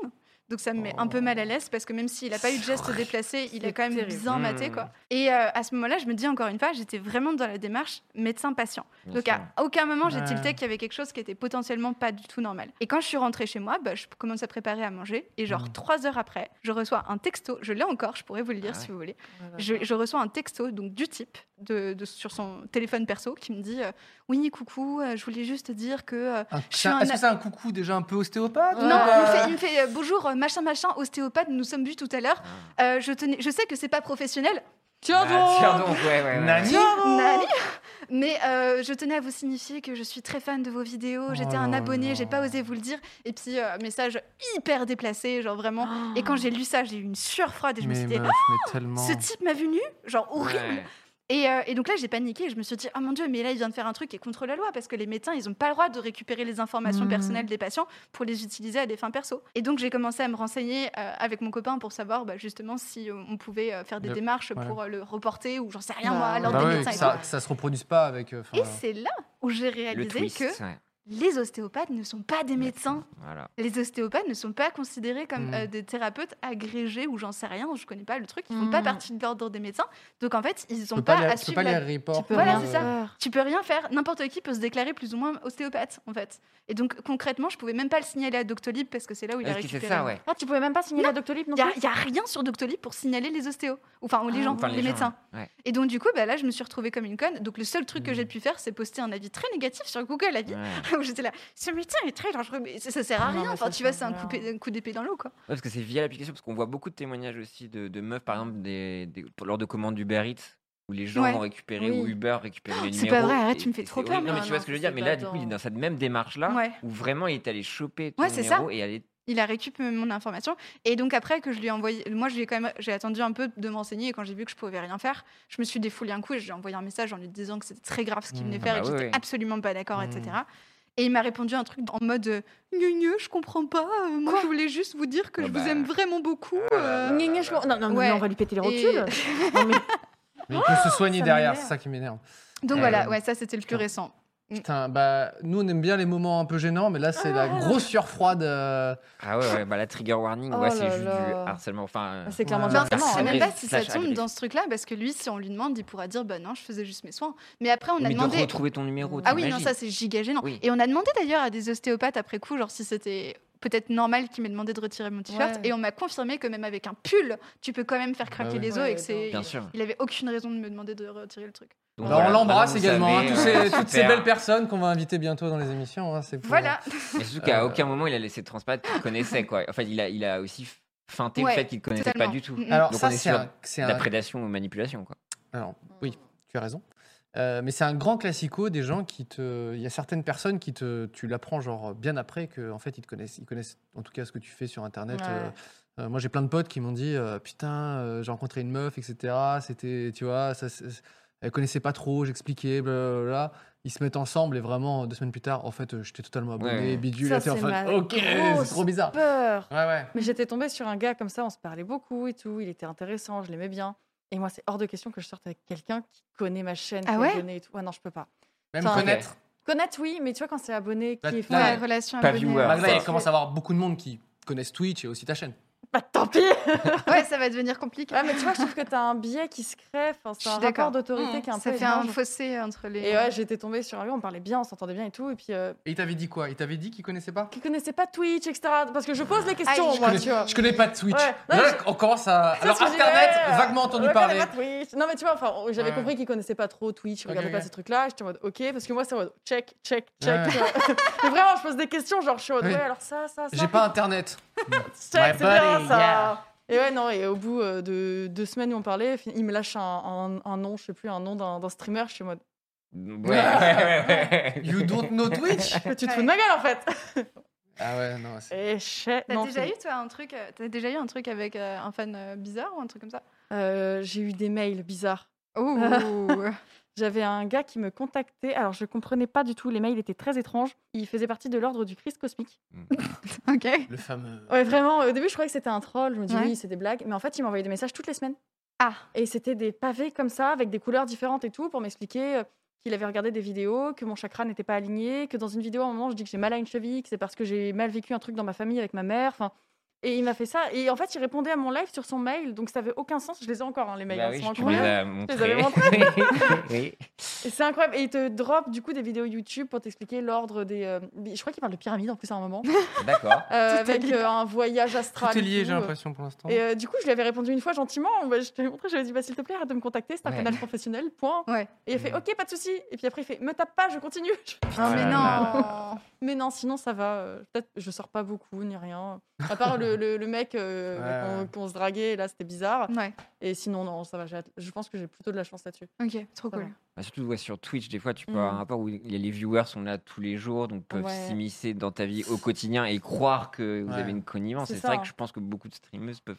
Speaker 5: Donc ça me met un peu mal à l'aise parce que même s'il n'a pas eu de geste déplacé, il est quand même
Speaker 3: terrible.
Speaker 5: bien maté
Speaker 1: Mm.
Speaker 5: quoi. Et euh, à ce moment-là, je me dis encore une fois, j'étais vraiment dans la démarche médecin-patient.
Speaker 1: Bien
Speaker 5: Donc
Speaker 1: sûr.
Speaker 5: à aucun moment j'ai
Speaker 2: Ouais.
Speaker 5: tilté qu'il y avait quelque chose qui était potentiellement pas du tout normal. Et quand je suis rentrée chez moi, bah, je commence à préparer à manger et genre
Speaker 1: Hmm.
Speaker 2: Mm.
Speaker 5: trois heures après, je reçois un texto. Je l'ai encore, je pourrais vous le lire
Speaker 1: Ah
Speaker 5: si vous voulez. Je, je reçois un texto donc du type de, de- sur son téléphone perso qui me dit euh, oui coucou, euh, je voulais juste te dire que euh,
Speaker 2: Un-
Speaker 5: Je
Speaker 2: c'est
Speaker 5: suis
Speaker 2: un-
Speaker 5: un-
Speaker 2: Est-ce que c'est un coucou déjà un peu ostéopathe
Speaker 5: non, il me fait, il me fait, euh, bonjour, euh, machin, machin, ostéopathe, nous sommes vus tout à l'heure. Euh, je, tenais, je sais que c'est pas professionnel,
Speaker 3: Tiens
Speaker 1: Ah, Tiens
Speaker 3: donc
Speaker 1: donc, ouais, ouais, ouais.
Speaker 2: Nani
Speaker 5: Nani, mais euh, je tenais à vous signifier que je suis très fan de vos vidéos. J'étais
Speaker 2: Oh
Speaker 5: un
Speaker 2: là
Speaker 5: abonné, j'ai
Speaker 2: là.
Speaker 5: pas osé vous le dire. Et puis, euh, message hyper déplacé, genre
Speaker 8: Ah,
Speaker 5: vraiment. Et quand j'ai lu ça, j'ai eu une sueur froide et je me
Speaker 2: Ah. Mais
Speaker 5: suis dit,
Speaker 2: meuf, mais
Speaker 5: Ah,
Speaker 2: tellement.
Speaker 5: ce type m'a vu nu, genre horrible.
Speaker 1: Ouais.
Speaker 5: Et, euh, et donc là, j'ai paniqué. Je me suis dit, oh mon Dieu, mais là, il vient de faire un truc qui est contre la loi parce que les médecins, ils n'ont pas le droit de récupérer les informations
Speaker 2: Mmh.
Speaker 3: Mhm.
Speaker 5: personnelles des patients pour les utiliser à des fins perso. Et donc, j'ai commencé à me renseigner euh, avec mon copain pour savoir bah, justement si euh, on pouvait euh, faire des
Speaker 2: Le-
Speaker 5: démarches
Speaker 2: ouais.
Speaker 5: pour euh, le reporter ou j'en sais rien,
Speaker 3: Bah,
Speaker 5: moi, à l'ordre
Speaker 2: Bah
Speaker 5: des
Speaker 2: oui,
Speaker 5: médecins
Speaker 2: que
Speaker 5: et
Speaker 2: ça, que ça se reproduise pas avec. euh,
Speaker 5: tout. Et
Speaker 2: enfin,
Speaker 5: c'est là où j'ai
Speaker 1: Le
Speaker 5: réalisé
Speaker 1: twist,
Speaker 5: que
Speaker 1: ouais.
Speaker 5: les ostéopathes ne sont pas des médecins.
Speaker 1: Voilà.
Speaker 5: Les ostéopathes ne sont pas considérés comme
Speaker 2: Mhm.
Speaker 5: euh, des thérapeutes agrégés ou j'en sais rien, je connais pas le truc, ils font pas
Speaker 3: Mhm.
Speaker 5: partie de l'ordre des médecins. Donc en fait, ils
Speaker 2: tu
Speaker 5: n'ont
Speaker 2: peux
Speaker 5: pas,
Speaker 2: pas, lire-
Speaker 5: à
Speaker 2: tu peux
Speaker 5: suivre
Speaker 2: pas
Speaker 5: la-
Speaker 2: lire les reports.
Speaker 5: peux Voilà, rien
Speaker 2: euh,
Speaker 5: c'est ça. tu peux rien faire. N'importe qui peut se déclarer plus ou moins ostéopathe, en fait. Et donc, concrètement, je pouvais même pas le signaler à Doctolib parce que c'est là où il a
Speaker 1: Est-ce que c'est
Speaker 5: récupéré.
Speaker 1: ça, ouais
Speaker 3: Ah, tu pouvais même pas signer la Doctolib non
Speaker 5: Il y a,
Speaker 3: plus
Speaker 5: y a rien sur Doctolib pour signaler les ostéos, ou enfin ou les
Speaker 3: Ah,
Speaker 5: gens,
Speaker 1: Enfin,
Speaker 5: les,
Speaker 1: gens,
Speaker 5: médecins.
Speaker 1: ouais.
Speaker 5: Et donc du coup, bah, là, je me suis retrouvée comme une conne. Donc le seul truc que
Speaker 2: Mm.
Speaker 5: j'ai pu faire, c'est poster un avis très négatif sur Google Avis,
Speaker 1: Ouais. Ouais,
Speaker 5: où j'étais là, ce médecin est très dangereux, mais ça, ça sert à
Speaker 3: Ah non,
Speaker 5: rien.
Speaker 3: mais
Speaker 5: Enfin,
Speaker 3: ça
Speaker 5: tu vois,
Speaker 3: sert
Speaker 5: c'est un
Speaker 3: à
Speaker 5: coup,
Speaker 3: rien.
Speaker 5: un coup d'épée dans l'eau, quoi.
Speaker 1: parce que c'est via l'application, parce qu'on voit beaucoup de témoignages aussi de, de meufs, par exemple, des, des- lors de commandes Uber Eats, où les gens
Speaker 5: Ouais. Oh,
Speaker 1: ont récupéré, ou
Speaker 3: Oui.
Speaker 1: Uber récupéré les
Speaker 5: c'est
Speaker 1: numéros.
Speaker 5: pas vrai, arrête,
Speaker 1: et-
Speaker 5: tu me fais
Speaker 1: et
Speaker 5: trop
Speaker 1: c'est
Speaker 5: peur,
Speaker 1: horrible. Non,
Speaker 3: mais
Speaker 1: mais tu
Speaker 3: non,
Speaker 1: vois ce que je veux
Speaker 3: c'est
Speaker 1: dire, mais
Speaker 3: pas
Speaker 1: là, du coup, il
Speaker 3: dans-
Speaker 1: est dans cette même démarche-là,
Speaker 5: Ouais.
Speaker 1: où vraiment, il est allé choper ton
Speaker 5: Ouais, c'est ça.
Speaker 1: numéro et aller
Speaker 5: il a récupéré mon information et donc après que je lui ai envoyé moi j'ai quand même j'ai attendu un peu de m'enseigner et quand j'ai vu que je pouvais rien faire je me suis défoulée un coup et j'ai envoyé un message en lui disant que c'était très grave ce qu'il venait
Speaker 2: Mmh.
Speaker 5: faire
Speaker 1: Ah
Speaker 5: et
Speaker 1: bah
Speaker 5: que
Speaker 1: oui,
Speaker 5: j'étais
Speaker 1: oui.
Speaker 5: absolument pas d'accord
Speaker 2: Mmh.
Speaker 5: etc Et il m'a répondu un truc en mode euh, Gneu, gneu, je comprends pas. euh, moi, je voulais juste vous dire que
Speaker 1: Ah
Speaker 5: je
Speaker 1: bah.
Speaker 5: vous aime vraiment beaucoup. euh,
Speaker 1: Ah,
Speaker 8: Gna, gna, je comprends- Non, non, non,
Speaker 5: Ouais.
Speaker 8: on va lui péter les
Speaker 5: Et-
Speaker 8: rotules. Non, mais-
Speaker 5: Oh,
Speaker 2: Mais il peut se soigner
Speaker 8: ça
Speaker 2: derrière,
Speaker 8: m'énerve.
Speaker 2: c'est ça qui m'énerve.
Speaker 5: Donc
Speaker 1: Euh,
Speaker 5: voilà, ouais, ça c'était le plus récent.
Speaker 2: Putain, bah, nous on aime bien les moments un peu gênants, mais là c'est la grosse sueur froide. euh,
Speaker 1: Ah ouais, ouais, bah la trigger warning,
Speaker 3: Oh
Speaker 1: ouais, c'est
Speaker 3: là
Speaker 1: juste du
Speaker 3: là.
Speaker 1: harcèlement. Enfin, euh,
Speaker 8: C'est clairement
Speaker 2: Ouais.
Speaker 8: du
Speaker 5: Non,
Speaker 1: Ah,
Speaker 5: je
Speaker 8: harcèlement.
Speaker 5: sais même
Speaker 1: agressif,
Speaker 5: pas si ça
Speaker 1: slash
Speaker 5: tombe
Speaker 1: agressif.
Speaker 5: dans ce truc-là, parce que lui, si on lui demande, il pourra dire Bah non, je faisais juste mes soins. Mais après, on a
Speaker 1: mais de
Speaker 5: demandé.
Speaker 1: retrouver ton numéro.
Speaker 5: Ah oui, non,
Speaker 1: t'imagines.
Speaker 5: ça c'est giga gênant.
Speaker 1: Oui.
Speaker 5: Et on a demandé d'ailleurs à des ostéopathes après coup, genre si c'était peut-être normal qu'ils m'aient demandé de retirer mon t-shirt.
Speaker 3: Ouais.
Speaker 5: Et on m'a confirmé que même avec un pull, tu peux quand même faire craquer
Speaker 2: ouais.
Speaker 5: les os
Speaker 3: Ouais,
Speaker 5: et que c'est.
Speaker 1: Bien Bah sûr.
Speaker 5: Il avait aucune raison de me demander de retirer le truc.
Speaker 1: Donc
Speaker 2: bah,
Speaker 1: voilà,
Speaker 2: on l'embrasse
Speaker 1: maintenant, vous
Speaker 2: également,
Speaker 1: savez,
Speaker 2: hein, tous
Speaker 1: euh,
Speaker 2: ces- toutes ces
Speaker 1: super.
Speaker 2: belles personnes qu'on va inviter bientôt dans les émissions. hein, c'est pour-
Speaker 5: Voilà.
Speaker 1: Mais surtout qu'à
Speaker 2: Euh,
Speaker 1: aucun moment il a laissé transparaître qu'il connaissait quoi. Enfin, il a, il a aussi feinté
Speaker 5: Ouais,
Speaker 1: le fait qu'il connaissait
Speaker 5: totalement.
Speaker 1: pas du tout.
Speaker 5: Mm, mm.
Speaker 2: Alors
Speaker 1: Donc
Speaker 2: ça
Speaker 1: on est
Speaker 2: c'est
Speaker 1: sur
Speaker 2: un, c'est
Speaker 1: La
Speaker 2: un-
Speaker 1: prédation ou manipulation quoi.
Speaker 2: Alors,
Speaker 3: Mm.
Speaker 2: oui, tu as raison. Euh, mais c'est un grand classico des gens qui te. Il y a certaines personnes qui te. Tu l'apprends genre bien après que en fait ils te connaissent. Ils connaissent en tout cas ce que tu fais sur internet.
Speaker 3: Ouais.
Speaker 2: Euh, euh, moi j'ai plein de potes qui m'ont dit euh, putain euh, j'ai rencontré une meuf etc. C'était tu vois ça. c'est- Elle connaissait pas trop. J'expliquais blablabla. Ils se mettent ensemble et vraiment deux semaines plus tard en fait euh, j'étais totalement abonné
Speaker 1: Ouais.
Speaker 2: bidule.
Speaker 3: Ça,
Speaker 2: et t'es en
Speaker 3: c'est
Speaker 2: fait,
Speaker 3: ma
Speaker 2: ok c'est
Speaker 3: grosse
Speaker 2: trop bizarre.
Speaker 3: Peur.
Speaker 2: Ouais ouais.
Speaker 3: Mais j'étais tombée sur un gars comme ça, on se parlait beaucoup et tout, il était intéressant, je l'aimais bien. Et moi, c'est hors de question que je sorte avec quelqu'un qui connaît ma chaîne,
Speaker 5: Ah
Speaker 3: qui est
Speaker 5: ouais
Speaker 3: abonné et tout. Ah non, je peux pas.
Speaker 2: Même
Speaker 3: Enfin,
Speaker 2: connaître. Bah,
Speaker 3: Connaître, oui, mais tu vois, quand c'est abonné,
Speaker 2: Là-
Speaker 3: qui est
Speaker 2: là,
Speaker 3: fan,
Speaker 5: La relation
Speaker 1: Pas
Speaker 5: abonnée.
Speaker 1: viewer.
Speaker 2: Malgré
Speaker 1: ça.
Speaker 2: il commence à avoir beaucoup de monde qui connaissent Twitch et aussi ta chaîne.
Speaker 3: bah tant pis
Speaker 5: Ouais, ça va devenir compliqué.
Speaker 3: Ouais, mais tu vois, je trouve que t'as un biais qui se crée, enfin,
Speaker 5: Je
Speaker 3: c'est
Speaker 5: suis
Speaker 3: un rapport
Speaker 5: d'accord. Mmh,
Speaker 3: d'autorité qui est un
Speaker 5: ça
Speaker 3: peu
Speaker 5: fait un
Speaker 3: étrange.
Speaker 5: fossé entre les.
Speaker 3: Et ouais, j'étais tombée sur un gars, on parlait bien, on s'entendait bien et tout, et puis euh,
Speaker 2: Et il t'avait dit quoi Il t'avait dit qu'il connaissait pas
Speaker 3: qui connaissait pas Twitch, etc. Parce que je pose les questions,
Speaker 5: Ah, je
Speaker 3: moi,
Speaker 2: connais-
Speaker 3: tu vois.
Speaker 2: Je connais pas de Switch.
Speaker 3: Ouais, non,
Speaker 2: Là,
Speaker 3: je-
Speaker 2: on commence à.
Speaker 3: Ça, euh,
Speaker 2: Alors,
Speaker 3: c'est ce que
Speaker 2: Internet,
Speaker 3: j'ai-
Speaker 2: vaguement entendu
Speaker 3: Ouais,
Speaker 2: parler.
Speaker 3: connais pas Twitch. Non, mais tu vois, enfin, on- j'avais
Speaker 2: Ouais.
Speaker 3: compris qu'ils connaissaient pas trop Twitch, ils
Speaker 2: Ok,
Speaker 3: regardaient pas
Speaker 2: ok.
Speaker 3: ces trucs-là. J'étais en mode, ok, parce que moi, c'est en mode check, check, check.
Speaker 2: Ouais.
Speaker 3: tu vois. mais vraiment, je pose des questions, genre, je suis en mode,
Speaker 2: Oui.
Speaker 3: ouais, alors ça, ça, ça.
Speaker 2: J'ai pas Internet.
Speaker 3: Check,
Speaker 2: My
Speaker 3: c'est bien
Speaker 2: buddy,
Speaker 3: ça.
Speaker 2: yeah.
Speaker 3: Et ouais, non, et au bout euh, de deux semaines où on parlait, fin- il me lâche un, un, un nom, je sais plus, un nom d'un d'un streamer, je suis en mode,
Speaker 1: Ouais, ouais, ouais, ouais.
Speaker 2: You don't know Twitch
Speaker 3: mais tu te
Speaker 5: Ouais.
Speaker 3: fous de ma gueule en fait
Speaker 2: Ah ouais, non. c'est-
Speaker 3: Et chez...
Speaker 5: T'as déjà eu toi un truc euh, T'as déjà eu un truc avec euh, un fan euh, bizarre ou un truc comme ça
Speaker 3: Euh, J'ai eu des mails bizarres.
Speaker 5: Oh.
Speaker 3: J'avais un gars qui me contactait, alors je comprenais pas du tout, les mails étaient très étranges. Il faisait partie de l'ordre du Christ cosmique.
Speaker 5: ok.
Speaker 2: Le fameux.
Speaker 3: Ouais, vraiment, au début je croyais que c'était un troll, je me dis
Speaker 5: Ouais.
Speaker 3: oui, c'est des blagues, mais en fait il m'envoyait des messages toutes les semaines.
Speaker 5: Ah.
Speaker 3: Et c'était des pavés comme ça, avec des couleurs différentes et tout, pour m'expliquer euh, qu'il avait regardé des vidéos, que mon chakra n'était pas aligné, que dans une vidéo, à un moment, je dis que j'ai mal à une cheville, que c'est parce que j'ai mal vécu un truc dans ma famille avec ma mère. Enfin, et il m'a fait ça. Et en fait, il répondait à mon live sur son mail, donc ça avait aucun sens. Je les ai encore, hein, les mails.
Speaker 1: Bah
Speaker 3: hein,
Speaker 1: oui,
Speaker 3: ils sont
Speaker 1: tu me les
Speaker 3: incroyables.
Speaker 1: as
Speaker 3: avais
Speaker 1: montrés. Oui.
Speaker 3: Et C'est incroyable. Et il te drop du coup des vidéos YouTube pour t'expliquer l'ordre des. euh, des- Je crois qu'il parle de pyramide en plus à un moment.
Speaker 1: D'accord.
Speaker 3: Euh,
Speaker 5: Tout est
Speaker 3: avec
Speaker 5: lié.
Speaker 3: euh, un voyage
Speaker 2: Tout
Speaker 3: astral.
Speaker 2: est
Speaker 3: et
Speaker 2: lié,
Speaker 3: tout. euh.
Speaker 2: j'ai l'impression pour l'instant.
Speaker 3: Et euh, du coup, je lui avais répondu une fois gentiment. Bah, je te l'ai montré, j'avais dit, bah, s'il te plaît, arrête de me contacter, c'est un
Speaker 1: Ouais.
Speaker 3: canal professionnel, point.
Speaker 5: Ouais.
Speaker 3: Et il a fait,
Speaker 2: Mm.
Speaker 3: ok, pas de souci. Et puis après, il fait, me tape pas, je continue.
Speaker 1: Ah,
Speaker 5: Oh, mais
Speaker 1: là, là.
Speaker 5: non.
Speaker 3: Mais non, sinon, ça va. euh, Peut-être, je sors pas beaucoup, ni rien. À part le, le- le mec euh,
Speaker 2: Ouais, ouais.
Speaker 3: qu'on qu'on se draguait, et là, c'était bizarre.
Speaker 5: Ouais.
Speaker 3: Et sinon, non, ça va. j'ai- Je pense que j'ai plutôt de la chance là-dessus.
Speaker 5: Ok. Trop
Speaker 3: Ça
Speaker 5: cool.
Speaker 1: Bah, surtout ouais, sur Twitch, des fois, tu peux
Speaker 3: Mm.
Speaker 1: avoir un rapport où il y a- les viewers sont là tous les jours, donc peuvent
Speaker 3: Ouais.
Speaker 1: s'immiscer dans ta vie au quotidien et croire que vous
Speaker 2: Ouais.
Speaker 1: avez une connivence.
Speaker 3: C'est
Speaker 1: Et C'est
Speaker 3: ça.
Speaker 1: vrai que je pense que beaucoup de streameuses peuvent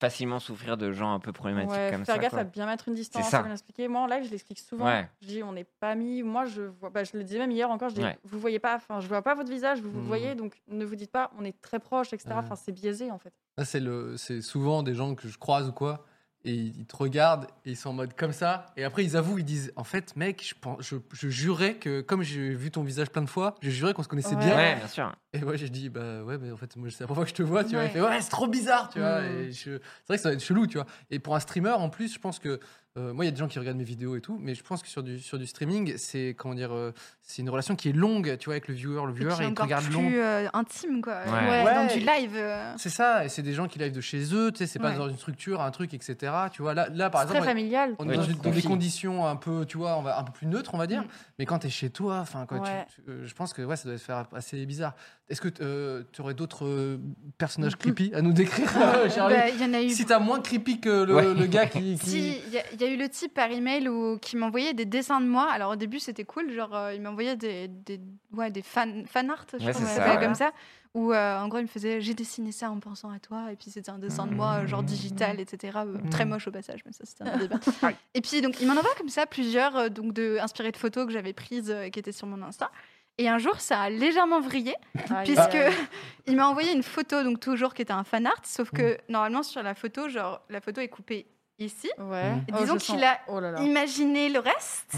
Speaker 1: facilement souffrir de gens un peu problématiques
Speaker 3: Ouais,
Speaker 1: comme
Speaker 3: faire
Speaker 1: ça.
Speaker 3: gaffe
Speaker 1: quoi.
Speaker 3: à bien mettre une distance,
Speaker 1: ça.
Speaker 3: à bien expliquer. Moi, en live, je l'explique souvent.
Speaker 1: Ouais.
Speaker 3: Je dis, on n'est pas mis. Moi, je vois. Bah, je le disais même hier encore. Je dis,
Speaker 1: Ouais.
Speaker 3: vous voyez pas. Enfin, je vois pas votre visage. Vous vous
Speaker 2: Mm.
Speaker 3: voyez, donc ne vous dites pas, on est très proche, etc.
Speaker 2: Ouais.
Speaker 1: Mm.
Speaker 3: Enfin, c'est biaisé en fait.
Speaker 2: Ça, c'est le... c'est souvent des gens que je croise ou quoi. Et ils te regardent et ils sont en mode comme ça. Et après, ils avouent, ils disent En fait, mec, je, pense, je, je jurais que, comme j'ai vu ton visage plein de fois, je jurais qu'on se connaissait
Speaker 3: Ouais.
Speaker 2: bien.
Speaker 1: Ouais, bien sûr.
Speaker 2: Et moi, j'ai dit, bah ouais, mais en fait, moi, c'est la première fois que je te vois, tu vois. Il
Speaker 3: Ouais.
Speaker 2: fait, ouais, c'est trop bizarre, tu vois.
Speaker 3: Mm.
Speaker 2: Et je- C'est vrai que ça va être chelou, tu vois. Et pour un streamer, en plus, je pense que. euh, moi, il y a des gens qui regardent mes vidéos et tout, mais je pense que sur du, sur du streaming, c'est comment dire, euh, c'est une relation qui est longue, tu vois, avec le viewer. Le
Speaker 5: Et
Speaker 2: viewer, il
Speaker 5: puis
Speaker 2: te
Speaker 5: encore
Speaker 2: regarde long.
Speaker 5: plus euh, intime quoi.
Speaker 1: Ouais.
Speaker 5: Dans
Speaker 2: Ouais.
Speaker 5: du live. euh,
Speaker 2: C'est ça, et c'est des gens qui live de chez eux, tu sais, c'est pas
Speaker 5: Ouais.
Speaker 2: dans une structure, un truc, etc. Tu vois, là, là par
Speaker 3: C'est très
Speaker 2: exemple, on-
Speaker 3: familial.
Speaker 2: on
Speaker 1: Ouais,
Speaker 2: est dans,
Speaker 1: tu
Speaker 2: une-
Speaker 1: te
Speaker 2: dans des
Speaker 1: confies.
Speaker 2: conditions un peu, tu vois, on va, un peu plus neutres, on va dire.
Speaker 5: Mm.
Speaker 2: Mais quand t'es chez toi, enfin, quand tu-
Speaker 3: Ouais.
Speaker 2: tu- euh, je pense que ouais, ça doit te faire assez bizarre. Est-ce que tu aurais d'autres euh, personnages creepy à nous décrire, euh, Charlie
Speaker 5: Mm-hmm. bah, Il y en a eu.
Speaker 2: Si t'as moins creepy que le,
Speaker 1: Ouais.
Speaker 2: le gars qui, qui-
Speaker 5: Si, il y, a- il y a eu le type par email où, qui m'envoyait des dessins de moi. Alors au début, c'était cool. Genre, euh, il m'envoyait des, des, ouais, des fan, fan art, je
Speaker 1: Ouais,
Speaker 5: crois qu'on
Speaker 1: c'est
Speaker 5: ça,
Speaker 1: ça,
Speaker 5: comme
Speaker 1: ouais.
Speaker 5: ça. Où euh, en gros, il me faisait J'ai dessiné ça en pensant à toi. Et puis c'était un dessin de
Speaker 1: Mmh.
Speaker 5: moi, euh, genre digital, etc. euh, Très moche au passage, mais ça, c'était un autre débat.
Speaker 1: Ah
Speaker 5: et puis donc, il m'en envoie comme ça plusieurs, euh, donc de, inspirés de photos que j'avais prises euh, et qui étaient sur mon Insta. Et un jour, ça a légèrement vrillé,
Speaker 1: Ah
Speaker 3: Aïe.
Speaker 5: puisque il m'a envoyé une photo, donc toujours qui était un fan art,
Speaker 1: Mmh.
Speaker 5: sauf que normalement sur la photo, genre la photo est coupée ici.
Speaker 3: Ouais.
Speaker 2: Mm.
Speaker 3: Oh,
Speaker 5: Disons
Speaker 3: je sens-
Speaker 5: qu'il a
Speaker 3: Oh là là.
Speaker 5: Imaginez le reste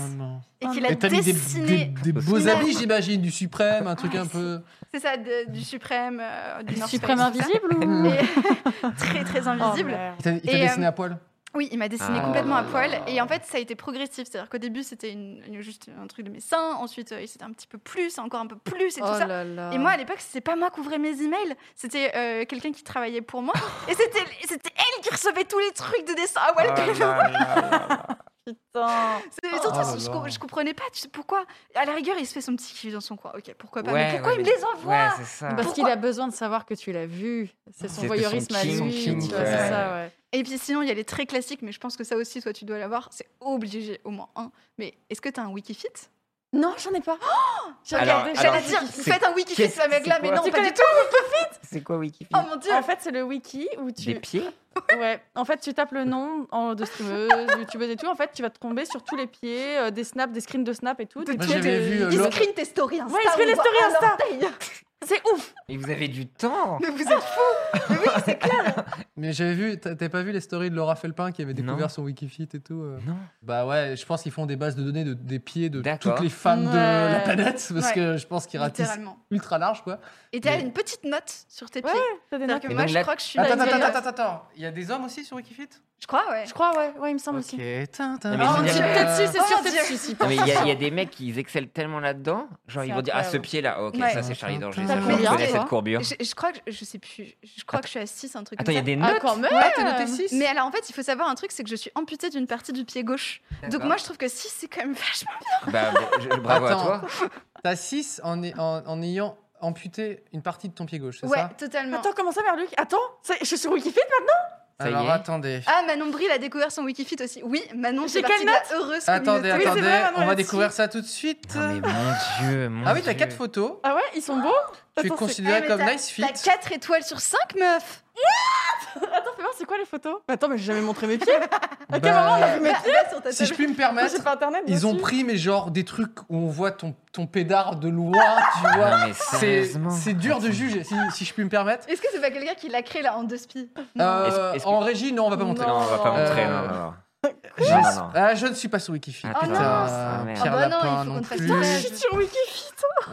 Speaker 5: et qu'il a
Speaker 2: Hum. Et t'as mis des, des-
Speaker 5: dessiné,
Speaker 2: des beaux
Speaker 5: Il a-
Speaker 2: Oh habits, j'imagine, du suprême, un truc
Speaker 5: Ouais,
Speaker 2: un peu.
Speaker 5: c'est ça, de- du suprême, euh, du North
Speaker 3: Suprême
Speaker 5: Face, tout ça.
Speaker 3: invisible ou
Speaker 5: Et- très très invisible.
Speaker 3: Oh, merde.
Speaker 2: Il t'a il t'a
Speaker 5: Et,
Speaker 2: dessiné
Speaker 5: euh,
Speaker 2: à poil.
Speaker 5: Oui, il m'a dessiné
Speaker 1: Ah.
Speaker 5: complètement à poil. Et en fait, ça a été progressif. C'est-à-dire qu'au début, c'était une- une- juste un truc de mes seins. Ensuite, euh, c'était un petit peu plus, encore un peu plus et tout
Speaker 3: Oh
Speaker 5: ça.
Speaker 3: là là.
Speaker 5: Et moi, à l'époque, c'était pas moi qui ouvrais mes emails. C'était euh, quelqu'un qui travaillait pour moi. et c'était c'était elle qui recevait tous les trucs de dessin Ah
Speaker 2: Ah
Speaker 5: à Wallpaper.
Speaker 3: Putain.
Speaker 5: C'est- surtout,
Speaker 2: Oh là
Speaker 5: je,
Speaker 2: là.
Speaker 5: co- je comprenais pas. tu sais, pourquoi À la rigueur, il se fait son petit kiff dans son coin. Ok, pourquoi pas
Speaker 1: Ouais,
Speaker 5: Mais pourquoi
Speaker 1: ouais,
Speaker 5: il me
Speaker 1: mais-
Speaker 5: les envoie
Speaker 1: Ouais, c'est ça.
Speaker 3: Parce qu'il a besoin de savoir que tu l'as vu. C'est
Speaker 1: C'est
Speaker 3: son
Speaker 1: Ah. son
Speaker 3: voyeurisme à lui.
Speaker 1: king,
Speaker 2: son
Speaker 3: tu
Speaker 2: king,
Speaker 3: vois, c'est
Speaker 1: ouais.
Speaker 3: ça, ouais.
Speaker 5: Et puis sinon, il y a les très classiques, mais je pense que ça aussi, toi, tu dois l'avoir. C'est obligé, au moins un. Mais est-ce que t'as un Wikifit
Speaker 3: Non, j'en ai pas. J'ai
Speaker 1: Alors,
Speaker 3: regardé.
Speaker 1: alors,
Speaker 5: J'allais dire,
Speaker 1: c'est-
Speaker 5: faites un Wikifit,
Speaker 1: qu'est-ce-
Speaker 5: ce mec-là,
Speaker 1: c'est
Speaker 5: mais
Speaker 1: quoi
Speaker 5: non,
Speaker 3: Tu
Speaker 5: pas
Speaker 3: connais
Speaker 5: du tout.
Speaker 1: C'est quoi Wikipédia
Speaker 5: Oh mon dieu
Speaker 3: En fait, c'est le wiki où tu.
Speaker 1: Des pieds
Speaker 3: Ouais. En fait, tu tapes le nom en- de streameuse, youtubeuse et tout. En fait, tu vas te tomber sur tous les pieds, euh, des snaps, des screens de snap et tout. Des
Speaker 2: Moi,
Speaker 3: pieds
Speaker 2: j'avais
Speaker 3: de-
Speaker 2: vu, euh,
Speaker 5: Il
Speaker 2: Laure-
Speaker 5: screen tes stories Insta.
Speaker 3: Ouais, il screen
Speaker 5: on
Speaker 3: les
Speaker 5: voit
Speaker 3: stories
Speaker 5: un
Speaker 3: Insta.
Speaker 5: orteil.
Speaker 3: C'est ouf.
Speaker 1: Mais vous avez du temps
Speaker 5: Mais vous êtes fous Mais oui, c'est clair
Speaker 2: Mais j'avais vu, t'as t'as pas vu les stories de Laura Felpin qui avait
Speaker 1: Non.
Speaker 2: découvert son Wikifit et tout euh.
Speaker 1: Non.
Speaker 2: Bah ouais, je pense qu'ils font des bases de données de, des pieds de
Speaker 1: D'accord.
Speaker 2: toutes les femmes de
Speaker 3: Ouais.
Speaker 2: la planète parce
Speaker 5: Ouais.
Speaker 2: que je pense qu'ils ratissent
Speaker 5: Littéralement.
Speaker 2: ultra large quoi.
Speaker 5: Et t'as
Speaker 2: Mais-
Speaker 5: une petite note sur tes
Speaker 3: Ouais.
Speaker 5: pieds.
Speaker 3: T'as des
Speaker 5: C'est-à-dire
Speaker 3: notes.
Speaker 5: que
Speaker 1: Et
Speaker 5: moi,
Speaker 1: donc
Speaker 5: je
Speaker 1: la-
Speaker 5: crois que je suis
Speaker 2: Attends,
Speaker 5: la
Speaker 2: attends,
Speaker 5: vieille-
Speaker 2: attends, attends, attends. Il y a des hommes aussi sur Wikifit
Speaker 5: Je crois, ouais.
Speaker 3: Je crois, ouais. Ouais, il me semble
Speaker 2: Ok.
Speaker 3: aussi. Ah,
Speaker 2: Tin, tin,
Speaker 1: Non, mais
Speaker 2: tin,
Speaker 1: Oh,
Speaker 2: tin,
Speaker 1: c'est-
Speaker 2: tin.
Speaker 3: Peut-être si, c'est
Speaker 5: Oh,
Speaker 3: sûr,
Speaker 5: mon
Speaker 3: peut-être
Speaker 5: Dieu.
Speaker 3: si, si.
Speaker 1: Non, mais il y, a- il y a des mecs qui excellent tellement là-dedans. Genre,
Speaker 3: C'est
Speaker 1: ils vont dire Ah, ce
Speaker 3: incroyable.
Speaker 1: pied-là, ok,
Speaker 5: Ouais.
Speaker 1: ça c'est Charlie Danger.
Speaker 3: T'as
Speaker 1: ça, Je
Speaker 3: combien,
Speaker 1: connais
Speaker 3: toi
Speaker 1: cette courbure.
Speaker 5: Je, je crois que je sais plus. Je crois que je suis à 6, un truc
Speaker 1: Attends, il y
Speaker 5: comme
Speaker 1: a
Speaker 5: ça.
Speaker 1: des
Speaker 3: Ah,
Speaker 1: notes.
Speaker 3: quand même.
Speaker 2: Ah, t'es noté 6
Speaker 5: Mais alors en fait, il faut savoir un truc, c'est que je suis amputée d'une partie du pied gauche. Donc
Speaker 1: D'accord.
Speaker 5: moi, je trouve que 6, c'est quand même vachement.
Speaker 1: Bah, bon, je- bravo à
Speaker 2: Attends.
Speaker 1: toi.
Speaker 2: T'as 6 en, ai- en- en ayant amputé une partie de ton pied gauche, c'est
Speaker 5: Ouais,
Speaker 2: ça
Speaker 5: totalement.
Speaker 3: Attends, comment ça, Merluc Attends, ça- je suis sur Wikifit maintenant
Speaker 1: Ça y
Speaker 2: Alors
Speaker 1: est.
Speaker 2: attendez.
Speaker 5: Ah, Manon Bril a découvert son Wikifit aussi. Oui, Manon,
Speaker 3: J'ai
Speaker 5: c'est
Speaker 3: quelle
Speaker 5: partie de la heureuse
Speaker 2: Attendez,
Speaker 5: communauté.
Speaker 3: Oui, c'est
Speaker 2: attendez,
Speaker 3: vrai, Manon
Speaker 2: on va
Speaker 3: là-dessus.
Speaker 2: découvrir ça tout de suite.
Speaker 1: Non, mais mon dieu, mon
Speaker 2: Ah oui, t'as
Speaker 1: Dieu.
Speaker 2: 4 photos.
Speaker 3: Ah ouais, ils sont beaux
Speaker 2: Tu es
Speaker 3: Attends, c'est-
Speaker 2: considéré
Speaker 5: Eh, mais
Speaker 2: comme nice fit.
Speaker 5: T'as 4 étoiles sur 5, meuf
Speaker 3: Attends, fais voir, c'est quoi les photos Mais Bah, Attends, mais j'ai jamais montré mes pieds. À quel
Speaker 2: Bah,
Speaker 3: moment on a vu mes
Speaker 5: Va-
Speaker 3: pieds
Speaker 5: va sur ta
Speaker 2: Si je
Speaker 5: table.
Speaker 2: puis me
Speaker 3: Moi,
Speaker 2: permettre,
Speaker 3: j'ai pas internet.
Speaker 2: ils ont
Speaker 3: dessus.
Speaker 2: pris mais genre des trucs où on voit ton, ton pédard de loin, tu vois.
Speaker 1: Non, mais
Speaker 2: C'est
Speaker 1: Ah, sérieusement.
Speaker 2: c'est dur de juger, si, si je puis me permettre.
Speaker 5: Est-ce que c'est pas quelqu'un qui l'a créé là en deux spies
Speaker 2: Euh,
Speaker 1: Est-ce- est-ce que-
Speaker 2: En régie, non, on va pas montrer.
Speaker 1: Non, on va pas
Speaker 2: Euh,
Speaker 1: montrer. Non, non, non.
Speaker 2: Je,
Speaker 1: Non, non, non.
Speaker 2: Ah, je ne suis pas sur Wikifit.
Speaker 1: Ah,
Speaker 5: putain.
Speaker 2: Putain,
Speaker 1: Ah, merde.
Speaker 2: Pierre
Speaker 5: Ah bah non,
Speaker 2: Lapin
Speaker 5: il faut qu'on
Speaker 2: non
Speaker 5: te fasse
Speaker 2: plus.
Speaker 5: tourner.
Speaker 3: Je suis sur Wikifit.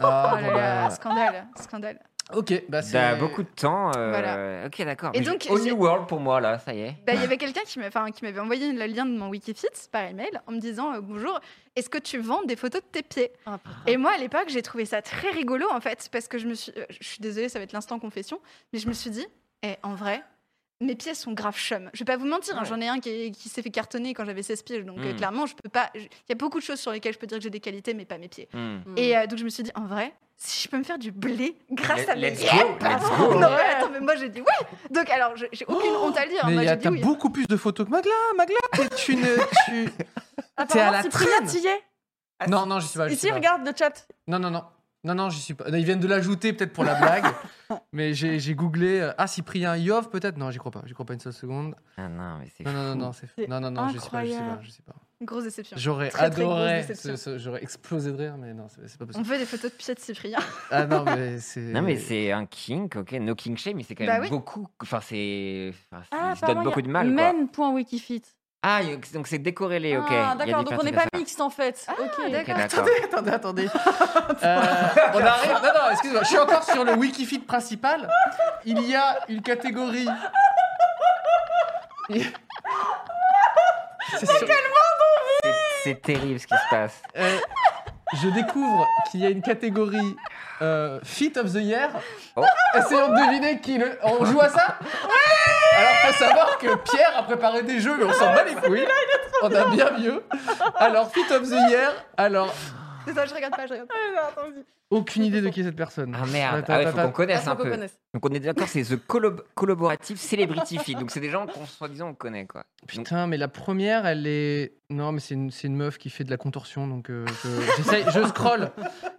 Speaker 2: Ah,
Speaker 5: Oh là
Speaker 2: bon,
Speaker 5: là,
Speaker 2: bah,
Speaker 5: scandale, scandale.
Speaker 2: Ok, bah c'est.
Speaker 1: T'as beaucoup de temps. euh,
Speaker 5: Voilà.
Speaker 1: Ok, d'accord.
Speaker 5: Et
Speaker 1: Mais
Speaker 5: donc,
Speaker 1: je- All
Speaker 5: j'ai-
Speaker 1: New World pour moi, là, ça y est.
Speaker 5: Bah, Il y avait quelqu'un qui m'a- enfin, qui m'avait envoyé le lien de mon Wikifit par email en me disant euh, Bonjour, est-ce que tu vends des photos de tes pieds
Speaker 1: Oh,
Speaker 5: Et moi, à l'époque, j'ai trouvé ça très rigolo, en fait, parce que je me suis. euh, Je suis désolée, ça va être l'instant confession, mais je me suis dit Eh, en vrai. Mes pieds sont grave chum. Je vais pas vous mentir, hein,
Speaker 1: Ouais.
Speaker 5: j'en ai un qui, est- qui s'est fait cartonner quand j'avais 16 pieds, donc euh,
Speaker 1: Mm.
Speaker 5: clairement, je peux pas. je- Il y a beaucoup de choses sur lesquelles je peux dire que j'ai des qualités, mais pas mes pieds.
Speaker 1: Hmm.
Speaker 5: Et euh, donc, je me suis dit, en vrai, si je peux me faire du blé grâce à mes
Speaker 1: Let's
Speaker 5: pieds. Ah,
Speaker 1: go, let's go. Oh
Speaker 5: Non, mais attends, mais moi j'ai dit oui. Donc alors, je- j'ai aucune honte à le dire. hein,
Speaker 2: Mais
Speaker 5: moi
Speaker 2: y a-
Speaker 5: bah, j'ai dit
Speaker 2: t'as
Speaker 5: oui.
Speaker 2: beaucoup plus de photos que Magla. Magla, tu ne. Tu... T'es à
Speaker 3: Apparemment,
Speaker 2: la
Speaker 3: Cyprien
Speaker 2: traîne. Ah,
Speaker 3: t'y est.
Speaker 2: Non, non, je suis pas. j'y suis
Speaker 3: Ici,
Speaker 2: pas.
Speaker 3: regarde le chat.
Speaker 2: Non, non, non. Non, non, j'y suis pas. Ils viennent de l'ajouter peut-être pour la blague. mais j'ai j'ai googlé. euh, Ah, Cyprien Yov peut-être Non, j'y crois pas. J'y crois pas une seule seconde.
Speaker 1: Ah non, mais c'est
Speaker 2: Non, non, non,
Speaker 1: fou.
Speaker 2: non, c'est
Speaker 3: C'est
Speaker 2: Non, non, non, je sais pas, je sais pas,
Speaker 3: incroyable.
Speaker 2: je sais pas.
Speaker 5: Grosse déception.
Speaker 2: J'aurais
Speaker 5: Très, très grosse
Speaker 2: adoré.
Speaker 5: déception.
Speaker 2: ce- ce- J'aurais explosé de rire, mais non, c'est c'est pas
Speaker 5: On
Speaker 2: possible.
Speaker 5: veut des photos de pieds de Cyprien.
Speaker 2: Ah non, mais c'est.
Speaker 1: Non, mais c'est un kink, ok. No kink shame, mais c'est quand même
Speaker 5: Bah oui.
Speaker 1: beaucoup. Enfin, c'est. Enfin, c'est- ils se
Speaker 3: Ah,
Speaker 1: donnent
Speaker 3: apparemment,
Speaker 1: beaucoup
Speaker 3: il
Speaker 1: de
Speaker 3: y a
Speaker 1: mal, quoi.
Speaker 3: Men.wikifit.
Speaker 1: Ah, y- donc c'est décorrélé, ok.
Speaker 3: Ah,
Speaker 1: Il y a
Speaker 3: d'accord,
Speaker 1: des
Speaker 3: donc on n'est pas
Speaker 1: personnes comme ça.
Speaker 3: mixte en fait. ok,
Speaker 5: d'accord.
Speaker 1: Ok, d'accord.
Speaker 2: Attendez, attendez, attendez. Euh, on arrive. Non, non, excusez-moi. Je suis encore sur le Wikifit principal. Il y a une catégorie. C'est sur-
Speaker 1: C'est terrible ce qui se passe.
Speaker 2: Euh, je découvre qu'il y a une catégorie euh, Fit of the Year.
Speaker 1: Oh.
Speaker 2: Essayons de deviner qui le. On joue à ça Alors faut savoir que Pierre a préparé des jeux, mais on s'en bat les couilles. On a bien mieux. Alors Fit of the Year. Alors
Speaker 5: Attends, je regarde pas, je regarde pas.
Speaker 2: aucune idée de qui est cette personne.
Speaker 1: Ah merde,
Speaker 2: Attends,
Speaker 1: ah ouais, faut
Speaker 2: attends,
Speaker 1: qu'on connaisse
Speaker 3: Faut
Speaker 1: un
Speaker 3: qu'on
Speaker 1: peu.
Speaker 3: connaisse.
Speaker 1: Donc on est d'accord, c'est The Collab- Collaborative Celebrity Feed. Donc c'est des gens qu'on soi-disant on connaît quoi. Donc,
Speaker 2: Putain, mais la première, elle est. Non, mais c'est une, c'est une meuf qui fait de la contorsion, donc euh, je, j'essaye, je scroll.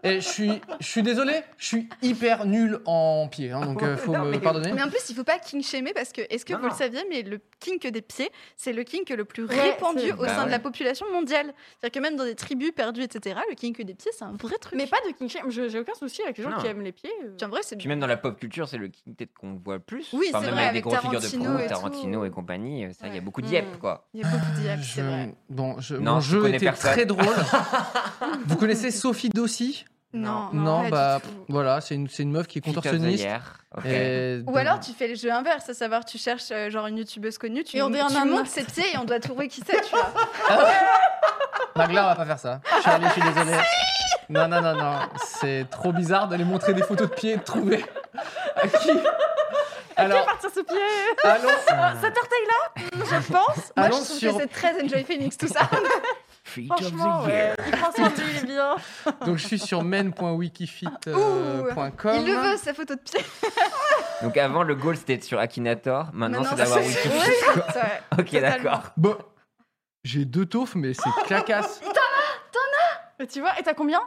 Speaker 2: Et je suis, je suis désolé, je suis hyper nul en pied, hein, donc euh, faut
Speaker 1: Non,
Speaker 2: me
Speaker 1: mais-
Speaker 2: pardonner.
Speaker 5: Mais en plus, il faut pas king shamer parce que, est-ce que
Speaker 1: Non,
Speaker 5: vous
Speaker 1: non.
Speaker 5: le saviez, mais le kink des pieds, c'est le kink le plus
Speaker 3: Ouais, c'est-
Speaker 5: répandu au
Speaker 1: Bah
Speaker 5: sein de
Speaker 1: ouais.
Speaker 5: la population mondiale. C'est-à-dire que même dans des tribus perdues, etc., le kink des pieds, c'est un vrai truc.
Speaker 3: Mais pas de king shame. Je je- j'ai aucun souci avec les gens
Speaker 1: Non.
Speaker 3: qui aiment les pieds. euh.
Speaker 5: Puis en vrai, c'est
Speaker 1: Puis même dans la pop culture, c'est le king peut-être qu'on voit le plus.
Speaker 5: Oui,
Speaker 1: Enfin,
Speaker 5: c'est
Speaker 1: même
Speaker 5: vrai,
Speaker 1: avec des
Speaker 5: avec
Speaker 1: grosses figures de
Speaker 5: Tarantino
Speaker 1: proue,
Speaker 5: et tout.
Speaker 1: Tarantino et compagnie, euh, ça, il y
Speaker 5: Ouais.
Speaker 1: a beaucoup
Speaker 3: Mm.
Speaker 1: d'yep, quoi.
Speaker 5: Il y a beaucoup d'IAP,
Speaker 2: Je-
Speaker 5: c'est vrai.
Speaker 2: Bon, je,
Speaker 1: Non,
Speaker 2: mon
Speaker 1: je
Speaker 2: jeu
Speaker 1: connais
Speaker 2: était
Speaker 1: personne.
Speaker 2: très drôle. Vous connaissez Sophie Dossi
Speaker 5: Non,
Speaker 2: Non,
Speaker 5: pas
Speaker 2: bah
Speaker 5: du tout.
Speaker 2: voilà, c'est une, c'est une meuf qui est
Speaker 1: Fit of the
Speaker 2: contorsionniste.
Speaker 1: year. Ok.
Speaker 2: Et-
Speaker 5: Ou alors tu fais le jeu inverse, à savoir tu cherches euh, genre une youtubeuse connue, tu,
Speaker 3: Et on dit un
Speaker 5: tu
Speaker 3: homme.
Speaker 5: montes ses pieds et on doit trouver qui c'est, tu vois.
Speaker 2: Non, là, on va pas faire ça. Charlie, je suis désolé. Non, non, non, non. C'est trop bizarre d'aller montrer des photos de pieds et de trouver à qui. Alors,
Speaker 3: Partir sous pied,
Speaker 2: allons,
Speaker 3: cette orteil-là, je pense.
Speaker 5: Moi je
Speaker 2: allons
Speaker 5: trouve
Speaker 2: sur.
Speaker 5: que c'est très Enjoy Phoenix tout ça.
Speaker 1: Fit of the
Speaker 3: Franchement, ouais.
Speaker 1: year.
Speaker 3: il prend soin de lui, il est bien.
Speaker 2: Donc, je suis sur euh, men.wikifit.com.
Speaker 5: Il le veut, sa photo de pied.
Speaker 1: Donc avant, le goal c'était de sur Akinator. Maintenant, c'est d'avoir
Speaker 5: Oui,
Speaker 1: Wikifit.
Speaker 5: c'est vrai.
Speaker 1: Ok,
Speaker 5: totalement.
Speaker 1: d'accord.
Speaker 2: Bon, j'ai deux taufes, mais c'est clacasse.
Speaker 3: Et tu vois, et t'as combien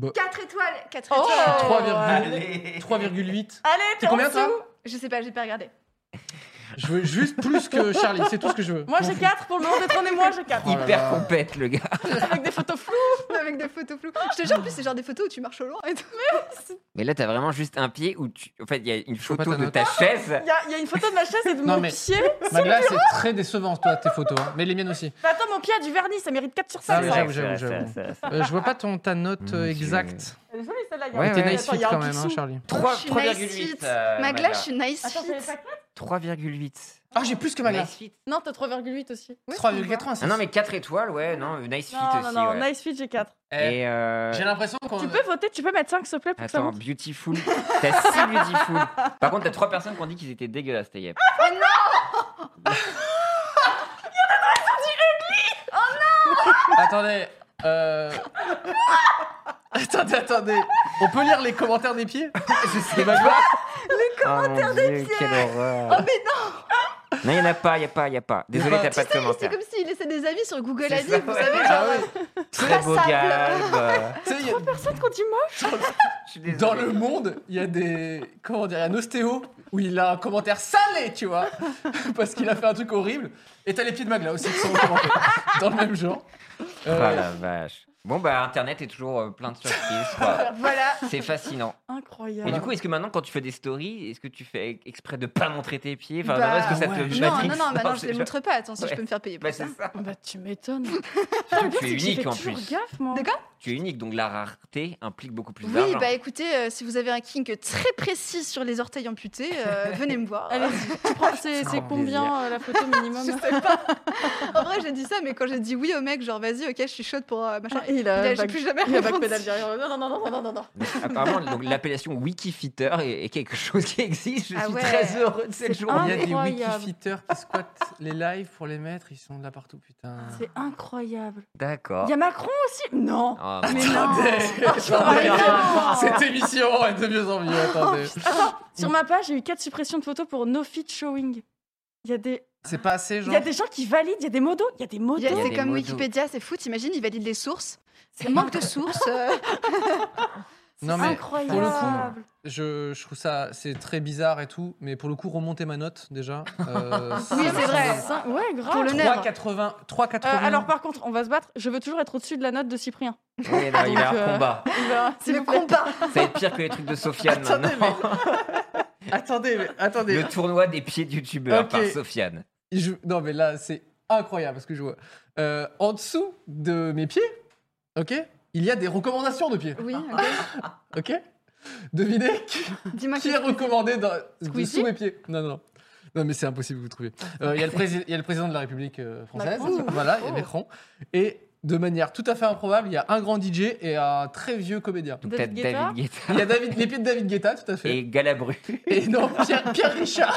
Speaker 5: 4 étoiles, 4
Speaker 3: Oh.
Speaker 5: étoiles. Euh,
Speaker 2: 3,8. 3,8.
Speaker 3: Allez,
Speaker 2: C'est combien toi
Speaker 5: Je sais pas, j'ai pas regardé.
Speaker 2: Je veux juste plus que Charlie, c'est tout ce que je veux.
Speaker 3: Moi j'ai 4 pour le moment, détrônez-moi, j'ai 4.
Speaker 2: Oh là
Speaker 1: Hyper
Speaker 2: là.
Speaker 1: compète, le gars.
Speaker 3: Avec des photos floues.
Speaker 5: Avec des photos floues. Je te jure, en plus, c'est genre des photos où tu marches au loin et tout.
Speaker 1: Mais là, t'as vraiment juste un pied où tu. En fait, il y a une
Speaker 2: Je vois pas
Speaker 1: photo
Speaker 2: ta
Speaker 1: de ta chaise.
Speaker 3: Il y, a- il y a une photo de ma chaise et de
Speaker 2: Non,
Speaker 3: mon
Speaker 2: mais-
Speaker 3: pied.
Speaker 2: Magla, c'est très décevant, toi, tes photos. hein. Mais les miennes aussi.
Speaker 3: Bah, attends, mon pied a du vernis, ça mérite 4 sur
Speaker 2: Ah, mais
Speaker 3: 5.
Speaker 1: C'est
Speaker 2: j'avoue,
Speaker 1: vrai, c'est
Speaker 2: j'avoue,
Speaker 1: vrai,
Speaker 2: j'avoue.
Speaker 1: c'est vrai, c'est vrai.
Speaker 2: Euh, je vois pas ton, ta note euh,
Speaker 1: Monsieur.
Speaker 2: exacte.
Speaker 3: Elle est jolie celle-là, il y a
Speaker 1: Ouais,
Speaker 2: Mais
Speaker 3: un-
Speaker 2: T'es
Speaker 1: ouais.
Speaker 2: nice
Speaker 3: attends,
Speaker 2: fit
Speaker 3: il y a un
Speaker 2: quand
Speaker 3: petit
Speaker 2: même, hein,
Speaker 3: sous.
Speaker 2: Charlie.
Speaker 1: Trois-
Speaker 5: je suis nice
Speaker 1: 3,8.
Speaker 5: fit.
Speaker 1: euh,
Speaker 5: Magla, je suis nice
Speaker 3: Attends, c'est les
Speaker 5: fit.
Speaker 3: paquets
Speaker 1: 3,8.
Speaker 2: Ah, j'ai plus que Magla.
Speaker 1: Nice fit.
Speaker 3: Non, t'as 3,8 aussi.
Speaker 5: Ouais, c'est bon.
Speaker 2: 3,86.
Speaker 1: Ah non, mais 4 étoiles, ouais, non, euh, nice fit
Speaker 3: Non, non,
Speaker 1: aussi.
Speaker 3: non,
Speaker 1: ouais.
Speaker 3: Nice Fit, j'ai 4.
Speaker 2: Eh,
Speaker 1: Et euh,
Speaker 2: J'ai l'impression qu'on.
Speaker 3: Tu peux voter, tu peux mettre 5 s'il te plaît pour que ça
Speaker 1: Attends,
Speaker 3: monte.
Speaker 1: beautiful. T'as si beautiful. Par contre, t'as trois personnes qui ont dit qu'ils étaient dégueulasses, t'as yep.
Speaker 2: Attendez. euh, attendez, attendez. On peut lire les commentaires des pieds Je sais Magla.
Speaker 1: Commentaire des pieds. Ah, Quelle horreur. Oh, mais non Non, y'en a pas, y a pas, y a pas. Désolé,
Speaker 2: pas-
Speaker 1: t'as pas de
Speaker 5: C'est
Speaker 1: commentaire.
Speaker 5: comme s'il laissait des avis sur Google
Speaker 1: C'est
Speaker 5: Avis,
Speaker 1: ça,
Speaker 5: vous
Speaker 1: ouais.
Speaker 5: savez, genre.
Speaker 2: Ah oui.
Speaker 1: Très beau
Speaker 5: traçable.
Speaker 1: galbe. euh,
Speaker 2: Tu sais, il y a-
Speaker 3: Personne qu'on dit moche.
Speaker 1: je suis désolé.
Speaker 2: Dans le monde, il y a des. Comment dire Un ostéo où il a un commentaire salé, tu vois Parce qu'il a fait un truc horrible. Et t'as les pieds de Magla aussi qui sont recommandés. Dans le même genre. Euh,
Speaker 1: Ah la vache. Bon, bah, Internet est toujours euh, plein de surprises, quoi.
Speaker 5: Voilà.
Speaker 1: C'est fascinant.
Speaker 3: Incroyable.
Speaker 1: Mais du coup, est-ce que maintenant, quand tu fais des stories, est-ce que tu fais exprès de pas montrer tes pieds Enfin,
Speaker 5: Bah,
Speaker 1: est-ce que ça
Speaker 2: ouais.
Speaker 1: te
Speaker 5: Non,
Speaker 1: matrix
Speaker 5: non, bah, non, maintenant je
Speaker 1: c'est
Speaker 5: les
Speaker 1: genre-
Speaker 5: montre pas. Attends, si
Speaker 1: Ouais.
Speaker 5: je peux me faire payer pour
Speaker 1: Bah,
Speaker 5: ça.
Speaker 1: c'est ça.
Speaker 3: Bah, tu m'étonnes.
Speaker 1: Surtout que Tu es
Speaker 3: C'est que j'ai
Speaker 1: unique
Speaker 3: fait
Speaker 1: en
Speaker 3: toujours
Speaker 1: plus.
Speaker 3: gaffe, moi.
Speaker 5: D'accord.
Speaker 1: Tu es unique, donc la rareté implique beaucoup plus hein.
Speaker 5: Oui,
Speaker 1: d'argent.
Speaker 5: bah écoutez, euh, si vous avez un kink très précis sur les orteils amputés, euh, venez me voir.
Speaker 3: Allez-y, tu prends- c'est c'est
Speaker 1: grand
Speaker 3: combien euh, la photo minimum
Speaker 5: Je sais pas. En vrai, j'ai dit ça, mais quand j'ai dit oui au mec, genre vas-y, ok, je suis chaude pour euh, machin.
Speaker 3: Et il
Speaker 5: Il
Speaker 3: a,
Speaker 5: a- j'ai
Speaker 3: back-
Speaker 5: plus jamais
Speaker 3: il a
Speaker 5: répondu.
Speaker 3: backpedal derrière. Non, non, non, non, non, non, non.
Speaker 1: Donc, apparemment, donc, l'appellation Wikifitter est, est quelque chose qui existe. Je
Speaker 5: Ah
Speaker 1: suis
Speaker 5: ouais.
Speaker 1: très heureux de cette
Speaker 3: C'est
Speaker 1: journée.
Speaker 2: Il y a des
Speaker 3: Incroyable.
Speaker 2: wikifitters qui squattent les lives pour les mettre. Ils sont là partout, putain.
Speaker 3: C'est incroyable.
Speaker 1: D'accord.
Speaker 3: Il y a Macron aussi Non.
Speaker 1: Oh, mais-
Speaker 3: Mais non.
Speaker 2: Attendez,
Speaker 3: Ah, non.
Speaker 2: Cette émission est de mieux en mieux. Attendez.
Speaker 3: Sur
Speaker 2: Mm.
Speaker 3: ma page, j'ai eu 4 suppressions de photos pour No Fit Showing. Il y, a des...
Speaker 2: C'est pas assez,
Speaker 3: il
Speaker 2: genre.
Speaker 3: y a des gens qui valident, il y a des modos, il y a des modos.
Speaker 5: Il y a-
Speaker 1: Il y a
Speaker 5: C'est
Speaker 1: des
Speaker 5: comme
Speaker 1: modos.
Speaker 5: Wikipédia, c'est fou, t'imagines, ils valident les sources. C'est manque de sources. euh.
Speaker 2: Non, mais
Speaker 3: Incroyable.
Speaker 2: pour le coup, je, je trouve ça c'est très bizarre et tout. Mais pour le coup, remonter ma note déjà. euh, ça
Speaker 5: Oui,
Speaker 2: me
Speaker 5: c'est vrai.
Speaker 2: semble-
Speaker 3: Cin- Ah, Ouais, grave.
Speaker 5: Pour le nerf.
Speaker 2: 3,80.
Speaker 3: Euh,
Speaker 2: 3,80.
Speaker 3: alors par contre, on va se battre. Je veux toujours être au-dessus de la note de Cyprien.
Speaker 1: Oui, non, il y a
Speaker 3: Donc,
Speaker 1: un
Speaker 3: euh,
Speaker 1: combat.
Speaker 3: Il va-
Speaker 5: C'est
Speaker 3: s'il
Speaker 5: le
Speaker 3: vous plaît.
Speaker 5: combat.
Speaker 1: Ça va être pire que les trucs de Sofiane
Speaker 2: Attendez,
Speaker 1: maintenant.
Speaker 2: Attendez, mais attendez.
Speaker 1: Le tournoi des pieds de youtubeurs
Speaker 2: Ok.
Speaker 1: par Sofiane.
Speaker 2: Je- Non, mais là, c'est incroyable ce que je vois. Euh, en dessous de mes pieds, ok, il y a des recommandations de pieds,
Speaker 5: Oui, ok.
Speaker 8: Ah.
Speaker 2: ok Devinez qui,
Speaker 5: Dis-moi
Speaker 2: qui
Speaker 5: qui
Speaker 2: est recommandé dans,
Speaker 5: Squeezie
Speaker 2: sous mes pieds. Non, non, non. Non, mais c'est impossible que vous trouviez. Euh, Il y, a le prési- il y a le président de la République euh, française,
Speaker 3: Macron.
Speaker 2: voilà, il y a
Speaker 3: Oh.
Speaker 2: Macron. Et de manière tout à fait improbable, il y a un grand DJ et un très vieux comédien.
Speaker 1: Donc t'as
Speaker 3: David
Speaker 1: David
Speaker 3: Guetta.
Speaker 1: Guetta
Speaker 2: Il y a David, les pieds de David Guetta, tout à fait.
Speaker 1: et Galabru.
Speaker 2: Et non, Pierre, Pierre Richard.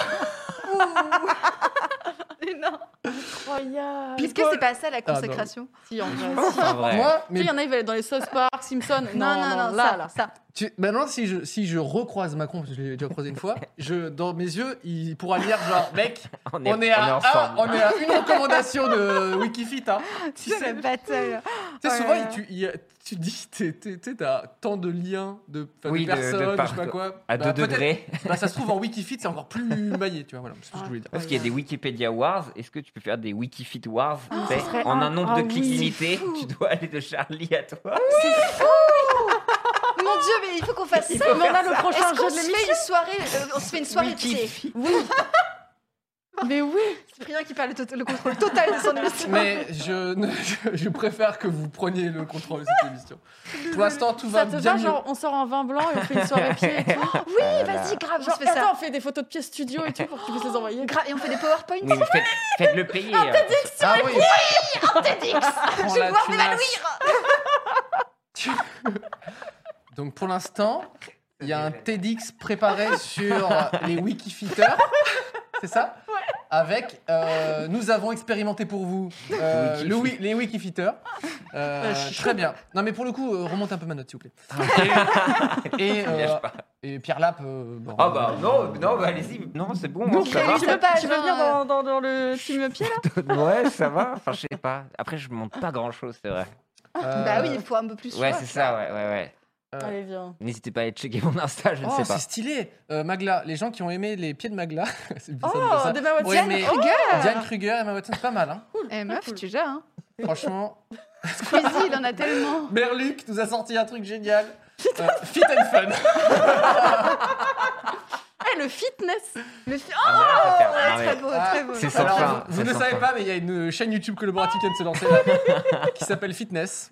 Speaker 5: Non.
Speaker 3: Incroyable.
Speaker 5: Est-ce que c'est pas ça la
Speaker 2: Ah, non.
Speaker 5: consécration
Speaker 3: Si, en vrai.
Speaker 1: C'est pas vrai.
Speaker 2: Moi,
Speaker 3: Tu sais,
Speaker 2: mes
Speaker 3: il y en a, ils veulent être dans les South Park, Simpson. Non, non, non, là,
Speaker 5: ça,
Speaker 3: là.
Speaker 5: ça.
Speaker 2: Tu- maintenant, si je, si je recroise Macron, parce que je l'ai déjà croisé une fois, je, dans mes yeux, il pourra lire genre, mec,
Speaker 1: On
Speaker 2: on est, à, un-
Speaker 1: ensemble.
Speaker 2: on est à une recommandation de Wikifit. Hein. Tu
Speaker 5: C'est la
Speaker 2: sais,
Speaker 5: bataille.
Speaker 2: tu sais,
Speaker 5: Oh
Speaker 2: souvent,
Speaker 5: là là.
Speaker 2: il- tu, il y a- tu dis, t'es- t'es- tu sais, t'as tant de liens, de, enfin, de
Speaker 1: Oui, de- de
Speaker 2: personnes, je sais pas
Speaker 1: partout.
Speaker 2: quoi.
Speaker 1: À
Speaker 2: Bah,
Speaker 1: 2
Speaker 2: peut-être-
Speaker 1: degrés.
Speaker 2: bah, ça se trouve, en Wikifit, c'est encore plus maillé, tu vois, voilà, c'est ce que je voulais dire.
Speaker 1: Parce qu'il y a des Wikipédia Wars. Est-ce que tu peux faire des Wikifit Wars tu sais,
Speaker 3: serait
Speaker 1: En
Speaker 3: un-
Speaker 1: un nombre
Speaker 3: ah
Speaker 1: de clics
Speaker 3: oui, c'est
Speaker 1: limité,
Speaker 3: fou.
Speaker 1: tu dois aller de Charlie à toi.
Speaker 5: C'est fou
Speaker 8: mon dieu, mais il faut qu'on fasse ça.
Speaker 3: On en a le
Speaker 8: Est-ce
Speaker 3: prochain
Speaker 8: qu'on
Speaker 3: jeu
Speaker 8: se
Speaker 3: de
Speaker 8: fait
Speaker 3: l'émission.
Speaker 8: une soirée euh, On se fait une soirée pied.
Speaker 3: Mais oui
Speaker 8: Cyprien qui perd le, to- le contrôle total de son émission.
Speaker 2: Mais je, ne- je, je préfère que vous preniez le contrôle de cette émission. Pour l'instant, tout va
Speaker 3: Ça te
Speaker 2: bien Ah
Speaker 3: va,
Speaker 2: mieux.
Speaker 3: genre, on sort en vin blanc et on fait une soirée pied et tout.
Speaker 8: Oui, vas-y, grave, on
Speaker 3: Genre,
Speaker 8: se fait ça.
Speaker 3: attends, on fait des photos de pieds studio et tout pour que tu puisses les envoyer.
Speaker 8: Gra- Et on fait des PowerPoints.
Speaker 1: Oui, mais faites, faites-le payer. hein, parce que-
Speaker 2: Ah oui,
Speaker 1: Euh,
Speaker 8: Je
Speaker 2: prends
Speaker 8: vais
Speaker 2: la
Speaker 8: pouvoir
Speaker 2: tunasse.
Speaker 8: m'évanouir.
Speaker 2: Donc pour l'instant, il y a un TEDx préparé sur euh, les Wikifeaters. C'est ça Avec euh, Nous avons expérimenté pour vous euh, le wi- les Wikifeaters. Euh, très bien. Non mais pour le coup, euh, remonte un peu ma note s'il vous plaît. et, euh,
Speaker 1: lâche
Speaker 2: et Pierre Lap. euh, bon,
Speaker 1: Ah bah
Speaker 2: euh,
Speaker 1: non, non, bah, allez-y. Non, c'est bon.
Speaker 2: Non,
Speaker 1: ça
Speaker 8: Camille,
Speaker 1: va.
Speaker 3: Tu
Speaker 8: Je
Speaker 3: veux,
Speaker 8: veux pas,
Speaker 3: tu veux
Speaker 8: genre,
Speaker 3: venir
Speaker 8: euh,
Speaker 3: dans, dans- dans le team pied là
Speaker 1: ouais, ça va. Enfin, je sais pas. Après, je monte pas grand-chose, c'est vrai.
Speaker 2: euh,
Speaker 8: Bah oui, il faut un peu plus.
Speaker 1: Ouais,
Speaker 8: choix.
Speaker 1: c'est ça, ouais, ouais, ouais.
Speaker 2: Ouais.
Speaker 3: Allez, viens.
Speaker 1: N'hésitez pas à aller checker mon Insta, je ne
Speaker 2: Oh,
Speaker 1: sais pas.
Speaker 2: c'est stylé. Euh, Magla, les gens qui ont aimé les pieds de Magla. c'est
Speaker 3: Oh,
Speaker 2: bizarre de dire ça.
Speaker 3: Emma Watson,
Speaker 2: Ouais, mais Diane Kruger, Emma Watson, c'est pas mal. Hein.
Speaker 5: Eh meuf,
Speaker 3: cool.
Speaker 5: tu gères, hein.
Speaker 2: Franchement.
Speaker 5: Squeezie, il en a tellement.
Speaker 2: Berluc nous a sorti un truc génial. Euh, fit and fun.
Speaker 3: Eh, le fitness
Speaker 8: Le fi-
Speaker 1: Ah, mais là, on
Speaker 8: Oh,
Speaker 1: va faire- non, mais
Speaker 8: Très beau,
Speaker 2: Ah,
Speaker 8: très beau.
Speaker 1: c'est ça.
Speaker 2: Alors,
Speaker 1: Enfin,
Speaker 2: vous, vous ne
Speaker 1: ça
Speaker 2: savez
Speaker 1: sent
Speaker 2: pas, mais il y a une chaîne YouTube collaborative qui vient de se lancer là, qui s'appelle Fitness.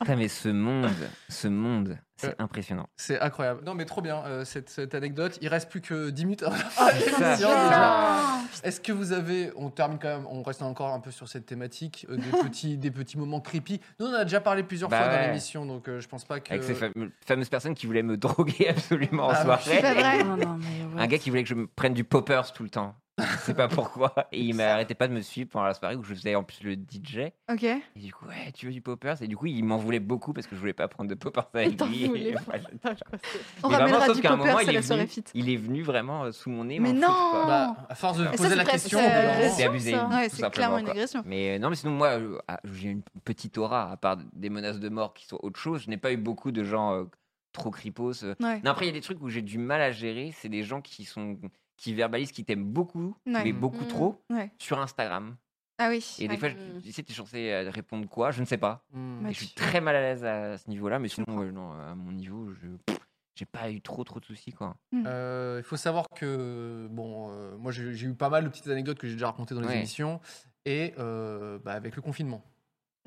Speaker 1: Putain, mais ce monde, ce monde, c'est
Speaker 2: Euh,
Speaker 1: impressionnant.
Speaker 2: C'est incroyable. Non, mais trop bien euh, cette, cette anecdote. Il reste plus que 10 minutes. avant la fin de
Speaker 1: c'est ça.
Speaker 2: l'émission,
Speaker 1: C'est
Speaker 2: déjà.
Speaker 3: Ah.
Speaker 2: Est-ce que vous avez, on termine quand même, on reste encore un peu sur cette thématique, euh, des, petits, des petits moments creepy. Nous, on en a déjà parlé plusieurs
Speaker 1: Bah
Speaker 2: fois dans
Speaker 1: ouais.
Speaker 2: l'émission, donc euh, je pense pas que.
Speaker 1: Avec ces fameux- fameuses personnes qui voulaient me droguer absolument
Speaker 2: Ah,
Speaker 1: en soirée.
Speaker 5: C'est pas vrai.
Speaker 8: Non, non, mais
Speaker 1: Un gars qui voulait que je me prenne du poppers tout le temps. Je sais pas pourquoi. Et il m'arrêtait pas de me suivre pendant la soirée où je faisais en plus le DJ.
Speaker 5: Ok.
Speaker 1: Et du coup, ouais, tu veux du poppers Et du coup, il m'en voulait beaucoup parce que je voulais pas prendre de poppers avec
Speaker 3: t'en
Speaker 1: lui.
Speaker 3: voulais
Speaker 1: Et
Speaker 3: pas.
Speaker 1: voilà.
Speaker 3: Putain, quoi, c'est-
Speaker 5: On
Speaker 1: Mais
Speaker 5: ramènera
Speaker 1: vraiment,
Speaker 5: du
Speaker 1: sauf qu'à un moment,
Speaker 5: poppers à
Speaker 1: il est
Speaker 5: la soirée
Speaker 1: venu,
Speaker 5: fit.
Speaker 1: il est venu vraiment euh, sous mon nez.
Speaker 5: Mais
Speaker 1: m'en foutre,
Speaker 5: non
Speaker 1: quoi.
Speaker 2: Bah, à force de
Speaker 5: Et ça,
Speaker 2: poser
Speaker 5: c'est
Speaker 2: la
Speaker 5: presque-
Speaker 2: question,
Speaker 5: c'est-
Speaker 2: au bout d'un moment-
Speaker 1: C'est abusé.
Speaker 3: ça.
Speaker 5: Ouais,
Speaker 1: tout
Speaker 5: c'est
Speaker 1: simplement,
Speaker 5: clairement une
Speaker 1: quoi.
Speaker 5: agression.
Speaker 1: Mais euh, non, mais sinon, moi, euh, ah, j'ai une petite aura, à part des menaces de mort qui sont autre chose. Je n'ai pas eu beaucoup de gens euh, trop cripos. euh.
Speaker 5: Ouais.
Speaker 1: Non, après, il y a des trucs où j'ai du mal à gérer. C'est des gens qui sont qui verbalisent, qui t'aiment beaucoup,
Speaker 5: Ouais.
Speaker 1: mais beaucoup
Speaker 8: Mm.
Speaker 1: trop,
Speaker 5: Ouais.
Speaker 1: sur Instagram.
Speaker 5: Ah oui.
Speaker 1: Et des
Speaker 5: ouais.
Speaker 1: fois, je- tu sais, t'es censé euh, répondre quoi Je ne sais pas.
Speaker 2: Hmm.
Speaker 5: Ouais.
Speaker 1: Et je suis très mal à l'aise à ce niveau-là, mais sinon, ouais, non, à mon niveau, je pff, j'ai pas eu trop trop de soucis quoi.
Speaker 2: Euh, Il faut savoir que, bon, euh, moi j'ai j'ai eu pas mal de petites anecdotes que j'ai déjà racontées dans les
Speaker 1: Ouais.
Speaker 2: émissions, et euh, bah, avec le confinement,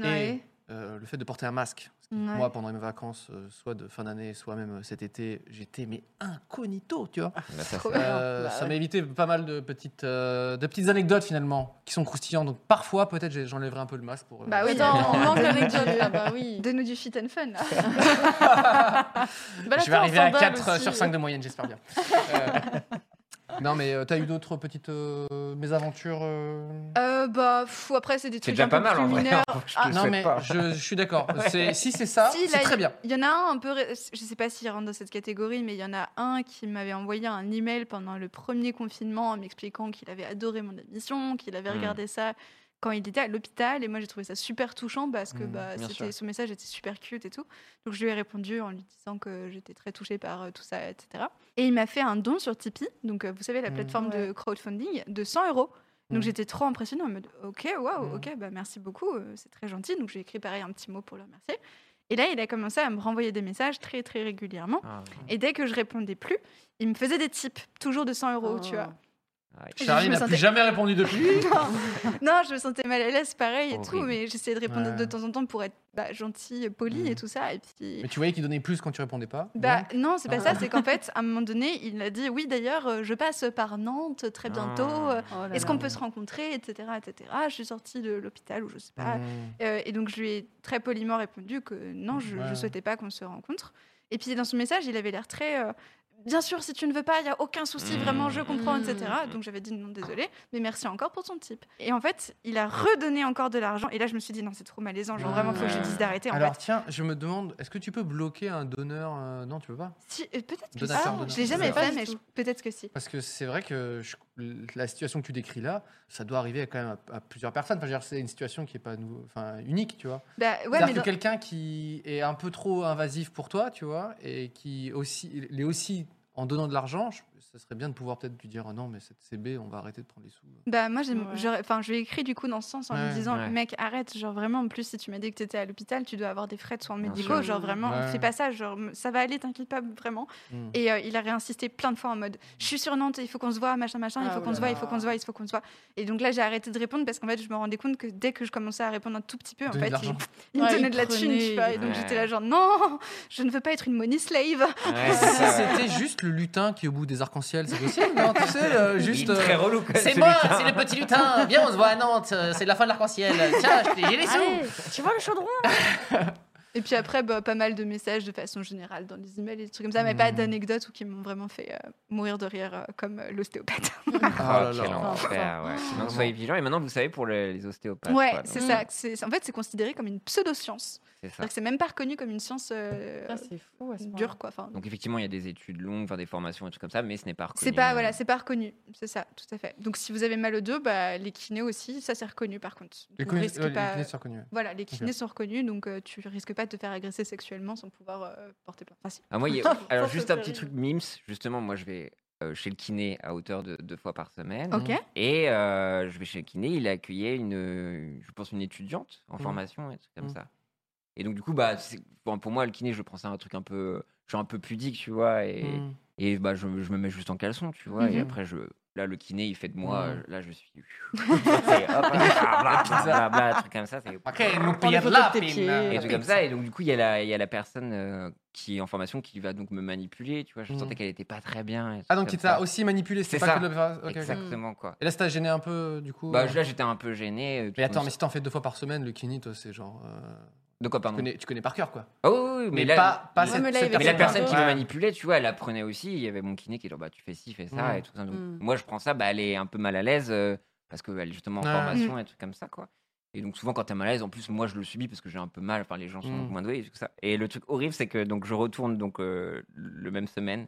Speaker 5: Ouais.
Speaker 2: euh, le fait de porter un masque. Ce qui,
Speaker 5: Ouais.
Speaker 2: Moi, pendant mes vacances, euh, soit de fin d'année, soit même euh, cet été, j'étais mais incognito, tu vois.
Speaker 5: Ah,
Speaker 1: Bah, ça,
Speaker 8: Trop
Speaker 1: c'est-
Speaker 8: bien.
Speaker 2: Euh,
Speaker 8: Bah
Speaker 2: ça
Speaker 8: ouais.
Speaker 2: m'a évité pas mal de petites, euh, de petites anecdotes finalement, qui sont croustillantes. Donc parfois, peut-être, j'ai- j'enlèverai un peu le masque pour. euh,
Speaker 5: Bah oui,
Speaker 3: Attends, on manque d'anecdotes là, bah oui.
Speaker 5: Donne-nous du fit and fun, là.
Speaker 3: Bah, là,
Speaker 2: je vais
Speaker 3: toi, on
Speaker 2: arriver à
Speaker 3: s'emballe
Speaker 2: 4
Speaker 3: aussi.
Speaker 2: sur 5 de moyenne, j'espère bien. Euh, non, mais euh, t'as eu d'autres petites euh, mésaventures euh,
Speaker 5: Euh, bah, fou, après, c'est des
Speaker 1: C'est
Speaker 5: trucs
Speaker 1: déjà
Speaker 5: un
Speaker 1: pas
Speaker 5: peu
Speaker 1: mal
Speaker 5: plus
Speaker 1: en vrai.
Speaker 5: mineurs.
Speaker 1: Je te
Speaker 5: Ah,
Speaker 1: le
Speaker 2: Non,
Speaker 1: souhaite
Speaker 2: mais
Speaker 1: pas.
Speaker 2: je, je suis d'accord. C'est- Si c'est ça,
Speaker 5: Si,
Speaker 2: c'est
Speaker 5: là,
Speaker 2: très bien.
Speaker 5: Il y en a un un peu, ré- je sais pas s'il rentre dans cette catégorie, mais il y en a un qui m'avait envoyé un email pendant le premier confinement en m'expliquant qu'il avait adoré mon émission, qu'il avait
Speaker 1: Mm.
Speaker 5: regardé ça quand il était à l'hôpital, et moi j'ai trouvé ça super touchant parce que
Speaker 2: Mm,
Speaker 5: bah,
Speaker 1: Hmm, bien
Speaker 5: c'était,
Speaker 1: sûr.
Speaker 5: ce message était super cute et tout. Donc je lui ai répondu en lui disant que j'étais très touchée par euh, tout ça, etc. Et il m'a fait un don sur Tipeee, donc euh, vous savez la
Speaker 1: Hmm.
Speaker 2: Mm.
Speaker 5: plateforme
Speaker 3: Ouais.
Speaker 5: de crowdfunding, de 100 euros. Donc
Speaker 2: Mm.
Speaker 5: j'étais trop impressionnée en mode ok waouh
Speaker 1: Hmm.
Speaker 2: Mm.
Speaker 5: ok bah merci beaucoup euh, c'est très gentil donc j'ai écrit pareil un petit mot pour le remercier et là il a commencé à me renvoyer des messages très très régulièrement
Speaker 1: Ah,
Speaker 5: et dès que je répondais plus il me faisait des tips toujours de 100 euros tu vois
Speaker 1: ouais.
Speaker 5: je
Speaker 2: Charlie
Speaker 5: me
Speaker 2: n'a plus
Speaker 5: sentais-
Speaker 2: jamais répondu depuis.
Speaker 5: non je me sentais mal à l'aise pareil et tout
Speaker 1: Horrible.
Speaker 5: mais j'essayais de répondre
Speaker 2: Ouais.
Speaker 5: de temps en temps pour être bah, gentil poli
Speaker 2: Mm.
Speaker 5: et tout ça et puis
Speaker 2: mais tu voyais qu'il donnait plus quand tu répondais pas.
Speaker 5: bah
Speaker 2: donc.
Speaker 5: non, c'est pas
Speaker 2: Ah.
Speaker 5: ça, c'est qu'en fait, à un moment donné, il a dit oui d'ailleurs, euh, je passe par Nantes très bientôt,
Speaker 2: Ah.
Speaker 5: euh,
Speaker 3: Oh là
Speaker 5: est-ce
Speaker 3: là.
Speaker 5: qu'on peut se rencontrer, etc., etc. Je suis sortie de l'hôpital ou je sais pas,
Speaker 2: Hmm.
Speaker 5: Euh, et donc je lui ai très poliment répondu que non, je
Speaker 2: Ouais.
Speaker 5: ne souhaitais pas qu'on se rencontre. Et puis dans son message, il avait l'air très... euh, Bien sûr, si tu ne veux pas, il n'y a aucun souci, vraiment, je comprends,
Speaker 3: Mmh.
Speaker 5: etc. Donc j'avais dit non, désolé, mais merci encore pour ton type. Et en fait, il a redonné encore de l'argent. Et là, je me suis dit non, c'est trop malaisant, genre vraiment, faut que je lui dise d'arrêter. En
Speaker 2: Alors
Speaker 5: fait.
Speaker 2: tiens, je me demande, est-ce que tu peux bloquer un donneur euh, Non, tu peux pas.
Speaker 5: Si, euh, peut-être que
Speaker 2: Donateur,
Speaker 5: si.
Speaker 2: donateur.
Speaker 5: Je l'ai jamais
Speaker 2: Donateur.
Speaker 5: fait, mais je- peut-être que si.
Speaker 2: Parce que c'est vrai que je- la situation que tu décris là, ça doit arriver quand même à, à plusieurs personnes. Enfin, je veux dire, c'est une situation qui est pas nou- enfin, unique, tu vois.
Speaker 5: Bah, ouais, mais
Speaker 2: C'est-à-dire
Speaker 5: dans-
Speaker 2: que quelqu'un qui est un peu trop invasif pour toi, tu vois, et qui aussi, il est aussi en donnant de l'argent, je- ça serait bien de pouvoir peut-être lui dire Ah non, mais cette CB, on va arrêter de prendre les sous.
Speaker 5: Bah moi, j'ai-
Speaker 3: Ouais.
Speaker 5: j'aurais- enfin, je lui ai écrit du coup dans ce sens en
Speaker 2: Ouais,
Speaker 5: lui disant,
Speaker 1: ouais.
Speaker 5: mec, arrête, genre vraiment, en plus, si tu m'as dit que t'étais à l'hôpital, tu dois avoir des frais de soins
Speaker 1: Bien
Speaker 5: médicaux,
Speaker 3: sûr.
Speaker 5: genre vraiment,
Speaker 2: Ouais.
Speaker 5: fais pas ça, genre ça va aller, t'inquiète pas vraiment.
Speaker 2: Hmm.
Speaker 5: Et euh, il a réinsisté plein de fois en mode, je suis sur Nantes, il faut qu'on se voit, machin, machin, il
Speaker 3: Ah,
Speaker 5: faut
Speaker 3: oh
Speaker 5: qu'on
Speaker 3: là
Speaker 5: se voit, il
Speaker 3: là.
Speaker 5: faut qu'on se voit, il faut qu'on se voit. Et donc là, j'ai arrêté de répondre parce qu'en fait, je me rendais compte que dès que je commençais à répondre un tout petit peu, en
Speaker 2: Donner de
Speaker 5: fait, il,
Speaker 2: l'argent.
Speaker 5: il me
Speaker 3: Ouais,
Speaker 5: donnait
Speaker 3: il
Speaker 5: de la thune,
Speaker 3: prenait,
Speaker 5: tu vois. Et donc
Speaker 1: ouais.
Speaker 5: j'étais là genre, non, je ne veux pas être une money slave.
Speaker 1: Ouais,
Speaker 2: Si
Speaker 1: ça, ouais.
Speaker 2: c'était juste le lutin qui est au bout des arcs-en-ciel, c'est possible, non Tu sais, le-
Speaker 1: Il est
Speaker 2: juste.
Speaker 1: très
Speaker 2: euh,
Speaker 1: relou. quoi,
Speaker 9: C'est
Speaker 1: ce
Speaker 9: moi,
Speaker 1: lutin.
Speaker 9: c'est le petit lutin. Viens, on se voit à Nantes. euh, C'est la fin de l'arc-en-ciel. Tiens, je t'ai- j'ai les sous.
Speaker 2: Ah,
Speaker 3: Allez, tu vois le chaudron
Speaker 5: Et puis après, bah, pas mal de messages de façon générale dans les emails et des trucs comme ça, mais pas
Speaker 2: Mhm.
Speaker 5: d'anecdotes ou qui m'ont vraiment fait euh, mourir de rire euh, comme euh, l'ostéopathe.
Speaker 2: Ah
Speaker 1: Oh,
Speaker 2: là
Speaker 1: quel
Speaker 2: là.
Speaker 1: enfer, ouais. Donc soyez vigilants. Et maintenant, vous savez pour les, les ostéopathes.
Speaker 5: ouais,
Speaker 1: quoi, donc euh, Ah.
Speaker 5: c'est ça. c'est- En fait, c'est considéré comme une pseudo-science.
Speaker 1: c'est ça.
Speaker 5: C'est-à-dire que c'est même pas reconnu comme une science euh,
Speaker 3: Ah, C'est fou à ce point-là.
Speaker 5: dure, quoi. Enfin,
Speaker 1: Donc effectivement, il y a des études longues, enfin, des formations et trucs comme ça, mais ce n'est pas reconnu.
Speaker 5: c'est pas,
Speaker 1: euh,
Speaker 5: voilà, c'est pas reconnu. C'est ça, tout à fait. Donc si vous avez mal aux deux, bah, les kinés aussi, ça c'est reconnu par contre.
Speaker 2: Les
Speaker 5: Vous
Speaker 2: connus-
Speaker 5: risquez
Speaker 2: ouais, les
Speaker 5: pas-
Speaker 2: kinés sont reconnus, ouais.
Speaker 5: Voilà, les kinés sont reconnus, donc euh, tu risques pas de te faire agresser sexuellement sans pouvoir euh, porter plainte. Enfin, si.
Speaker 1: Ah, moi, il y a- Alors
Speaker 3: c'est
Speaker 1: juste un petit truc
Speaker 3: terrible.
Speaker 1: mims. Justement, moi, je vais euh, chez le kiné à hauteur de deux fois par semaine.
Speaker 5: Ok.
Speaker 1: Et euh, je vais chez le kiné, il a accueilli une, euh, je pense, une étudiante en
Speaker 2: Mhm.
Speaker 1: formation et des trucs comme
Speaker 2: Mhm.
Speaker 1: ça. Et donc, du coup, bah, c'est- bon, pour moi, le kiné, je prends ça un truc un peu. Je suis un peu pudique, tu vois, et,
Speaker 2: Hmm.
Speaker 1: et bah, je, je me mets juste en caleçon, tu vois, et
Speaker 5: Mhm.
Speaker 1: après, je. Là, le kiné, il fait de moi.
Speaker 2: Mhm.
Speaker 1: euh, Là, je suis. C'est hop, blablabla, blablabla, un truc comme ça. c'est-
Speaker 9: Ok, nous
Speaker 3: Prends des
Speaker 9: payons de
Speaker 3: photos
Speaker 9: la
Speaker 3: de tes pieds.
Speaker 1: Et
Speaker 9: pine.
Speaker 1: tout comme ça. Et donc, du coup, il y, a la- il y a la personne euh, qui est en formation qui va donc me manipuler. Tu vois, je
Speaker 2: Mm.
Speaker 1: sentais qu'elle n'était pas très bien. et
Speaker 2: Ah,
Speaker 1: tout
Speaker 2: donc
Speaker 1: comme
Speaker 2: il
Speaker 1: ça.
Speaker 2: t'a aussi manipulé, c'est
Speaker 1: C'est
Speaker 2: pas
Speaker 1: ça.
Speaker 2: que le. ok, ok.
Speaker 1: Exactement, quoi.
Speaker 2: Et là, ça t'a gêné un peu, du coup
Speaker 1: Bah,
Speaker 2: euh,
Speaker 1: là, j'étais un peu gêné. euh, tout
Speaker 2: Mais attends,
Speaker 1: comme
Speaker 2: mais
Speaker 1: ça.
Speaker 2: si t'en fais deux fois par semaine, le kiné, toi, c'est genre. euh,
Speaker 1: De quoi,
Speaker 2: Tu
Speaker 1: pardon
Speaker 2: connais, tu connais par cœur, quoi.
Speaker 1: Ah oui, oui, oui, mais,
Speaker 2: Mais,
Speaker 1: là,
Speaker 2: pas, pas
Speaker 3: Ouais,
Speaker 2: cette,
Speaker 3: mais là,
Speaker 2: cette
Speaker 3: il va
Speaker 1: mais la
Speaker 3: Ouais.
Speaker 1: personne qui me
Speaker 2: Ouais.
Speaker 1: manipulait, tu vois, elle apprenait aussi. Il y avait mon kiné qui était bah, tu fais ci, fais ça,
Speaker 2: Mm.
Speaker 1: et tout ça. Donc,
Speaker 3: Mm.
Speaker 1: moi, je prends ça, bah, elle est un peu mal à l'aise euh, parce que elle est justement en
Speaker 2: Ouais.
Speaker 1: formation et trucs comme ça, quoi. Et donc, souvent, quand t'es mal à l'aise, en plus, moi, je le subis parce que j'ai un peu mal. Enfin, les gens sont
Speaker 2: Mm.
Speaker 1: moins doués et tout ça. Et le truc horrible, c'est que donc, je retourne donc euh, le même semaine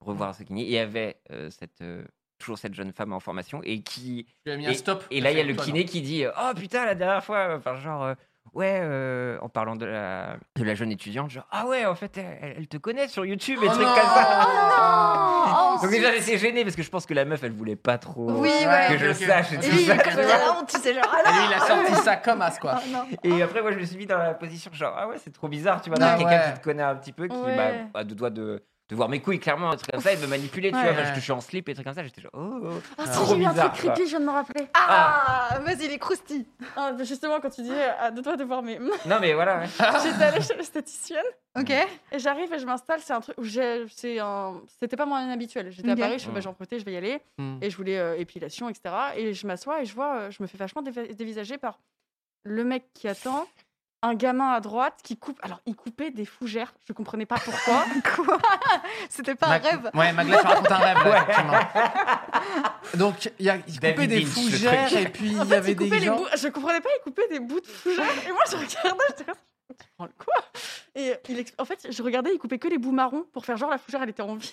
Speaker 1: revoir ce kiné. Et il y avait euh, cette, euh, toujours cette jeune femme en formation et qui.
Speaker 2: Tu lui as mis un stop.
Speaker 1: Et là, il y a le
Speaker 2: Toi, non.
Speaker 1: kiné qui dit Oh putain, la dernière fois, enfin, genre, euh, ouais, euh, en parlant de la, de la jeune étudiante, genre, ah ouais, en fait, elle, elle te connaît sur YouTube et
Speaker 2: Oh
Speaker 1: trucs
Speaker 2: non
Speaker 1: comme ça. Ah.
Speaker 8: Oh,
Speaker 1: Donc, déjà, j'étais gêné parce que je pense que la meuf, elle voulait pas trop
Speaker 5: Oui,
Speaker 1: que
Speaker 5: ouais.
Speaker 1: je
Speaker 2: ok, ok.
Speaker 1: sache et
Speaker 5: Et
Speaker 1: tout
Speaker 5: lui, il
Speaker 1: ça.
Speaker 5: est comme ça, la honte, tu sais, genre, ah
Speaker 2: Et
Speaker 5: là,
Speaker 2: lui, il a sorti ça comme as, quoi.
Speaker 1: Et après, moi, je me suis mis dans la position, genre, ah ouais, c'est trop bizarre, tu vois,
Speaker 2: Ah
Speaker 1: d'avoir quelqu'un
Speaker 2: ouais.
Speaker 1: qui te connaît un petit peu, qui
Speaker 3: Ouais.
Speaker 1: bah, a deux doigts de. De voir mes couilles, clairement, un truc comme ça, et de me manipuler, tu
Speaker 5: Ouais.
Speaker 1: vois, parce que je suis en slip et trucs comme ça, j'étais genre, oh, oh.
Speaker 3: Ah,
Speaker 1: Trop
Speaker 3: si, j'ai eu un
Speaker 1: bizarre,
Speaker 3: truc
Speaker 1: quoi.
Speaker 3: creepy, je viens de me rappeler.
Speaker 5: Ah, vas-y, les croustilles.
Speaker 3: Ah, bah, justement, quand tu dis à deux doigts de voir mes.
Speaker 1: Non, mais voilà, ouais.
Speaker 3: J'étais allée chez le statisticien.
Speaker 5: Ok.
Speaker 3: Et j'arrive et je m'installe, c'est un truc où j'ai- c'est un, c'était pas mon habituel. J'étais
Speaker 5: Ok.
Speaker 3: à Paris, je suis
Speaker 1: Mm.
Speaker 3: bah, j'ai emprunté, je vais y aller.
Speaker 2: Mm.
Speaker 3: Et je voulais euh, épilation, etc. Et je m'assois et je vois, euh, je me fais vachement déva- dévisager par le mec qui attend, un gamin à droite qui coupe. Alors il coupait des fougères, je comprenais pas pourquoi.
Speaker 5: Quoi C'était pas un
Speaker 2: Ma-
Speaker 5: rêve
Speaker 2: Ouais, Magla, tu racontes un rêve, là, effectivement. Donc, il y a il
Speaker 1: David
Speaker 2: coupait des
Speaker 1: Lynch, le
Speaker 2: fougères
Speaker 1: truc.
Speaker 2: et puis
Speaker 3: En
Speaker 2: il y
Speaker 3: fait,
Speaker 2: avait
Speaker 3: il coupait
Speaker 2: des
Speaker 3: les
Speaker 2: gens.
Speaker 3: bouts. Je comprenais pas, il coupait des bouts de fougères. Et moi, je regardais, je disais, tu prends le quoi Et il ex- en fait, je regardais, il coupait que les bouts marrons pour faire genre la fougère, elle était en vie.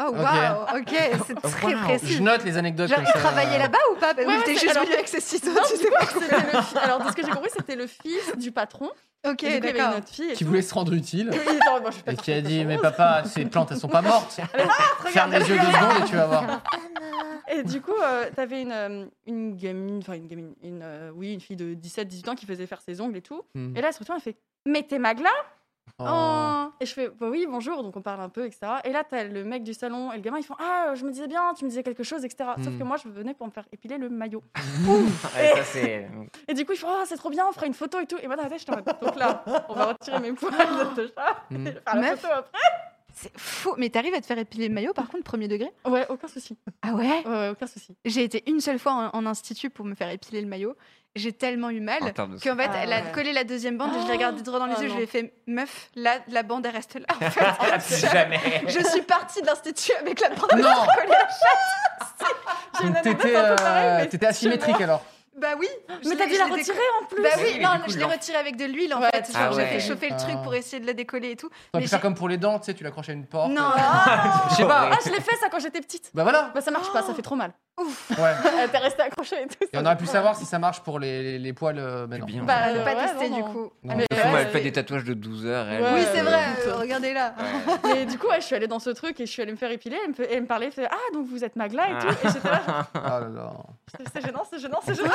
Speaker 5: Oh
Speaker 2: Ok.
Speaker 5: waouh, ok, c'est très
Speaker 2: Wow.
Speaker 5: précis.
Speaker 2: Je note les anecdotes.
Speaker 5: Genre,
Speaker 2: comme
Speaker 5: il
Speaker 2: ça. euh,
Speaker 5: travaillait là-bas ou pas Bah
Speaker 3: Ouais,
Speaker 5: oui,
Speaker 3: ouais,
Speaker 5: t'es
Speaker 3: c'est-
Speaker 5: juste
Speaker 3: alors-
Speaker 5: venu avec ses ciseaux,
Speaker 3: Non,
Speaker 5: tu
Speaker 3: du
Speaker 5: sais
Speaker 3: coup, c'était le fi- Alors, de ce que j'ai compris, c'était le fils du patron.
Speaker 5: pas. Ok,
Speaker 3: Et du coup, il y avait une
Speaker 5: d'accord.
Speaker 3: autre fille. et
Speaker 2: Qui
Speaker 3: tout.
Speaker 2: voulait se rendre utile
Speaker 3: Et il était en mode, Bon, je vais pas
Speaker 2: et
Speaker 3: faire
Speaker 2: qui a
Speaker 3: quelque
Speaker 2: dit
Speaker 3: chose.
Speaker 2: Mais papa, ces plantes, elles sont pas mortes. Ferme les yeux deux secondes et tu vas voir.
Speaker 3: Et du coup, euh, t'avais une, euh, une gamine, enfin une gamine, une, euh, oui, une fille de 17-18 ans qui faisait faire ses ongles et tout.
Speaker 2: Hmm.
Speaker 3: Et là, elle se retourne, elle fait Mais t'es Magla
Speaker 2: Oh.
Speaker 3: Et je fais Bah oui, bonjour, donc on parle un peu, etc. Et là, t'as le mec du salon et le gamin, ils font Ah, je me disais bien, tu me disais quelque chose, etc. Sauf
Speaker 2: Hmm.
Speaker 3: que moi, je venais pour me faire épiler le maillot.
Speaker 1: Ouais, ça, c'est. euh,
Speaker 3: Et du coup, ils font Ah, c'est trop bien, on fera une photo et tout. Et moi, dans la tête, j'étais en mode Donc là, on va retirer mes poils de chat et
Speaker 2: Hmm.
Speaker 3: je vais faire la
Speaker 5: Meuf.
Speaker 3: photo après.
Speaker 5: C'est fou. Mais t'arrives à te faire épiler le maillot, par contre, premier degré
Speaker 3: Ouais, aucun souci.
Speaker 5: Ah ouais
Speaker 3: Ouais, ouais, aucun souci.
Speaker 5: J'ai été une seule fois en, en institut pour me faire épiler le maillot. J'ai tellement eu
Speaker 1: En
Speaker 5: mal
Speaker 1: termes de-
Speaker 5: qu'en fait,
Speaker 3: Ah
Speaker 5: elle a
Speaker 3: ouais.
Speaker 5: collé la deuxième bande et je l'ai regardée droit dans les
Speaker 3: Oh
Speaker 5: yeux. Je
Speaker 3: non.
Speaker 5: lui ai fait Meuf, là, la bande, elle reste là. En fait,
Speaker 1: Si jamais.
Speaker 5: je suis partie de l'institut avec la bande.
Speaker 2: Non
Speaker 5: collée à-
Speaker 3: J'ai une
Speaker 2: Donc,
Speaker 3: anecdote
Speaker 2: t'étais
Speaker 3: un peu
Speaker 2: euh,
Speaker 3: pareille, mais
Speaker 2: t'étais asymétrique alors.
Speaker 5: Bah oui je
Speaker 3: Mais t'as
Speaker 5: l'ai-
Speaker 3: dû
Speaker 5: je
Speaker 3: la
Speaker 5: l'ai déco-
Speaker 3: retirer en plus
Speaker 5: Bah
Speaker 1: Mais oui,
Speaker 5: oui,
Speaker 1: mais
Speaker 5: non,
Speaker 1: du coup,
Speaker 5: je l'ai
Speaker 1: genre-
Speaker 5: retirée avec de l'huile en
Speaker 3: Ouais,
Speaker 5: fait.
Speaker 1: ah
Speaker 5: Genre, j'ai
Speaker 1: ouais.
Speaker 5: fait chauffer le truc
Speaker 2: Ah.
Speaker 5: pour essayer de la décoller et tout.
Speaker 2: T'aurais
Speaker 5: Mais
Speaker 2: pu faire
Speaker 5: j'ai-
Speaker 2: comme pour les dents, tu sais, tu l'accrochais à une porte.
Speaker 5: Non, ah,
Speaker 2: Je sais pas.
Speaker 3: Ah, je l'ai fait ça quand j'étais petite.
Speaker 2: Bah Oh, voilà.
Speaker 3: Bah ça marche pas, ça fait trop mal.
Speaker 2: Ouais.
Speaker 3: Euh, T'es resté accroché et tout.
Speaker 2: Et on aurait pu savoir si ça marche pour les, les- les poils euh, maintenant.
Speaker 1: bien.
Speaker 5: Bah, elle veut
Speaker 3: Euh,
Speaker 5: pas
Speaker 3: ouais,
Speaker 5: tester du
Speaker 3: vraiment.
Speaker 5: coup.
Speaker 2: Non.
Speaker 3: Mais
Speaker 1: De toute façon,
Speaker 3: ouais,
Speaker 1: elle fait
Speaker 3: et-
Speaker 1: des tatouages de 12 heures. elle-
Speaker 3: Ouais.
Speaker 5: Oui, c'est vrai,
Speaker 3: écoute.
Speaker 5: euh, regardez là.
Speaker 1: Ouais.
Speaker 3: Mais du coup, ouais, je suis allée dans ce truc et je suis allée me faire épiler. Elle me, fait- elle me parlait, elle fait, Ah, donc vous êtes Magla et tout. Et j'étais là, genre,
Speaker 2: Ah là là.
Speaker 3: c'est gênant, c'est gênant, c'est gênant.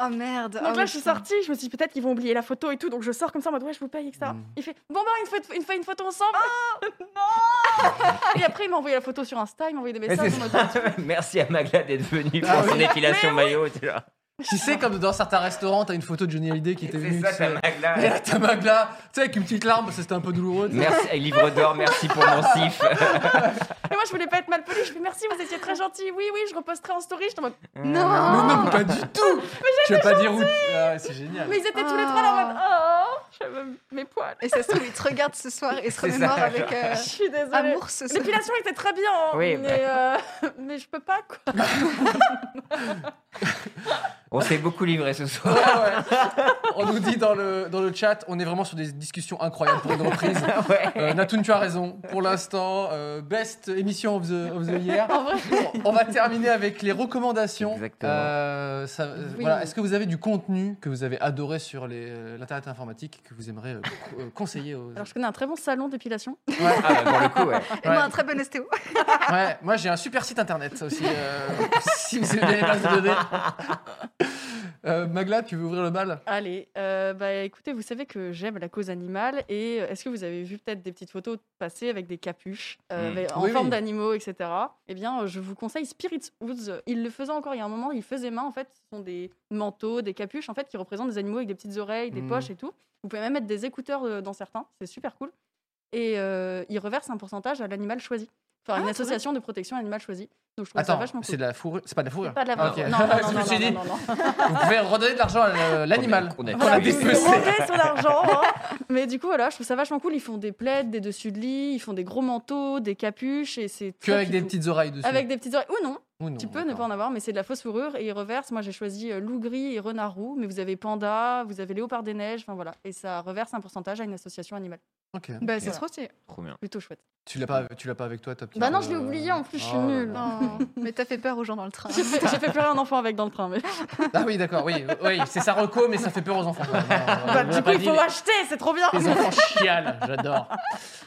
Speaker 5: Oh merde.
Speaker 3: Donc
Speaker 5: oh,
Speaker 3: là, je suis
Speaker 5: putain.
Speaker 3: sortie, je me suis dit peut-être qu'ils vont oublier la photo et tout, donc je sors comme ça en mode ouais, je vous paye, etc.
Speaker 2: Mm.
Speaker 3: Il fait bon, bah, une, photo- une, fois- une photo ensemble. non Et après, il m'a envoyé la photo sur Insta, il m'a envoyé des
Speaker 1: Mais c'est
Speaker 3: messages en mode
Speaker 1: ça. Merci à Magla d'être venue pour
Speaker 2: Ah oui.
Speaker 1: son épilation maillot. tu vois.
Speaker 2: Tu sais, comme dans certains restaurants, t'as une photo de Johnny Hallyday qui
Speaker 1: C'est
Speaker 2: t'est venue.
Speaker 1: ça,
Speaker 2: tu
Speaker 1: ta
Speaker 2: sais.
Speaker 1: Magla.
Speaker 2: Et là, t'as Magla, tu sais, avec une petite larme, parce que c'était un peu douloureux. tu sais.
Speaker 1: Merci, eh, livre d'or, merci pour mon sif.
Speaker 3: Et moi, je voulais pas être mal polie, je fais merci, vous étiez très gentil, oui, oui, je reposterai en story. J'étais en mode
Speaker 2: Mais
Speaker 5: Non
Speaker 2: non, pas du tout Tu veux pas dire où Ah ouais, C'est génial.
Speaker 3: Mais ils étaient tous les trois là en mode Oh, j'avais mes poils.
Speaker 5: Et ça se trouve, il te regarde ce soir et se
Speaker 1: C'est ça,
Speaker 5: remémore avec euh,
Speaker 3: Je suis désolée.
Speaker 5: amour ce soir.
Speaker 3: L'épilation était très bien, hein,
Speaker 1: Oui,
Speaker 3: mais, euh, mais je peux pas quoi.
Speaker 1: On s'est beaucoup livré ce soir.
Speaker 2: Ouais, Ah ouais. On nous dit dans le, dans le chat, on est vraiment sur des discussions incroyables pour une reprise.
Speaker 1: Ouais.
Speaker 2: Euh, Natoun, tu as raison. Pour l'instant, euh, best émission of the, of the year.
Speaker 3: En vrai,
Speaker 2: On va terminer avec les recommandations.
Speaker 1: Exactement.
Speaker 2: Euh, ça- euh,
Speaker 5: Oui.
Speaker 2: voilà. Est-ce que vous avez du contenu que vous avez adoré sur les, euh, l'internet informatique que vous aimeriez euh, co- euh, conseiller aux
Speaker 3: alors je connais un très bon salon d'épilation.
Speaker 2: Ouais.
Speaker 1: Ah, bah, pour le coup, ouais.
Speaker 5: Et moi, un très bon ostéo.
Speaker 2: Ouais, moi j'ai un super site internet aussi. euh, si vous aimez bien les bases de données. Euh, Magla, tu veux ouvrir le bal
Speaker 3: Allez, euh, bah écoutez, vous savez que j'aime la cause animale et euh, est-ce que vous avez vu peut-être des petites photos passer avec des capuches euh,
Speaker 1: Mm.
Speaker 3: avec- en
Speaker 2: Hmm. Oui,
Speaker 3: forme
Speaker 2: oui.
Speaker 3: d'animaux, etc. Eh bien, euh, je vous conseille Spirits Woods. Il le faisait encore il y a un moment, il faisait main en fait. Ce sont des manteaux, des capuches en fait qui représentent des animaux avec des petites oreilles, des
Speaker 2: Mm.
Speaker 3: poches et tout. Vous pouvez même mettre des écouteurs euh, dans certains, c'est super cool. Et euh, il reverse un pourcentage à l'animal choisi. Enfin, une association de protection animale choisie. Donc je trouve ça
Speaker 2: Ah, Attends,
Speaker 3: vachement
Speaker 2: c'est
Speaker 3: cool.
Speaker 2: de la fourrure. C'est pas de la fourrure.
Speaker 3: Pas de la
Speaker 2: Ah, ok.
Speaker 3: non, non, non,
Speaker 2: Je me
Speaker 3: non,
Speaker 2: suis
Speaker 3: non,
Speaker 2: dit,
Speaker 3: non, non.
Speaker 2: Vous pouvez redonner de l'argent à euh, l'animal.
Speaker 1: Qu'on a- qu'on a
Speaker 2: Qu'on a
Speaker 3: Voilà, vous
Speaker 1: tué.
Speaker 2: dépecer.
Speaker 3: dérobez son argent. hein. Mais du coup, voilà, je trouve ça vachement cool. Ils font des plaids, des dessus de lit, ils font des gros manteaux, des capuches et c'est
Speaker 2: Que
Speaker 3: très
Speaker 2: avec des
Speaker 3: fifou.
Speaker 2: petites oreilles dessus.
Speaker 3: Avec des petites oreilles. Ou non,
Speaker 2: Ou non,
Speaker 3: tu peux ne pas
Speaker 2: d'accord.
Speaker 3: en avoir, mais c'est de la fausse fourrure et ils reversent. Moi, j'ai choisi euh, loup gris et renard roux, mais vous avez panda, vous avez léopard des neiges, enfin voilà. Et ça reverse un pourcentage à une association animale.
Speaker 2: Ok.
Speaker 5: Bah, c'est
Speaker 3: Voilà.
Speaker 5: trop stylé.
Speaker 1: Trop bien.
Speaker 3: Plutôt chouette.
Speaker 2: Tu l'as pas, tu l'as pas avec toi, ta petite.
Speaker 3: Bah non, je l'ai
Speaker 2: euh,
Speaker 3: oublié en plus, je suis
Speaker 2: oh là
Speaker 3: nulle.
Speaker 2: là.
Speaker 5: Non, mais t'as fait peur aux gens dans le train.
Speaker 3: J'ai fait, j'ai fait pleurer un enfant avec dans le train. Mais...
Speaker 2: Ah oui, d'accord, oui, oui, c'est sa reco, mais ça fait peur aux enfants. quand même. Non,
Speaker 3: Bah,
Speaker 2: on
Speaker 3: du
Speaker 2: l'a
Speaker 3: coup,
Speaker 2: pas
Speaker 3: il
Speaker 2: dit,
Speaker 3: faut
Speaker 2: mais
Speaker 3: acheter, c'est trop bien.
Speaker 2: Les enfants chialent, j'adore.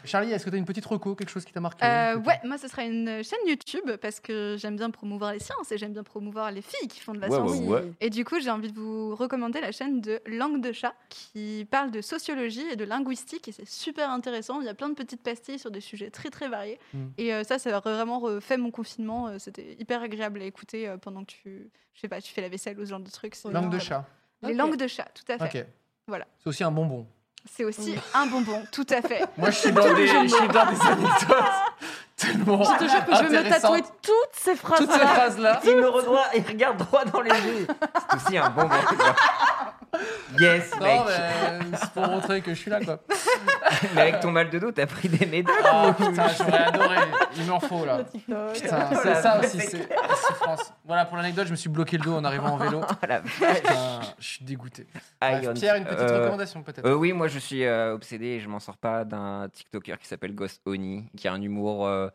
Speaker 2: Charlie, est-ce que t'as une petite reco, quelque chose qui t'a marqué
Speaker 5: Euh, ouais, moi ce sera une chaîne YouTube parce que j'aime bien promouvoir les sciences et j'aime bien promouvoir les filles qui font de la
Speaker 1: Oh,
Speaker 5: science. Et du coup, j'ai envie de vous recommander la chaîne de Langue de chat qui parle de sociologie et de linguistique et c'est super intéressant. Il y a plein de petites pastilles sur des sujets très très variés.
Speaker 2: Mm.
Speaker 5: Et euh, ça, ça a vraiment refait mon confinement. Euh, C'était hyper agréable à écouter euh, pendant que tu, je sais pas, tu fais la vaisselle ou ce genre de trucs. C'est
Speaker 2: Langue de
Speaker 5: vraiment-
Speaker 2: chat.
Speaker 5: Les
Speaker 3: Ok.
Speaker 5: langues de chat, tout à fait.
Speaker 2: Ok.
Speaker 5: Voilà.
Speaker 2: C'est aussi un bonbon.
Speaker 5: C'est aussi un bonbon, tout à fait.
Speaker 2: Moi, je suis dans des, je suis dans des anecdotes tellement.
Speaker 3: Je te jure que je vais me tatouer
Speaker 2: intéressantes.
Speaker 3: toutes ces phrases.
Speaker 2: toutes ces phrases-là.
Speaker 1: Il me redroit et regarde droit dans les yeux. C'est aussi un bon moment. Yes, mec.
Speaker 2: Non, mais c'est pour montrer que je suis là, quoi.
Speaker 1: Mais avec ton mal de dos, t'as pris des médailles.
Speaker 2: Ah putain, j'aurais adoré. Il m'en faut, là. Putain, c'est ça aussi, c'est c'est France. Voilà, pour l'anecdote, je me suis bloqué le dos en arrivant en vélo.
Speaker 1: Voilà.
Speaker 2: Putain, Ah, je suis dégoûté. Bref,
Speaker 1: Iron-
Speaker 2: Pierre, une petite
Speaker 1: Oh, euh,
Speaker 2: recommandation, peut-être
Speaker 1: euh, oui, moi je suis euh, obsédé et je m'en sors pas d'un TikToker qui s'appelle Ghost Oni, qui a un humour euh,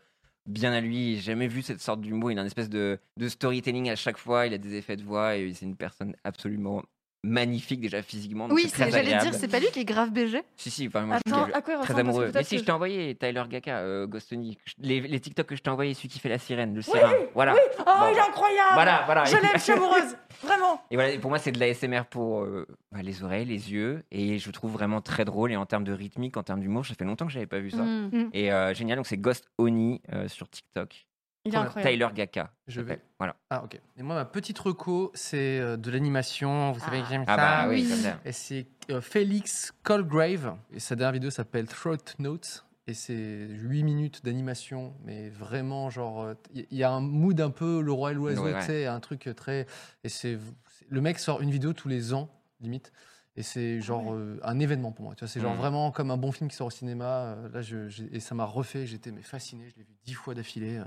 Speaker 1: bien à lui. J'ai jamais vu cette sorte d'humour. Il a une espèce de, de storytelling à chaque fois. Il a des effets de voix et c'est une personne absolument magnifique déjà physiquement. donc
Speaker 5: Oui,
Speaker 1: c'est
Speaker 5: c'est-
Speaker 1: très
Speaker 5: j'allais dire,
Speaker 1: agréable.
Speaker 5: c'est pas lui qui est grave BG.
Speaker 1: Si, si, enfin, moi, je
Speaker 3: Attends,
Speaker 1: suis
Speaker 3: à quoi il
Speaker 1: très
Speaker 3: ressemble ah Parce que
Speaker 1: amoureux. Mais
Speaker 3: peut-être
Speaker 1: si,
Speaker 3: que
Speaker 1: je t'ai envoyé Tyler Gaka, euh, Ghost Oni. Les, les TikTok que je t'ai envoyé, celui qui fait la sirène, le sirin.
Speaker 2: Ah,
Speaker 1: Voilà.
Speaker 3: je- Oh, il est
Speaker 2: bah,
Speaker 3: incroyable
Speaker 1: Voilà, voilà.
Speaker 3: Je l'aime, je suis amoureuse Vraiment
Speaker 1: Et voilà, et pour moi, c'est de la SMR pour euh, bah, les oreilles, les yeux. Et je trouve vraiment très drôle. Et en termes de rythmique, en termes d'humour, ça fait longtemps que j'avais pas vu ça.
Speaker 3: Mm.
Speaker 1: Et euh, génial, donc c'est Ghost Oni euh, sur TikTok.
Speaker 3: Il est incroyable.
Speaker 1: Tyler Gaka.
Speaker 2: Je
Speaker 1: s'appelle.
Speaker 2: vais.
Speaker 1: Voilà.
Speaker 2: Ah, ok. Et moi, ma petite reco, c'est euh, de l'animation. Vous savez que j'aime
Speaker 1: Ah
Speaker 2: ça.
Speaker 1: bah oui, comme ça.
Speaker 2: Et c'est euh, Félix Colgrave. Et sa dernière vidéo s'appelle Throat Notes. Et c'est 8 minutes d'animation, mais vraiment, genre, il y, y a un mood un peu le roi et l'oiseau,
Speaker 1: Ouais, ouais.
Speaker 2: tu sais, un truc euh, très. Et c'est. c'est- Le mec sort une vidéo tous les ans, limite. Et c'est genre euh, un événement pour moi. Tu vois, c'est genre
Speaker 1: Mhm.
Speaker 2: vraiment comme un bon film qui sort au cinéma. Euh, là, je, j'ai- et ça m'a refait. J'étais mais fasciné. Je l'ai vu dix fois d'affilée. euh,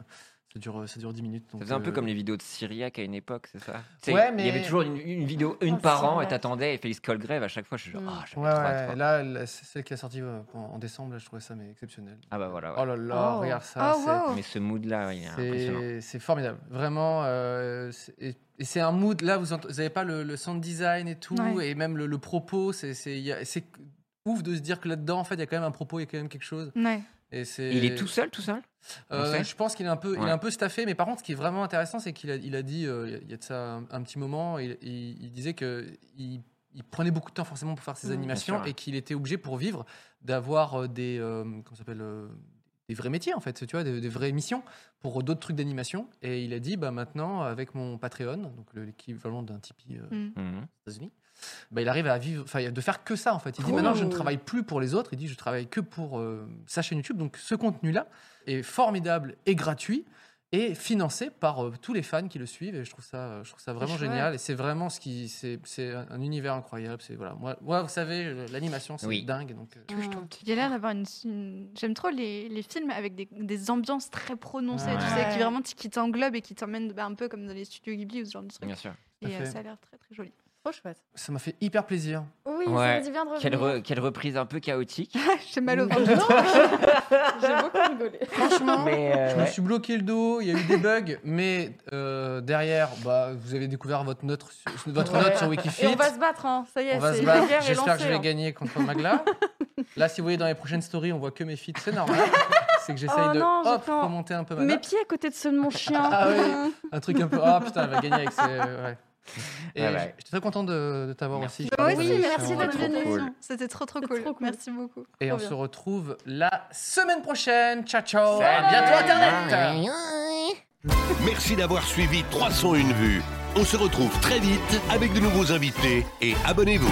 Speaker 2: Ça dure, ça dure 10 minutes. donc,
Speaker 1: Ça faisait un peu
Speaker 2: euh,
Speaker 1: comme les vidéos de Syriac à une époque, c'est ça Tu sais,
Speaker 2: Ouais,
Speaker 1: Il y avait
Speaker 2: mais-
Speaker 1: toujours une, une vidéo,
Speaker 3: Ah,
Speaker 1: une par an, et
Speaker 3: Syriac.
Speaker 1: t'attendais, et Félix Colgrave, à chaque fois, je suis genre,
Speaker 3: Mm.
Speaker 1: ah, j'avais
Speaker 2: Ouais,
Speaker 1: trop
Speaker 2: ouais,
Speaker 1: hâte, quoi.
Speaker 2: là, la- c'est celle qui est sortie euh, en en décembre, là, je trouvais ça mais exceptionnel.
Speaker 1: Ah bah voilà, ouais.
Speaker 2: Oh là là,
Speaker 3: Oh.
Speaker 2: regarde ça.
Speaker 5: Oh,
Speaker 2: c'est-
Speaker 5: wow.
Speaker 1: Mais ce mood-là, ouais, il est impressionnant.
Speaker 2: C'est- C'est formidable, vraiment. euh, c'est- et et c'est un mood. Là, vous n'avez pas le, le sound design et tout,
Speaker 5: Ouais.
Speaker 2: et même le, le propos. C'est c'est- il y a- c'est ouf de se dire que là-dedans, en fait, il y a quand même un propos, il y a quand même quelque chose.
Speaker 5: Ouais.
Speaker 2: Et c'est.
Speaker 1: Il est tout seul, tout seul on
Speaker 2: Euh,
Speaker 1: sait
Speaker 2: je pense qu'il est un peu, il est
Speaker 1: Ouais.
Speaker 2: un peu staffé. Mais par contre, ce qui est vraiment intéressant, c'est qu'il a, il a dit, euh, il y a- il y a de ça un, un petit moment, il, il- il disait que il, il prenait beaucoup de temps forcément pour faire ses
Speaker 3: Mhm. Bien
Speaker 2: animations
Speaker 1: Mmh, sûr, ouais.
Speaker 2: et qu'il était obligé pour vivre d'avoir euh, des, euh, comment ça s'appelle, euh, des vrais métiers en fait, tu vois, des, des vraies missions pour d'autres trucs d'animation. Et il a dit, bah maintenant avec mon Patreon, donc le- l'équivalent d'un Tipeee. euh,
Speaker 5: Mm.
Speaker 1: Mhm.
Speaker 2: aux États-Unis, bah, il arrive à vivre, enfin, de faire que ça en fait. Il dit
Speaker 3: Oh.
Speaker 2: maintenant je ne travaille plus pour les autres, il dit je travaille que pour euh, sa chaîne YouTube. Donc ce contenu-là est formidable et gratuit et financé par euh, tous les fans qui le suivent et je trouve ça, je trouve ça vraiment
Speaker 3: chouette.
Speaker 2: génial. Et c'est vraiment ce qui, c'est c'est un univers incroyable. C'est voilà, moi, moi, vous savez, l'animation c'est
Speaker 1: Oui.
Speaker 2: dingue. Donc euh,
Speaker 6: Touche ton petit
Speaker 5: Il a l'air
Speaker 6: doigt.
Speaker 5: d'avoir une. une- J'aime trop les, les films avec des, des ambiances très prononcées, tu
Speaker 3: Ouais.
Speaker 5: sais, qui vraiment t- qui t'englobent et qui t'emmènent bah, un peu comme dans les studios Ghibli ou ce genre de truc.
Speaker 1: Bien sûr.
Speaker 2: Tout à
Speaker 5: Et euh,
Speaker 2: fait.
Speaker 5: ça a l'air très très joli.
Speaker 3: Trop chouette.
Speaker 2: ça m'a fait hyper plaisir.
Speaker 3: Oui,
Speaker 1: Ouais.
Speaker 3: ça me dit bien de
Speaker 1: Quelle, re-
Speaker 3: revenir.
Speaker 1: quelle reprise un peu chaotique.
Speaker 5: J'ai mal
Speaker 2: Mmh.
Speaker 5: au
Speaker 3: Non,
Speaker 5: ventre.
Speaker 3: J'ai beaucoup rigolé.
Speaker 2: Franchement,
Speaker 1: Mais, euh,
Speaker 2: je me
Speaker 1: ouais.
Speaker 2: suis bloqué le dos, il y a eu des bugs, mais euh, derrière, bah, vous avez découvert votre note, sur- votre
Speaker 3: Ouais.
Speaker 2: note sur
Speaker 3: Et
Speaker 2: Wikifit.
Speaker 3: on va se battre, hein. ça y est,
Speaker 2: On va se
Speaker 3: c'est
Speaker 2: battre.
Speaker 3: la guerre est
Speaker 2: J'espère que je vais
Speaker 3: lancée. hein.
Speaker 2: gagner contre Magla. Là, si vous voyez dans les prochaines stories, on voit que mes feats, c'est normal. C'est que j'essaye
Speaker 3: Oh
Speaker 2: de
Speaker 3: non, j'ai
Speaker 2: hop,
Speaker 3: pas-
Speaker 2: remonter un peu ma
Speaker 3: Mes
Speaker 2: note.
Speaker 3: pieds à côté de ceux de mon chien.
Speaker 2: Ah oui, un truc un peu. Ah putain, elle va gagner avec ses. euh, Ouais. Et
Speaker 1: Ouais, ouais.
Speaker 2: je suis très content de, de t'avoir
Speaker 1: Merci.
Speaker 2: aussi.
Speaker 5: Moi
Speaker 3: Oui,
Speaker 5: aussi, merci
Speaker 3: c'est
Speaker 5: d'être
Speaker 3: trop
Speaker 5: venu.
Speaker 1: cool.
Speaker 5: C'était trop trop
Speaker 3: C'est
Speaker 5: cool.
Speaker 3: trop cool.
Speaker 5: Merci beaucoup.
Speaker 2: Et on
Speaker 3: Trop bien.
Speaker 2: se retrouve la semaine prochaine. Ciao, ciao.
Speaker 1: Salut.
Speaker 2: À bientôt, Internet.
Speaker 4: Merci d'avoir suivi 301 vues. On se retrouve très vite avec de nouveaux invités et abonnez-vous.